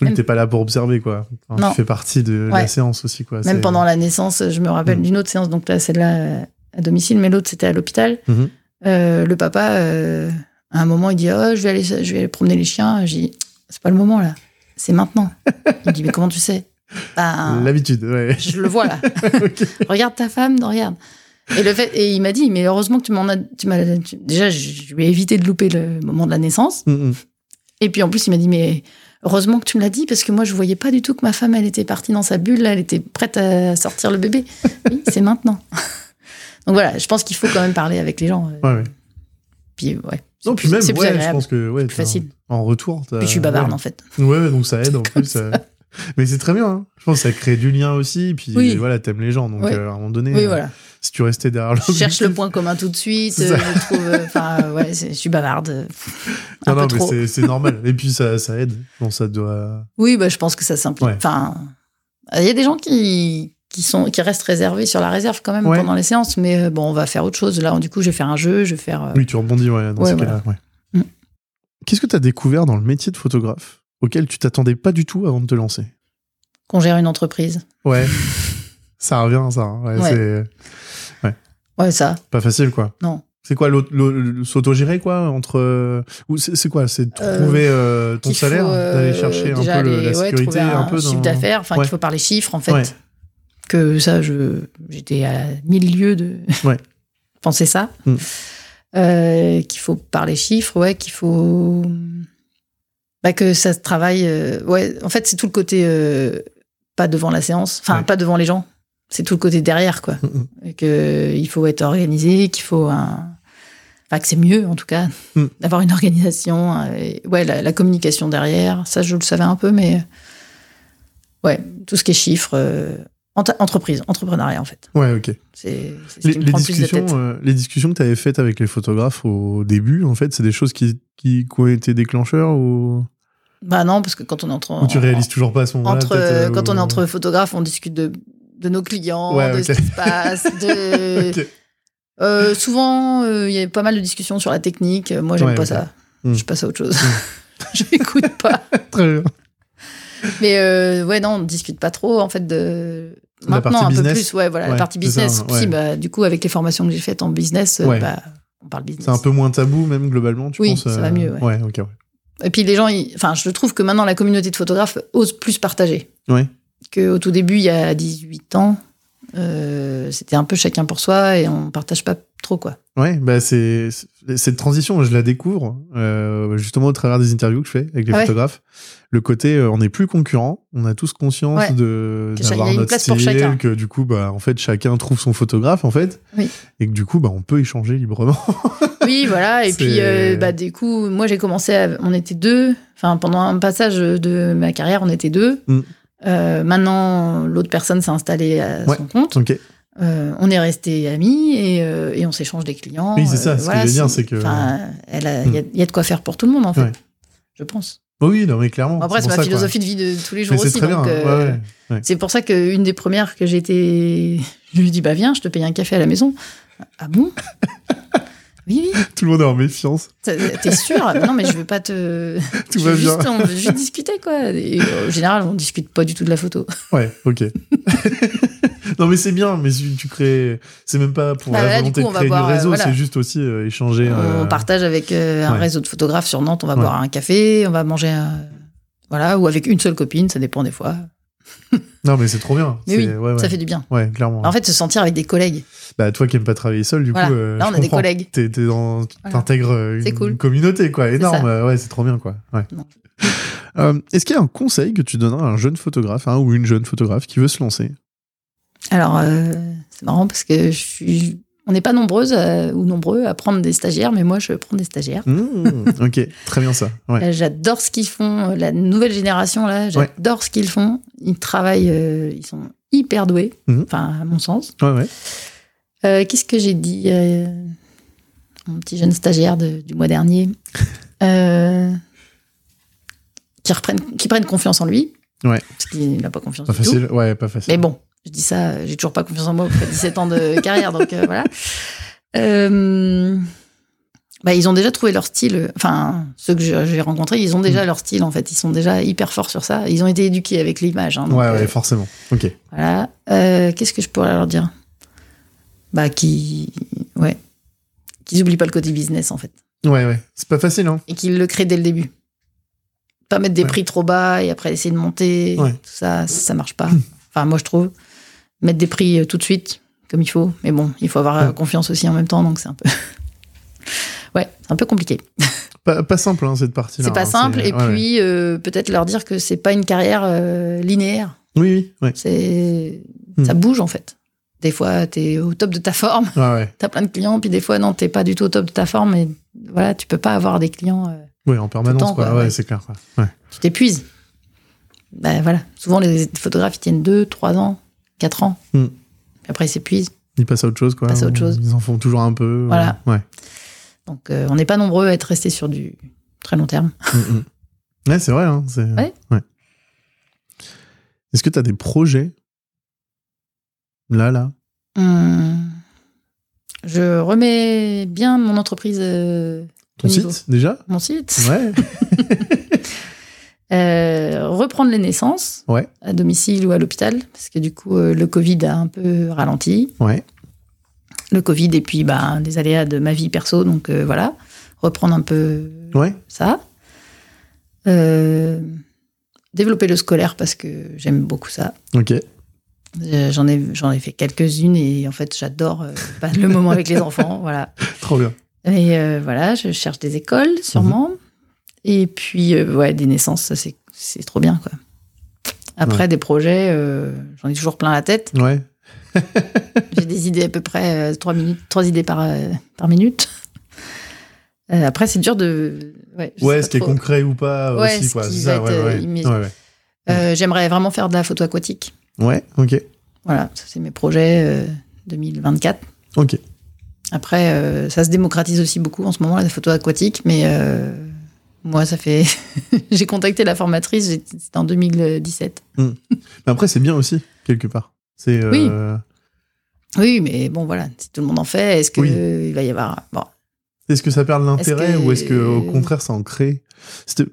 Speaker 2: Oui, T'es pas là pour observer, quoi. Enfin,
Speaker 1: Non.
Speaker 2: Tu fais partie de la
Speaker 1: Ouais.
Speaker 2: séance aussi, quoi.
Speaker 1: Même
Speaker 2: C'est-
Speaker 1: pendant la naissance, je me rappelle
Speaker 2: Mm.
Speaker 1: d'une autre séance, donc là, celle-là euh, à domicile, mais l'autre, c'était à l'hôpital.
Speaker 2: Mhm.
Speaker 1: Euh, le papa, euh, à un moment, il dit Oh, je vais aller, je vais aller promener les chiens. Je dis C'est pas le moment, là. C'est maintenant. il me dit Mais comment tu sais Ben,
Speaker 2: L'habitude, ouais.
Speaker 1: je le vois, là.
Speaker 2: Ok.
Speaker 1: regarde ta femme, non, regarde. Et, le fait, et il m'a dit, mais heureusement que tu m'en as, tu m'as, tu- déjà, je je lui ai évité de louper le moment de la naissance.
Speaker 2: Mm, mm.
Speaker 1: Et puis en plus, il m'a dit, mais heureusement que tu me l'as dit, parce que moi, je voyais pas du tout que ma femme, elle était partie dans sa bulle, là, elle était prête à sortir le bébé. Oui, c'est maintenant. Donc voilà, je pense qu'il faut quand même parler avec les gens. euh,
Speaker 2: Ouais, ouais.
Speaker 1: Puis ouais.
Speaker 2: Non,
Speaker 1: C'est
Speaker 2: puis
Speaker 1: plus-
Speaker 2: même,
Speaker 1: c'est plus
Speaker 2: ouais, je
Speaker 1: agréable.
Speaker 2: pense que euh, ouais,
Speaker 1: plus
Speaker 2: t'as-
Speaker 1: facile.
Speaker 2: En retour, t'as-
Speaker 1: Puis je suis bavarde
Speaker 2: ouais.
Speaker 1: en fait.
Speaker 2: Ouais, donc ça aide en
Speaker 1: Comme
Speaker 2: plus. euh, Mais c'est très bien. hein. Je pense que ça crée du lien aussi. Puis
Speaker 1: Oui.
Speaker 2: voilà, t'aimes les gens. Donc
Speaker 1: Ouais.
Speaker 2: euh, à un moment donné,
Speaker 1: Oui,
Speaker 2: euh,
Speaker 1: voilà.
Speaker 2: si tu restais derrière
Speaker 1: Je
Speaker 2: l'autre.
Speaker 1: cherche le point commun tout de suite.
Speaker 2: C'est ça.
Speaker 1: euh, Je trouve. euh, Enfin, euh, ouais, c'est- je suis bavarde. euh, Un
Speaker 2: Non, non,
Speaker 1: peu
Speaker 2: mais
Speaker 1: trop.
Speaker 2: c'est- c'est normal. Et puis ça, ça aide. Bon, ça doit.
Speaker 1: Oui, bah, je pense que ça simplifie.
Speaker 2: Ouais.
Speaker 1: Enfin, il y a des gens qui, qui, sont, qui restent réservés sur la réserve quand même
Speaker 2: Ouais.
Speaker 1: pendant les séances, mais euh, bon, on va faire autre chose. Là, du coup, je vais faire un jeu, je vais faire. euh,
Speaker 2: Oui, tu rebondis ouais, dans
Speaker 1: Ouais,
Speaker 2: ce
Speaker 1: voilà.
Speaker 2: cas-là. ouais.
Speaker 1: Mm.
Speaker 2: Qu'est-ce que t'as découvert dans le métier de photographe auquel tu t'attendais pas du tout avant de te lancer
Speaker 1: Qu'on gère une entreprise.
Speaker 2: Ouais. ça revient, ça. hein. Ouais,
Speaker 1: Ouais.
Speaker 2: C'est
Speaker 1: Ouais, ça.
Speaker 2: pas facile, quoi.
Speaker 1: Non.
Speaker 2: C'est quoi, l'autre- l'au- le- s'autogérer, quoi Entre. euh, ou C'est c'est quoi C'est de
Speaker 1: Euh,
Speaker 2: trouver euh, ton
Speaker 1: Qu'il faut,
Speaker 2: salaire,
Speaker 1: euh,
Speaker 2: d'aller chercher
Speaker 1: déjà
Speaker 2: un peu le-
Speaker 1: aller,
Speaker 2: la
Speaker 1: ouais,
Speaker 2: sécurité,
Speaker 1: trouver un,
Speaker 2: un peu.
Speaker 1: chiffre
Speaker 2: dans-
Speaker 1: d'affaires, enfin,
Speaker 2: Ouais.
Speaker 1: qu'il faut par les chiffres, en fait.
Speaker 2: Ouais.
Speaker 1: Que ça, je j'étais à mille lieues de
Speaker 2: Ouais.
Speaker 1: penser ça.
Speaker 2: Mm.
Speaker 1: Euh, qu'il faut par les chiffres, ouais, qu'il faut. Bah, que ça se travaille. euh, ouais, en fait, c'est tout le côté euh, pas devant la séance, enfin,
Speaker 2: Ouais.
Speaker 1: pas devant les gens. C'est tout le côté derrière, quoi.
Speaker 2: Mm,
Speaker 1: Et que il faut être organisé, qu'il faut un. Enfin, que c'est mieux, en tout cas,
Speaker 2: Mm.
Speaker 1: d'avoir une organisation. euh, et- ouais, la, la communication derrière, ça, je le savais un peu, mais. euh, Ouais, tout ce qui est chiffres, euh, ent- entreprise, entrepreneuriat, en fait.
Speaker 2: Ouais, ok.
Speaker 1: C'est c'est ce
Speaker 2: Les,
Speaker 1: qui me
Speaker 2: les
Speaker 1: prend le plus de
Speaker 2: discussions,
Speaker 1: tête.
Speaker 2: euh, les discussions que tu avais faites avec les photographes au début, en fait, c'est des choses qui, qui, qui ont été déclencheurs ou,
Speaker 1: Bah non, parce que quand on est entre.
Speaker 2: ou euh, tu réalises toujours pas à ce moment-là
Speaker 1: entre,
Speaker 2: peut-être, euh,
Speaker 1: Quand on est
Speaker 2: ou-
Speaker 1: entre photographes, on discute de, de nos clients,
Speaker 2: Ouais,
Speaker 1: de
Speaker 2: ok.
Speaker 1: ce qui se passe, de.
Speaker 2: Ok.
Speaker 1: Euh, souvent, euh, il y a pas mal de discussions sur la technique. Euh, Moi, j'aime
Speaker 2: Ouais, Mm.
Speaker 1: pas
Speaker 2: ok.
Speaker 1: ça.
Speaker 2: Hmm.
Speaker 1: Je passe à autre chose. je n'écoute pas.
Speaker 2: Très bien.
Speaker 1: Mais euh, ouais, non, on ne discute pas trop, en fait, de.
Speaker 2: La
Speaker 1: Maintenant,
Speaker 2: partie
Speaker 1: un peu
Speaker 2: business.
Speaker 1: plus. Ouais, voilà,
Speaker 2: Ouais,
Speaker 1: la partie
Speaker 2: c'est ça,
Speaker 1: business.
Speaker 2: ouais.
Speaker 1: Si, bah, du coup, avec les formations que j'ai faites en business, euh,
Speaker 2: Ouais.
Speaker 1: bah, on parle business.
Speaker 2: C'est un peu moins tabou, même globalement, tu
Speaker 1: Oui,
Speaker 2: penses
Speaker 1: ça
Speaker 2: euh,
Speaker 1: va mieux, ouais.
Speaker 2: ok, ouais.
Speaker 1: Et puis, les gens, ils- enfin, je trouve que maintenant, la communauté de photographes ose plus partager.
Speaker 2: Ouais.
Speaker 1: Qu'au tout début, il y a 18 ans, euh, c'était un peu chacun pour soi et on partage pas trop, quoi.
Speaker 2: Ouais, bah c'est c'est- cette transition, je la découvre euh, justement au travers des interviews que je fais avec les
Speaker 1: Ah ouais.
Speaker 2: photographes. Le côté, euh, on n'est plus concurrent, on a tous conscience
Speaker 1: Ouais.
Speaker 2: de
Speaker 1: Que chaque- il y
Speaker 2: d'avoir
Speaker 1: a une
Speaker 2: notre
Speaker 1: place pour
Speaker 2: style,
Speaker 1: chacun.
Speaker 2: que du coup, bah en fait, chacun trouve son photographe en fait,
Speaker 1: Oui.
Speaker 2: et que du coup, bah on peut échanger librement.
Speaker 1: Oui, voilà. Et
Speaker 2: C'est-
Speaker 1: puis, euh, bah, du coup, moi, j'ai commencé. à- On était deux. Enfin, pendant un passage de ma carrière, on était deux.
Speaker 2: Mm.
Speaker 1: Euh, maintenant, l'autre personne s'est installée à
Speaker 2: Ouais.
Speaker 1: son compte.
Speaker 2: ok.
Speaker 1: Euh, on est restés amis et, euh, et on s'échange des clients.
Speaker 2: Oui, c'est ça,
Speaker 1: Euh,
Speaker 2: ce que je veux dire, c'est que- Mm.
Speaker 1: Enfin, elle a- il y, a- il y a de quoi faire pour tout le monde, en fait.
Speaker 2: Ouais.
Speaker 1: Je pense.
Speaker 2: Oh Oui, non, mais clairement.
Speaker 1: Bon, après, c'est
Speaker 2: pour
Speaker 1: ma
Speaker 2: ça, quoi.
Speaker 1: philosophie de vie de tous les
Speaker 2: Mais
Speaker 1: jours
Speaker 2: c'est
Speaker 1: aussi.
Speaker 2: très bien. hein.
Speaker 1: donc, euh,
Speaker 2: ouais, ouais.
Speaker 1: C'est pour ça qu'une des premières que j'étais. Je lui dis, bah viens, je te paye un café à la maison. Ah bon Oui, oui.
Speaker 2: Tout le monde est en méfiance.
Speaker 1: T'as- T'es sûr Ah, Non, mais je veux pas te.
Speaker 2: Tout
Speaker 1: Je
Speaker 2: va
Speaker 1: veux
Speaker 2: bien.
Speaker 1: Juste, on veut juste discuter, quoi. Et en général, on discute pas du tout de la photo.
Speaker 2: Ouais, ok. non, mais c'est bien, mais tu, tu crées. C'est même pas pour
Speaker 1: Bah,
Speaker 2: la
Speaker 1: là, du
Speaker 2: volonté
Speaker 1: coup, on
Speaker 2: de
Speaker 1: va
Speaker 2: créer
Speaker 1: voir,
Speaker 2: du
Speaker 1: euh,
Speaker 2: réseau,
Speaker 1: voilà.
Speaker 2: c'est juste aussi euh, échanger. euh,
Speaker 1: On partage avec euh, un
Speaker 2: ouais.
Speaker 1: réseau de photographes sur Nantes. On va
Speaker 2: Ouais.
Speaker 1: boire un café, on va manger un. Voilà, ou avec une seule copine, ça dépend des fois.
Speaker 2: Non, mais c'est trop bien.
Speaker 1: Mais
Speaker 2: C'est-
Speaker 1: oui,
Speaker 2: ouais, ouais.
Speaker 1: ça fait du bien.
Speaker 2: Ouais, clairement.
Speaker 1: En fait, se sentir avec des collègues.
Speaker 2: Bah, toi qui aimes pas travailler seul, du
Speaker 1: Voilà.
Speaker 2: coup. euh,
Speaker 1: Là,
Speaker 2: je
Speaker 1: on a des
Speaker 2: comprends.
Speaker 1: collègues.
Speaker 2: T'es- t'es dans-
Speaker 1: Voilà.
Speaker 2: T'intègres euh,
Speaker 1: C'est
Speaker 2: une
Speaker 1: cool.
Speaker 2: communauté, quoi. Énorme.
Speaker 1: ça.
Speaker 2: euh, Ouais, c'est trop bien, quoi. Ouais.
Speaker 1: Non.
Speaker 2: Euh, Est-ce qu'il y a un conseil que tu donneras à un jeune photographe hein, ou une jeune photographe qui veut se lancer
Speaker 1: Alors, euh, c'est marrant parce que je suis. On n'est pas nombreuses euh, ou nombreux à prendre des stagiaires, mais moi, je prends des stagiaires.
Speaker 2: Mmh, Ok, très bien ça. Ouais.
Speaker 1: Euh, J'adore ce qu'ils font. euh, La nouvelle génération, là, j'adore ce qu'ils font. Ils travaillent, euh, ils sont hyper doués,
Speaker 2: Mhm.
Speaker 1: enfin, à mon sens.
Speaker 2: Ouais, ouais.
Speaker 1: Euh, Qu'est-ce que j'ai dit euh, Mon petit jeune stagiaire de- du mois dernier. Euh, qui, reprenne, qui prenne confiance en lui.
Speaker 2: Ouais.
Speaker 1: Parce qu'il n'a pas confiance
Speaker 2: Pas
Speaker 1: en tout.
Speaker 2: facile. Ouais, pas facile.
Speaker 1: Mais bon, je dis ça, euh, j'ai toujours pas confiance en moi après 17 ans de carrière, donc euh, voilà. Euh, bah, ils ont déjà trouvé leur style, euh, enfin, ceux que j'ai j'ai rencontrés, ils ont
Speaker 2: Mm.
Speaker 1: déjà leur style en fait, ils sont déjà hyper forts sur ça, ils ont été éduqués avec l'image. hein, donc,
Speaker 2: Ouais,
Speaker 1: euh,
Speaker 2: ouais, forcément. Ok.
Speaker 1: voilà. Euh, Qu'est-ce que je pourrais leur dire Bah, qui. Ouais. Qu'ils n'oublient pas le côté business, en fait.
Speaker 2: Ouais, ouais. C'est pas facile, hein.
Speaker 1: Et qu'ils le créent dès le début. Pas mettre des
Speaker 2: Ouais.
Speaker 1: prix trop bas et après essayer de monter.
Speaker 2: Ouais. Hmm.
Speaker 1: Tout ça, ça marche pas. Enfin, moi, je trouve. Mettre des prix euh, tout de suite, comme il faut. Mais bon, il faut avoir euh,
Speaker 2: Ouais.
Speaker 1: confiance aussi en même temps, donc c'est un peu. ouais, c'est un peu compliqué.
Speaker 2: Pas, pas simple, hein, cette partie-là.
Speaker 1: C'est pas
Speaker 2: hein,
Speaker 1: simple.
Speaker 2: c'est-
Speaker 1: Et
Speaker 2: ouais, ouais.
Speaker 1: puis, euh, peut-être leur dire que c'est pas une carrière euh, linéaire.
Speaker 2: Oui, oui, ouais.
Speaker 1: C'est
Speaker 2: Hmm.
Speaker 1: Ça bouge, en fait. Des fois, t'es au top de ta forme,
Speaker 2: Ouais, ouais.
Speaker 1: t'as plein de clients, puis des fois, non, t'es pas du tout au top de ta forme, et voilà, tu peux pas avoir des clients. euh,
Speaker 2: Ouais, en permanence,
Speaker 1: temps,
Speaker 2: quoi.
Speaker 1: quoi,
Speaker 2: Ouais,
Speaker 1: ouais.
Speaker 2: c'est clair, quoi. Ouais.
Speaker 1: tu t'épuises. Ben voilà. Souvent, les photographes, ils tiennent 2, 3 ans, 4 ans.
Speaker 2: Hmm.
Speaker 1: Puis Après, ils s'épuisent.
Speaker 2: Ils passent à autre chose, quoi.
Speaker 1: Passent à autre chose.
Speaker 2: Ils en font toujours un peu.
Speaker 1: Voilà.
Speaker 2: Ouais.
Speaker 1: Donc, euh, on n'est pas nombreux à être restés sur du très long terme.
Speaker 2: Mm, mm. Ouais, c'est vrai. hein, c'est-
Speaker 1: Ouais.
Speaker 2: Est-ce que tu as des projets Là, là.
Speaker 1: Hmm. Je remets bien mon entreprise, euh,
Speaker 2: Ton
Speaker 1: Au
Speaker 2: site,
Speaker 1: niveau.
Speaker 2: déjà
Speaker 1: mon site.
Speaker 2: Ouais.
Speaker 1: Euh, reprendre les naissances
Speaker 2: Ouais.
Speaker 1: à domicile ou à l'hôpital, parce que du coup, euh, le Covid a un peu ralenti.
Speaker 2: Ouais.
Speaker 1: Le Covid et puis ben, des aléas de ma vie perso, donc euh, voilà, reprendre un peu
Speaker 2: Ouais.
Speaker 1: ça. Euh, développer le scolaire, parce que j'aime beaucoup ça.
Speaker 2: Ok.
Speaker 1: Euh, J'en ai, j'en ai fait quelques-unes et en fait, j'adore euh, pas le moment avec les enfants, voilà.
Speaker 2: Trop bien.
Speaker 1: Et euh, voilà, je cherche des écoles, sûrement. Et puis, euh, ouais, des naissances, ça, c'est, c'est trop bien, quoi. Après, des projets, euh, j'en ai toujours plein la tête.
Speaker 2: Ouais.
Speaker 1: J'ai des idées à peu près, euh, trois, minutes, trois idées par, euh, par minute. Euh, après, c'est dur de... Ouais, je sais
Speaker 2: Ouais,
Speaker 1: pas
Speaker 2: ce qui est
Speaker 1: trop.
Speaker 2: concret ou pas
Speaker 1: Ouais,
Speaker 2: aussi,
Speaker 1: ce
Speaker 2: quoi.
Speaker 1: qui
Speaker 2: C'est
Speaker 1: va
Speaker 2: ça,
Speaker 1: être,
Speaker 2: ouais,
Speaker 1: euh,
Speaker 2: ouais.
Speaker 1: immédiat.
Speaker 2: Ouais, ouais.
Speaker 1: Euh, j'aimerais vraiment faire de la photo aquatique.
Speaker 2: Ouais, ok.
Speaker 1: Voilà, ça, c'est mes projets euh, 2024.
Speaker 2: Ok.
Speaker 1: Après, euh, ça se démocratise aussi beaucoup en ce moment, la photo aquatique, mais euh, moi, ça fait. j'ai contacté la formatrice, j'ai- c'était en 2017.
Speaker 2: Mais après, c'est bien aussi, quelque part. C'est.
Speaker 1: Oui.
Speaker 2: euh,
Speaker 1: Oui, mais bon, voilà, si tout le monde en fait, est-ce qu'il
Speaker 2: Oui.
Speaker 1: va y avoir. Bon.
Speaker 2: Est-ce que ça perd de l'intérêt
Speaker 1: Est-ce que-
Speaker 2: ou est-ce que au contraire ça en crée C'était-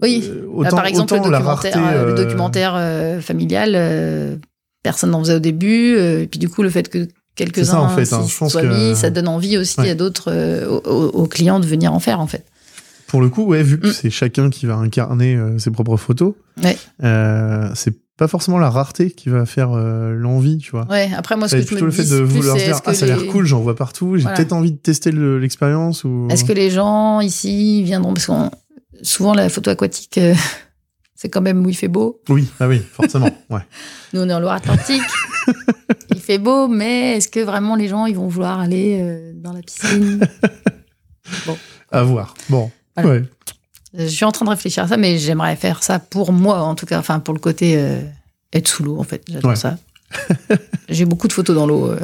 Speaker 1: Oui.
Speaker 2: Euh,
Speaker 1: Bah,
Speaker 2: autant,
Speaker 1: par exemple, le
Speaker 2: autant la
Speaker 1: documentaire,
Speaker 2: rareté,
Speaker 1: euh, le
Speaker 2: euh,
Speaker 1: documentaire euh, familial, euh, personne n'en faisait au début, euh, et puis du coup, le fait que
Speaker 2: C'est ça,
Speaker 1: quelques-uns
Speaker 2: en fait, hein,
Speaker 1: s'y
Speaker 2: je pense
Speaker 1: soient
Speaker 2: que-
Speaker 1: mis, ça donne envie aussi
Speaker 2: Ouais.
Speaker 1: à d'autres, euh, aux- aux aux clients de venir en faire, en fait.
Speaker 2: Pour le coup, ouais, vu que
Speaker 1: Mm.
Speaker 2: c'est chacun qui va incarner euh, ses propres photos,
Speaker 1: Ouais.
Speaker 2: euh, c'est pas forcément la rareté qui va faire euh, l'envie, tu vois.
Speaker 1: Ouais, après, moi, ce
Speaker 2: C'est
Speaker 1: que je
Speaker 2: plutôt
Speaker 1: me
Speaker 2: le fait
Speaker 1: dis,
Speaker 2: de
Speaker 1: plus,
Speaker 2: vouloir
Speaker 1: c'est
Speaker 2: dire
Speaker 1: est-ce que
Speaker 2: ah ça a l'air
Speaker 1: les-
Speaker 2: cool, j'en vois partout, j'ai
Speaker 1: Voilà.
Speaker 2: peut-être envie de tester le- l'expérience ou.
Speaker 1: Est-ce que les gens ici viendront Parce qu'on souvent la photo aquatique, euh, c'est quand même où il fait beau.
Speaker 2: Oui, ah oui, forcément. ouais.
Speaker 1: Nous, on est en Loire-Atlantique. il fait beau, mais est-ce que vraiment les gens ils vont vouloir aller euh, dans la piscine
Speaker 2: À voir. Bon.
Speaker 1: Voilà.
Speaker 2: Ouais.
Speaker 1: Euh, Je suis en train de réfléchir à ça, mais j'aimerais faire ça pour moi, en tout cas, enfin pour le côté euh, être sous l'eau, en fait. J'adore
Speaker 2: Ouais.
Speaker 1: ça. J'ai beaucoup de photos dans l'eau, euh,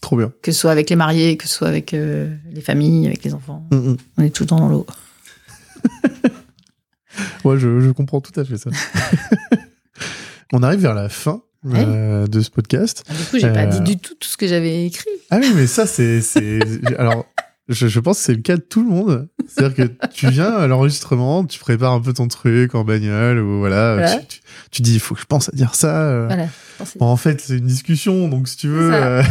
Speaker 2: Trop bien.
Speaker 1: que ce soit avec les mariés, que ce soit avec euh, les familles, avec les enfants.
Speaker 2: Mm, mm.
Speaker 1: On est tout le temps dans l'eau.
Speaker 2: Ouais, je, je comprends tout à fait ça. On arrive vers la fin euh, de ce podcast.
Speaker 1: Ah, Du coup, j'ai pas
Speaker 2: Euh,
Speaker 1: dit du tout tout ce que j'avais écrit.
Speaker 2: Ah oui, mais ça, c'est. c'est- Alors, je, je pense que c'est le cas de tout le monde. C'est-à-dire que tu viens à l'enregistrement, tu prépares un peu ton truc en bagnole, ou voilà.
Speaker 1: Voilà.
Speaker 2: Tu, tu- tu dis, il faut que je pense à dire ça. euh.
Speaker 1: Voilà. je pensais-
Speaker 2: Bon, en fait, c'est une discussion, donc si tu veux.
Speaker 1: ça.
Speaker 2: euh,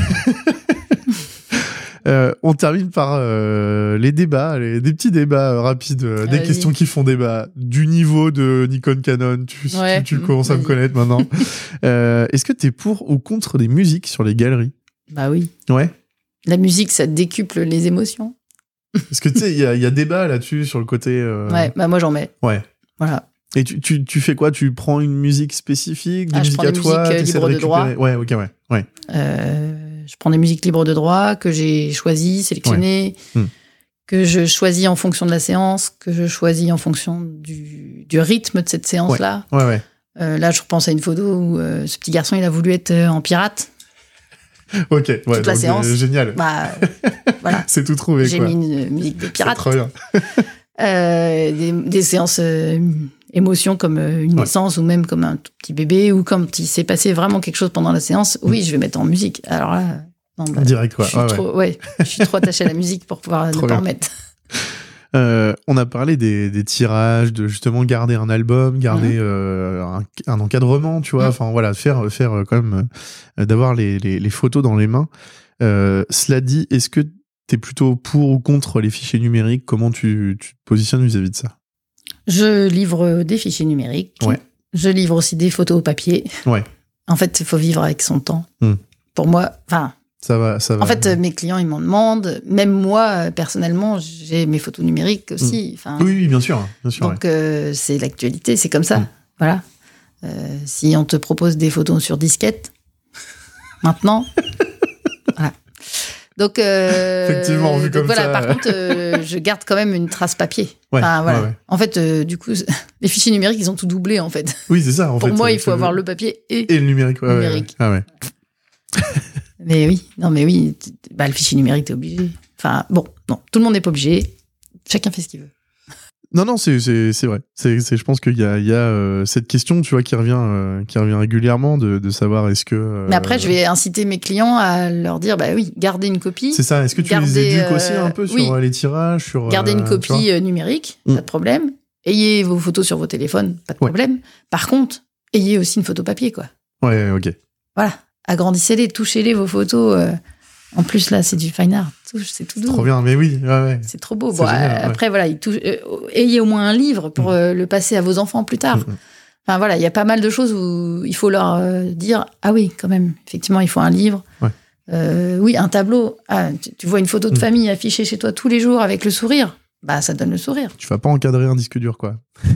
Speaker 2: euh, on termine par euh, les débats, les, des petits débats euh, rapides, euh, des
Speaker 1: Vas-y.
Speaker 2: questions qui font débat, du niveau de Nikon Canon, tu, tu-
Speaker 1: Ouais,
Speaker 2: tu
Speaker 1: mm,
Speaker 2: commences à me
Speaker 1: vas-y.
Speaker 2: connaître maintenant. Euh, Est-ce que tu es pour ou contre des musiques sur les galeries
Speaker 1: Bah oui.
Speaker 2: Ouais.
Speaker 1: La musique, ça décuple les émotions.
Speaker 2: Parce que tu sais, il y, a- il y a débat là-dessus sur le côté. euh,
Speaker 1: Ouais, bah moi j'en mets.
Speaker 2: Ouais.
Speaker 1: Voilà.
Speaker 2: Et tu, tu, tu fais quoi Tu prends une musique spécifique, des
Speaker 1: Ah, je
Speaker 2: musiques
Speaker 1: prends
Speaker 2: à
Speaker 1: des
Speaker 2: toi,
Speaker 1: musiques, euh,
Speaker 2: t'essaies
Speaker 1: libres de
Speaker 2: récupérer- Ouais, ok, ouais. ouais.
Speaker 1: Euh, je prends des musiques libres de droit que j'ai choisies, sélectionnées,
Speaker 2: Ouais. Hmm.
Speaker 1: que je choisis en fonction de la séance, que je choisis en fonction du, du rythme de cette séance-là.
Speaker 2: Ouais, ouais.
Speaker 1: Euh, là, je repense à une photo où euh, ce petit garçon, il a voulu être euh, en pirate.
Speaker 2: Ok, ouais.
Speaker 1: la
Speaker 2: donc,
Speaker 1: séance.
Speaker 2: euh, génial.
Speaker 1: Bah, voilà.
Speaker 2: C'est tout trouvé,
Speaker 1: J'ai
Speaker 2: quoi.
Speaker 1: mis une euh, musique de pirate.
Speaker 2: Très bien.
Speaker 1: Euh, des, des séances euh, émotions comme euh, une
Speaker 2: Ouais.
Speaker 1: naissance ou même comme un tout petit bébé ou quand il s'est passé vraiment quelque chose pendant la séance, oui, je vais mettre en musique. Alors là, euh, non, bah,
Speaker 2: Direct, Mm. quoi.
Speaker 1: je, suis
Speaker 2: Ouais, ouais.
Speaker 1: trop, ouais, je suis trop attachée à la musique pour pouvoir
Speaker 2: Trop
Speaker 1: ne pas
Speaker 2: bien.
Speaker 1: en mettre.
Speaker 2: Euh, on a parlé des, des tirages, de justement garder un album, garder euh, un, un encadrement, tu vois.
Speaker 1: Mhm.
Speaker 2: Enfin voilà, faire faire euh, quand même euh, d'avoir les, les, les photos dans les mains. Euh, cela dit, est-ce que t'es plutôt pour ou contre les fichiers numériques Comment tu, tu te positionnes vis-à-vis de ça
Speaker 1: Je livre des fichiers numériques.
Speaker 2: Ouais.
Speaker 1: Je livre aussi des photos au papier.
Speaker 2: Ouais.
Speaker 1: En fait, il faut vivre avec son temps.
Speaker 2: Hmm.
Speaker 1: Pour moi, enfin,
Speaker 2: Ça va, ça va.
Speaker 1: En fait, euh, mes clients, ils m'en demandent. Même moi, euh, personnellement, j'ai mes photos numériques
Speaker 2: Mm.
Speaker 1: aussi. Enfin,
Speaker 2: oui, oui, bien sûr, bien sûr. ouais.
Speaker 1: euh, donc, euh, c'est l'actualité, c'est comme ça.
Speaker 2: Mm.
Speaker 1: Voilà. Euh, si on te propose des photos sur disquette, maintenant. voilà. Donc, euh,
Speaker 2: Effectivement, vu
Speaker 1: donc
Speaker 2: comme
Speaker 1: voilà,
Speaker 2: ça.
Speaker 1: par contre, euh, je garde quand même une trace papier.
Speaker 2: Ouais,
Speaker 1: Enfin, voilà.
Speaker 2: ouais, ouais.
Speaker 1: En fait, euh, du coup, les fichiers numériques, ils ont tout doublé, en fait.
Speaker 2: Oui, c'est ça. En
Speaker 1: Pour
Speaker 2: fait,
Speaker 1: moi,
Speaker 2: euh,
Speaker 1: il faut
Speaker 2: c'est-
Speaker 1: avoir le papier et
Speaker 2: et le numérique. ouais, ouais, ouais.
Speaker 1: numérique.
Speaker 2: Ah ouais.
Speaker 1: Mais oui, non, mais oui, t- t- bah, le fichier numérique, t'es obligé. Enfin, bon, non, tout le monde n'est pas obligé. Chacun fait ce qu'il veut.
Speaker 2: Non, non, c'est c'est- c'est vrai. C'est c'est- je pense qu'il y a, il y a, euh, cette question, tu vois, qui revient, euh, qui revient régulièrement de, de savoir est-ce que. euh,
Speaker 1: Mais après, je vais inciter mes clients à leur dire, bah oui, gardez une copie.
Speaker 2: euh, C'est ça. Est-ce que tu
Speaker 1: garder,
Speaker 2: les éduques aussi
Speaker 1: euh,
Speaker 2: un peu sur
Speaker 1: oui.
Speaker 2: euh, les tirages, sur.
Speaker 1: Gardez
Speaker 2: euh,
Speaker 1: une
Speaker 2: tu vois
Speaker 1: copie euh, numérique,
Speaker 2: Mm.
Speaker 1: pas de problème. Ayez vos photos sur vos téléphones, pas de
Speaker 2: Ouais.
Speaker 1: problème. Par contre, ayez aussi une photo papier, quoi. euh,
Speaker 2: Ouais, ok.
Speaker 1: Voilà, agrandissez-les, touchez-les vos photos. euh. En plus, là, c'est du fine art, Touche, c'est tout doux.
Speaker 2: Trop bien, mais oui, ouais, ouais.
Speaker 1: C'est trop beau.
Speaker 2: C'est
Speaker 1: Bon,
Speaker 2: génial,
Speaker 1: euh,
Speaker 2: ouais.
Speaker 1: Après, voilà, il touche- euh, ayez au moins un livre pour
Speaker 2: Mm.
Speaker 1: euh, le passer à vos enfants plus tard.
Speaker 2: Mm, mm.
Speaker 1: Enfin, voilà, il y a pas mal de choses où il faut leur euh, dire Ah oui, quand même, effectivement, il faut un livre.
Speaker 2: Ouais.
Speaker 1: Euh, oui, un tableau. Ah, tu, tu vois une photo de
Speaker 2: Mm.
Speaker 1: famille affichée chez toi tous les jours avec le sourire. Bah, ça donne le sourire.
Speaker 2: Tu vas pas encadrer un disque dur, quoi.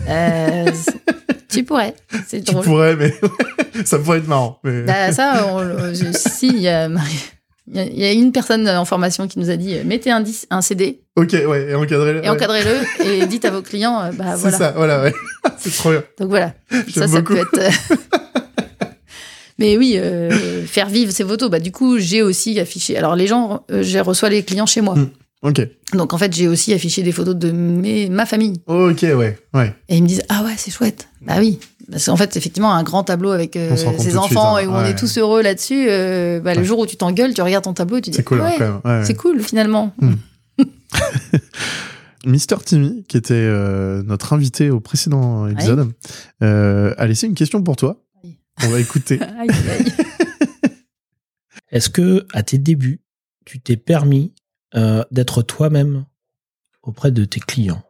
Speaker 1: Euh, c'est- tu pourrais. C'est
Speaker 2: Tu
Speaker 1: drôle.
Speaker 2: pourrais, mais ça pourrait être marrant. Mais...
Speaker 1: Bah, ça, on- euh, je- si, il y a Marie- il y a- il y a une personne en formation qui nous a dit euh, mettez un, dis- un CD
Speaker 2: Ok, ouais, et encadrer.
Speaker 1: et encadrez-le et dites à vos clients euh, bah
Speaker 2: C'est
Speaker 1: voilà.
Speaker 2: ça, voilà, ouais. c'est trop bien.
Speaker 1: Donc voilà, ça,
Speaker 2: J'aime
Speaker 1: ça
Speaker 2: beaucoup.
Speaker 1: peut être. euh, Mais oui, euh, faire vivre ces photos. Bah, du coup, j'ai aussi affiché. Alors, les gens, euh, je reçois les clients chez moi.
Speaker 2: Mm. Ok,
Speaker 1: Donc, en fait, j'ai aussi affiché des photos de mes, ma famille.
Speaker 2: ok, ouais, ouais.
Speaker 1: Et ils me disent Ah ouais, c'est chouette. Bah oui. Parce qu'en fait, effectivement, un grand tableau avec euh,
Speaker 2: On se rend compte tout
Speaker 1: ses
Speaker 2: de suite,
Speaker 1: enfants
Speaker 2: hein.
Speaker 1: et où on
Speaker 2: Ouais.
Speaker 1: est tous heureux là-dessus. euh, bah,
Speaker 2: Ouais.
Speaker 1: Le jour où tu t'engueules, tu regardes ton tableau et tu dis
Speaker 2: C'est cool, hein,
Speaker 1: Ouais,
Speaker 2: quand même. Hmm. ouais, ouais.
Speaker 1: C'est cool, finalement.
Speaker 2: Mister Timmy, qui était euh, notre invité au précédent épisode, euh, a laissé une question pour toi.
Speaker 1: Oui.
Speaker 2: On va écouter.
Speaker 1: Aïe, aïe, aïe.
Speaker 4: Est-ce que, à tes débuts, tu t'es permis euh, d'être toi-même auprès de tes clients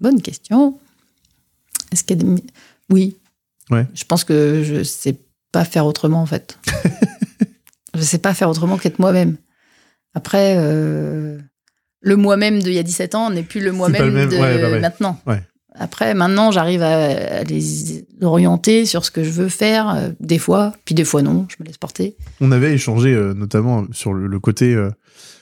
Speaker 1: Bonne question. Est-ce qu'il y a des mi- Oui.
Speaker 2: Ouais.
Speaker 1: Je pense que je sais pas faire autrement, en fait. je sais pas faire autrement qu'être moi-même. Après, euh, le moi-même d'il y a 17 ans n'est plus le
Speaker 2: pas le
Speaker 1: moi-même
Speaker 2: même,
Speaker 1: de
Speaker 2: ouais, bah ouais.
Speaker 1: maintenant.
Speaker 2: Ouais.
Speaker 1: Après, maintenant, j'arrive à, à les orienter sur ce que je veux faire, euh, des fois, puis des fois non, je me laisse porter.
Speaker 2: On avait échangé euh, notamment sur le, le côté euh,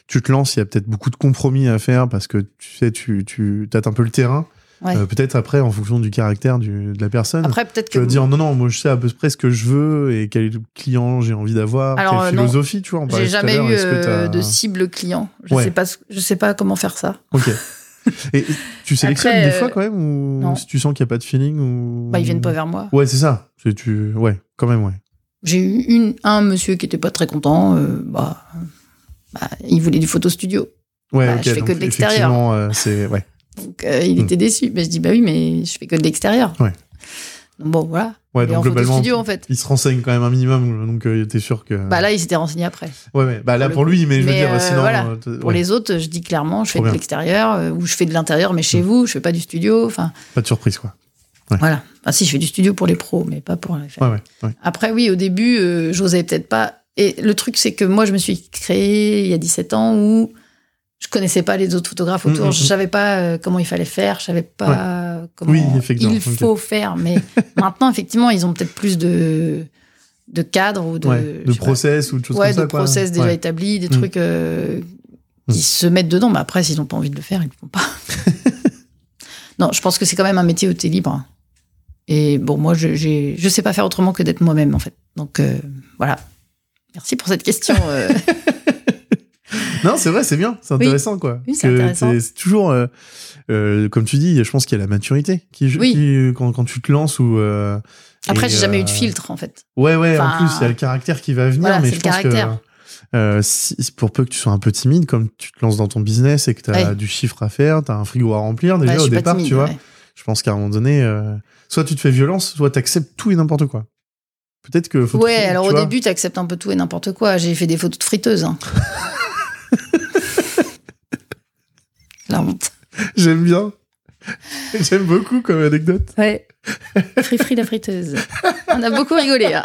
Speaker 2: tu te lances, il y a peut-être beaucoup de compromis à faire parce que tu sais, tu, tu tâtes un peu le terrain.
Speaker 1: Ouais.
Speaker 2: Euh, peut-être après, en fonction du caractère du- de la personne,
Speaker 1: Après, peut-être
Speaker 2: Ah. tu
Speaker 1: que
Speaker 2: vas dire non, non, moi je sais à peu près ce que je veux et quel client j'ai envie d'avoir,
Speaker 1: Alors,
Speaker 2: quelle
Speaker 1: euh, non.
Speaker 2: philosophie, tu vois. on parlait
Speaker 1: j'ai
Speaker 2: bah, tout à
Speaker 1: jamais
Speaker 2: l'heure,
Speaker 1: eu
Speaker 2: est-ce que
Speaker 1: euh,
Speaker 2: t'as-
Speaker 1: de cible client. Je
Speaker 2: Ouais.
Speaker 1: sais pas, ce- je sais pas comment faire ça.
Speaker 2: Ok. Et et tu sélectionnes
Speaker 1: Après,
Speaker 2: des
Speaker 1: euh,
Speaker 2: fois quand même ou
Speaker 1: non.
Speaker 2: si tu sens qu'il n'y a pas de feeling ou.
Speaker 1: Bah, ils
Speaker 2: Mmh.
Speaker 1: viennent pas vers moi.
Speaker 2: Ouais, c'est ça. C'est tu. Ouais, quand même, ouais.
Speaker 1: J'ai eu une, un monsieur qui était pas très content. euh, bah, bah, il voulait du photo studio.
Speaker 2: Ouais,
Speaker 1: Bah,
Speaker 2: ok,
Speaker 1: je fais
Speaker 2: donc
Speaker 1: que de l'extérieur.
Speaker 2: effectivement, euh, c'est ouais.
Speaker 1: Donc, euh, il
Speaker 2: Hmm.
Speaker 1: était déçu. Mais je dis bah oui, mais je fais que de l'extérieur.
Speaker 2: Ouais.
Speaker 1: Donc, bon, voilà. Il
Speaker 2: Ouais,
Speaker 1: est
Speaker 2: donc
Speaker 1: en photo
Speaker 2: globalement, euh,
Speaker 1: studio en fait.
Speaker 2: il se renseigne quand même un minimum, donc euh, t'es sûr que.
Speaker 1: Bah là, il s'était renseigné après.
Speaker 2: ouais, ouais. Bah là
Speaker 1: pour
Speaker 2: pour lui, mais je veux
Speaker 1: Mais,
Speaker 2: dire,
Speaker 1: euh,
Speaker 2: sinon.
Speaker 1: voilà.
Speaker 2: euh, t-
Speaker 1: Pour
Speaker 2: ouais,
Speaker 1: les autres, je dis clairement, je fais
Speaker 2: Trop
Speaker 1: de
Speaker 2: bien. Hmm.
Speaker 1: l'extérieur euh, ou je fais de l'intérieur, mais chez vous, je fais pas du studio. Enfin,
Speaker 2: Pas de surprise, quoi.
Speaker 1: voilà. Enfin, si, je fais du studio pour les pros, mais pas pour les fans.
Speaker 2: Ouais, ouais. ouais.
Speaker 1: Après, oui, au début, euh, j'osais peut-être pas. Et le truc, c'est que moi, je me suis créée il y a 17 ans où je connaissais pas les autres photographes
Speaker 2: Mm,
Speaker 1: autour.
Speaker 2: mm,
Speaker 1: Je
Speaker 2: mm.
Speaker 1: savais pas euh, comment il fallait faire. Je savais pas euh, comment
Speaker 2: Oui, effectivement,
Speaker 1: il
Speaker 2: ok.
Speaker 1: faut faire. Mais maintenant, effectivement, ils ont peut-être plus de, de cadres ou de,
Speaker 2: Ouais,
Speaker 1: je
Speaker 2: de
Speaker 1: sais pas.
Speaker 2: process ou de choses
Speaker 1: Ouais,
Speaker 2: comme
Speaker 1: de
Speaker 2: ça. quoi.
Speaker 1: process déjà
Speaker 2: Ouais.
Speaker 1: établis, des
Speaker 2: Mm.
Speaker 1: trucs euh, qui
Speaker 2: Mm.
Speaker 1: se mettent dedans. Mais après, s'ils n'ont pas envie de le faire, ils ne le font pas. non, je pense que c'est quand même un métier où tu es libre. hein. Et bon, moi, je j'ai- je sais pas faire autrement que d'être moi-même, en fait. Donc, euh, voilà. Merci pour cette question. euh.
Speaker 2: Non, c'est vrai, c'est bien, c'est
Speaker 1: Oui.
Speaker 2: intéressant, quoi.
Speaker 1: Oui, c'est
Speaker 2: Que
Speaker 1: intéressant.
Speaker 2: t'es- C'est toujours, euh, euh, comme tu dis, je pense qu'il y a la maturité qui,
Speaker 1: Oui.
Speaker 2: qui- quand, quand tu te lances ou. euh,
Speaker 1: Après,
Speaker 2: et,
Speaker 1: j'ai jamais eu de
Speaker 2: euh,
Speaker 1: filtre, en fait.
Speaker 2: Ouais, ouais, en
Speaker 1: Enfin,
Speaker 2: plus, il y a le caractère qui va venir,
Speaker 1: voilà,
Speaker 2: mais
Speaker 1: c'est
Speaker 2: je
Speaker 1: le
Speaker 2: pense
Speaker 1: caractère.
Speaker 2: que euh, si- pour peu que tu sois un peu timide, comme tu te lances dans ton business et que tu as
Speaker 1: Ouais.
Speaker 2: du chiffre à faire, tu as un frigo à remplir déjà
Speaker 1: Ouais, je
Speaker 2: au
Speaker 1: suis pas
Speaker 2: départ,
Speaker 1: timide,
Speaker 2: tu vois,
Speaker 1: ouais.
Speaker 2: je pense qu'à un moment donné, euh, soit tu te fais violence, soit tu acceptes tout et n'importe quoi. Peut-être que faut
Speaker 1: Ouais,
Speaker 2: tu
Speaker 1: alors au
Speaker 2: vois.
Speaker 1: début, tu acceptes un peu tout et n'importe quoi. J'ai fait des photos de friteuses. hein. La honte.
Speaker 2: J'aime bien. J'aime beaucoup comme anecdote.
Speaker 1: Ouais. Frifri la friteuse. On a beaucoup rigolé. hein.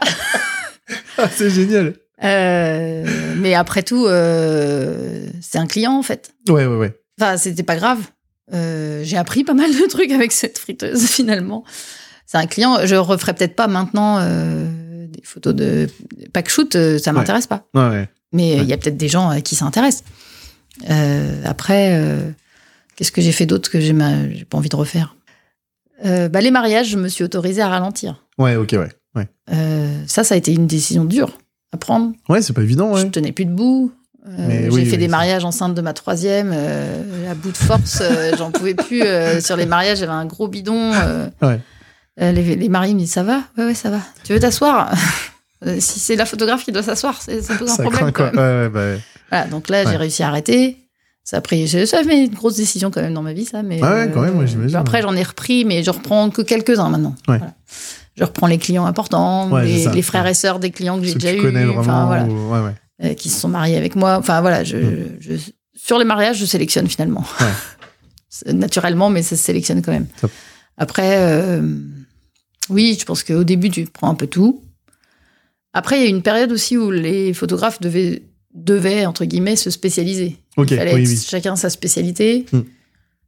Speaker 2: Ah, c'est génial.
Speaker 1: Euh, mais après tout, euh, c'est un client en fait.
Speaker 2: Ouais, ouais, ouais.
Speaker 1: Enfin, c'était pas grave. Euh, j'ai appris pas mal de trucs avec cette friteuse finalement. C'est un client. Je referai peut-être pas maintenant euh, des photos de pack shoot. euh, Ça m'intéresse pas.
Speaker 2: Ouais, ouais.
Speaker 1: Mais euh, il
Speaker 2: Ouais.
Speaker 1: y a peut-être des gens à qui ça intéresse. Euh, après, euh, qu'est-ce que j'ai fait d'autre que j'ai ma- j'ai pas envie de refaire Euh, bah, Les mariages, je me suis autorisée à ralentir.
Speaker 2: Ouais, ok, ouais. Ouais,
Speaker 1: Euh, ça, ça a été une décision dure à prendre.
Speaker 2: ouais c'est pas évident,
Speaker 1: Je
Speaker 2: ouais.
Speaker 1: tenais plus debout. Euh,
Speaker 2: Mais
Speaker 1: j'ai
Speaker 2: oui,
Speaker 1: fait
Speaker 2: oui,
Speaker 1: des
Speaker 2: ça-
Speaker 1: mariages enceintes de ma troisième, euh, à bout de force, euh, j'en pouvais plus. euh, sur les mariages, j'avais un gros bidon. euh,
Speaker 2: Ouais.
Speaker 1: euh, les, les mariés me disent ça va, ouais ouais ça va. Tu veux t'asseoir Euh, Si c'est la photographe qui doit s'asseoir, c'est- ça pose un
Speaker 2: Ça
Speaker 1: problème.
Speaker 2: craint,
Speaker 1: quand
Speaker 2: quoi.
Speaker 1: même.
Speaker 2: Ouais, ouais, bah, ouais.
Speaker 1: Voilà, donc là,
Speaker 2: Ouais.
Speaker 1: j'ai réussi à arrêter. Ça a pris, je- ça a fait une grosse décision quand même dans ma vie, ça. Mais euh, bah,
Speaker 2: Ouais, ouais, quand même, ouais, j'imagine,
Speaker 1: Après,
Speaker 2: ouais.
Speaker 1: j'en ai repris, mais je reprends que quelques-uns maintenant.
Speaker 2: Ouais.
Speaker 1: Voilà. Je reprends les clients importants,
Speaker 2: Ouais, c'est
Speaker 1: les,
Speaker 2: ça.
Speaker 1: les frères et sœurs des clients que j'ai
Speaker 2: Ceux que
Speaker 1: déjà
Speaker 2: tu
Speaker 1: eu,
Speaker 2: connais vraiment.
Speaker 1: enfin, voilà,
Speaker 2: ou- Ouais, ouais.
Speaker 1: euh, qui se sont mariés avec moi. Enfin voilà, je, je- sur les mariages, je sélectionne finalement.
Speaker 2: Hmm. Ouais.
Speaker 1: C'est Naturellement, mais ça se sélectionne quand même.
Speaker 2: Top.
Speaker 1: Après, euh, oui, je pense qu'au début, tu prends un peu tout. Après, il y a une période aussi où les photographes devaient, devaient entre guillemets, se spécialiser.
Speaker 2: Ok,
Speaker 1: Il fallait
Speaker 2: oui,
Speaker 1: être
Speaker 2: oui.
Speaker 1: chacun sa spécialité.
Speaker 2: Hmm.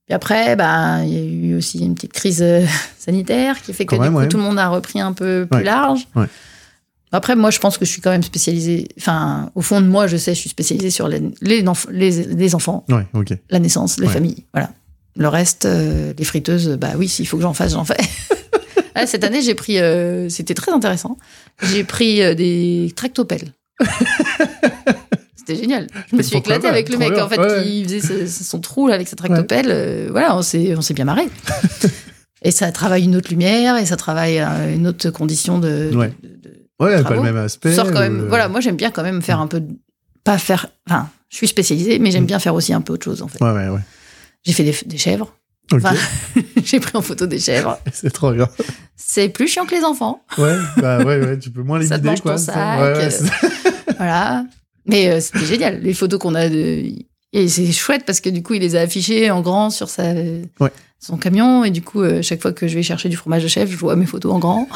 Speaker 1: Puis après, ben, il y a eu aussi une petite crise euh, sanitaire qui fait que
Speaker 2: Quand
Speaker 1: du
Speaker 2: même,
Speaker 1: coup,
Speaker 2: ouais.
Speaker 1: tout le monde a repris un peu plus
Speaker 2: Ouais.
Speaker 1: large.
Speaker 2: Ouais.
Speaker 1: Après, moi, je pense que je suis quand même spécialisée. Enfin, au fond de moi, je sais, je suis spécialisée sur les, les, enf- les- les enfants,
Speaker 2: Ouais, ok.
Speaker 1: la naissance, les
Speaker 2: Ouais.
Speaker 1: familles. Voilà. Le reste, euh, les friteuses, bah oui, s'il faut que j'en fasse, j'en fais. Ah, Cette année, j'ai pris. euh, C'était très intéressant. J'ai pris euh, des tractopelles. C'était génial. Je me
Speaker 2: Mais
Speaker 1: suis
Speaker 2: pourquoi
Speaker 1: éclatée
Speaker 2: pas
Speaker 1: avec le
Speaker 2: Trop
Speaker 1: mec
Speaker 2: bien,
Speaker 1: en fait
Speaker 2: ouais.
Speaker 1: qui faisait ce- ce- son trou là, avec sa tractopelle. Euh, voilà, on s'est on s'est bien marré. et ça travaille une autre lumière et ça travaille euh, une autre condition de.
Speaker 2: Ouais. euh,
Speaker 1: de- de-
Speaker 2: Ouais, pas
Speaker 1: Travaux.
Speaker 2: le même
Speaker 1: tu
Speaker 2: aspect.
Speaker 1: sors quand même.
Speaker 2: ou le-
Speaker 1: Voilà, moi j'aime bien quand même faire un peu. de- Pas faire. Enfin, je suis spécialisée, mais j'aime
Speaker 2: Mm.
Speaker 1: bien faire aussi un peu autre chose en fait.
Speaker 2: Ouais, ouais, ouais.
Speaker 1: J'ai fait des, des chèvres.
Speaker 2: Ok,
Speaker 1: Enfin, j'ai pris en photo des chèvres.
Speaker 2: c'est trop bien.
Speaker 1: C'est plus chiant que les enfants.
Speaker 2: Ouais, bah ouais, ouais, tu peux moins les
Speaker 1: Ça te
Speaker 2: guider,
Speaker 1: mange
Speaker 2: quoi.
Speaker 1: ton
Speaker 2: ça.
Speaker 1: sac,
Speaker 2: Ouais, ouais,
Speaker 1: euh,
Speaker 2: c'est ça.
Speaker 1: Voilà. Mais euh, c'était génial. Les photos qu'on a de. Et c'est chouette parce que du coup, il les a affichées en grand sur sa, son camion. Et du coup, euh, chaque fois que je vais chercher du fromage de chèvre, je vois mes photos en grand.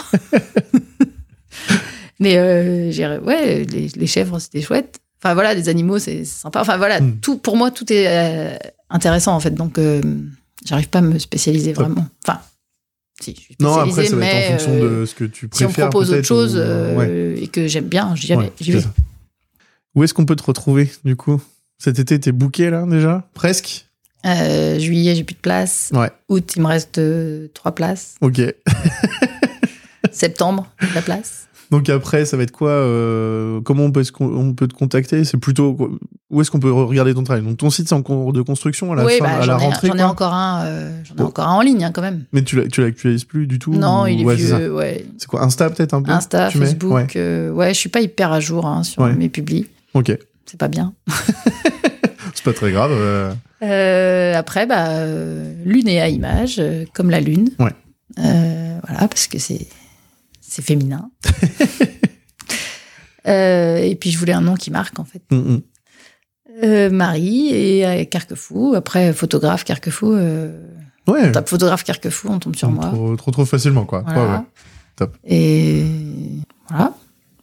Speaker 1: Mais euh, j'ai- ouais, les, les chèvres, c'était chouette. Enfin voilà, les animaux, c'est c'est sympa. Enfin voilà,
Speaker 2: Hmm.
Speaker 1: tout, pour moi, tout est euh, intéressant en fait. Donc, euh, j'arrive pas à me spécialiser
Speaker 2: Top.
Speaker 1: vraiment. Enfin, si, je suis
Speaker 2: Non,
Speaker 1: spécialisée,
Speaker 2: après, ça va être en
Speaker 1: mais,
Speaker 2: fonction
Speaker 1: euh,
Speaker 2: de ce que tu
Speaker 1: si
Speaker 2: préfères.
Speaker 1: on propose autre
Speaker 2: peut-être,
Speaker 1: chose
Speaker 2: ou-
Speaker 1: euh,
Speaker 2: ouais,
Speaker 1: et que j'aime bien, j'y vais.
Speaker 2: ouais,
Speaker 1: j'y
Speaker 2: c'est
Speaker 1: vais.
Speaker 2: ça. Où est-ce qu'on peut te retrouver, du coup Cet été, t'es booké, là, déjà Presque
Speaker 1: Euh, juillet, j'ai plus de place.
Speaker 2: Ouais.
Speaker 1: Août, il me reste euh, trois places.
Speaker 2: Ok.
Speaker 1: Septembre, de la place.
Speaker 2: Donc après, ça va être quoi euh, Comment on peut, se con- on peut te contacter C'est plutôt quoi- où est-ce qu'on peut regarder ton travail Donc ton site c'est en cours de construction à Oh, la
Speaker 1: oui,
Speaker 2: fin,
Speaker 1: bah,
Speaker 2: à la
Speaker 1: j'en ai,
Speaker 2: rentrée.
Speaker 1: j'en ai
Speaker 2: quoi
Speaker 1: encore un, euh, j'en ai
Speaker 2: Bon.
Speaker 1: encore un en ligne hein, quand même.
Speaker 2: Mais tu l'a- tu l'actualises plus du tout
Speaker 1: non,
Speaker 2: ou-
Speaker 1: il est
Speaker 2: ouais, c'est ça.
Speaker 1: vieux, ouais.
Speaker 2: C'est quoi Insta peut-être un peu
Speaker 1: Insta,
Speaker 2: tu mets
Speaker 1: Facebook, euh,
Speaker 2: Ouais.
Speaker 1: ouais. je suis pas hyper à jour hein, sur
Speaker 2: Ouais.
Speaker 1: mes publis.
Speaker 2: Ok.
Speaker 1: C'est pas bien.
Speaker 2: C'est pas très grave. euh,
Speaker 1: Euh, après, bah, euh, Lunéa Image, euh, comme la lune.
Speaker 2: Ouais.
Speaker 1: Euh, voilà, parce que c'est c'est féminin. Euh, et puis je voulais un nom qui marque en fait.
Speaker 2: mm, mm.
Speaker 1: Euh, Marie et euh, Carquefou. Après photographe Carquefou. Euh,
Speaker 2: Ouais.
Speaker 1: on tape photographe Carquefou, on tombe sur
Speaker 2: On
Speaker 1: moi.
Speaker 2: te re- te retrouve facilement quoi.
Speaker 1: Voilà.
Speaker 2: Ouais, ouais. Top.
Speaker 1: Et voilà.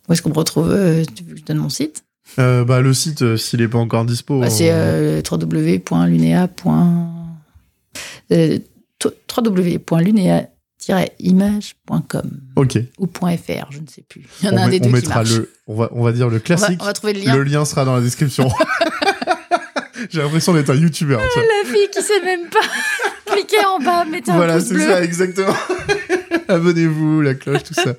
Speaker 1: Où est-ce qu'on me retrouve euh, Tu veux que je donne mon site
Speaker 2: Euh, bah le site euh, s'il est pas encore dispo.
Speaker 1: Bah,
Speaker 2: on-
Speaker 1: C'est euh, www.lunea. euh, www.lunea-image.com
Speaker 2: Ok.
Speaker 1: ou .fr, je ne sais plus. Il y en
Speaker 2: On,
Speaker 1: a un
Speaker 2: met-
Speaker 1: des
Speaker 2: on
Speaker 1: deux qui
Speaker 2: mettra
Speaker 1: marche.
Speaker 2: le. On va on va dire le
Speaker 1: On va,
Speaker 2: classique.
Speaker 1: on va trouver le lien.
Speaker 2: Le lien sera dans la description. J'ai l'impression d'être un youtubeur. tu vois.
Speaker 1: La fille qui sait même pas cliquer en bas, mettez
Speaker 2: Voilà, c'est ça, exactement. Abonnez-vous, la cloche, tout ça.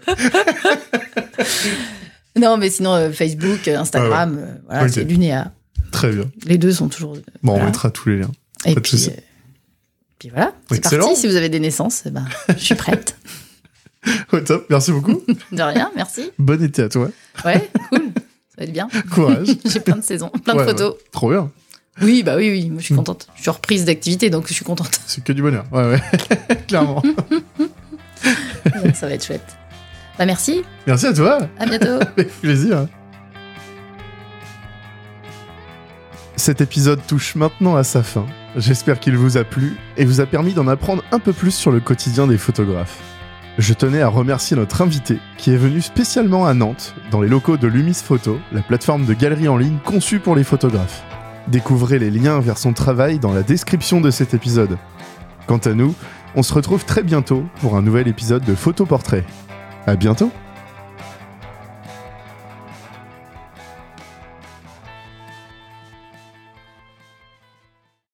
Speaker 1: Non, mais sinon, euh, Facebook, euh, Instagram, euh, voilà,
Speaker 2: Ah Ok.
Speaker 1: c'est Lunéa.
Speaker 2: Très bien.
Speaker 1: Les deux sont toujours.
Speaker 2: Bon, on
Speaker 1: Voilà.
Speaker 2: mettra tous les liens.
Speaker 1: Et
Speaker 2: de
Speaker 1: puis,
Speaker 2: souci.
Speaker 1: euh, puis voilà, c'est
Speaker 2: Excellent.
Speaker 1: parti. Si vous avez des naissances, eh ben, je suis prête.
Speaker 2: Au top, merci beaucoup.
Speaker 1: De rien, merci.
Speaker 2: bon été à toi.
Speaker 1: Ouais, cool. Ça va être bien.
Speaker 2: Courage.
Speaker 1: J'ai plein de saisons, plein
Speaker 2: Ouais,
Speaker 1: de photos.
Speaker 2: Trop bien.
Speaker 1: Oui, bah oui, oui, moi je suis contente. Je suis reprise d'activité, donc je suis contente.
Speaker 2: C'est que du bonheur. Ouais, ouais. Clairement.
Speaker 1: Ça va être chouette. Bah merci,
Speaker 2: Merci à toi.
Speaker 1: à bientôt.
Speaker 2: Avec plaisir.
Speaker 3: Cet épisode touche maintenant à sa fin. J'espère qu'il vous a plu et vous a permis d'en apprendre un peu plus sur le quotidien des photographes.
Speaker 2: Je tenais à remercier notre invité qui est venu spécialement à Nantes, dans les locaux de Lumis Photo, la plateforme de galerie en ligne conçue pour les photographes. Découvrez les liens vers son travail dans la description de cet épisode. Quant à nous, on se retrouve très bientôt pour un nouvel épisode de Photoportrait. À bientôt!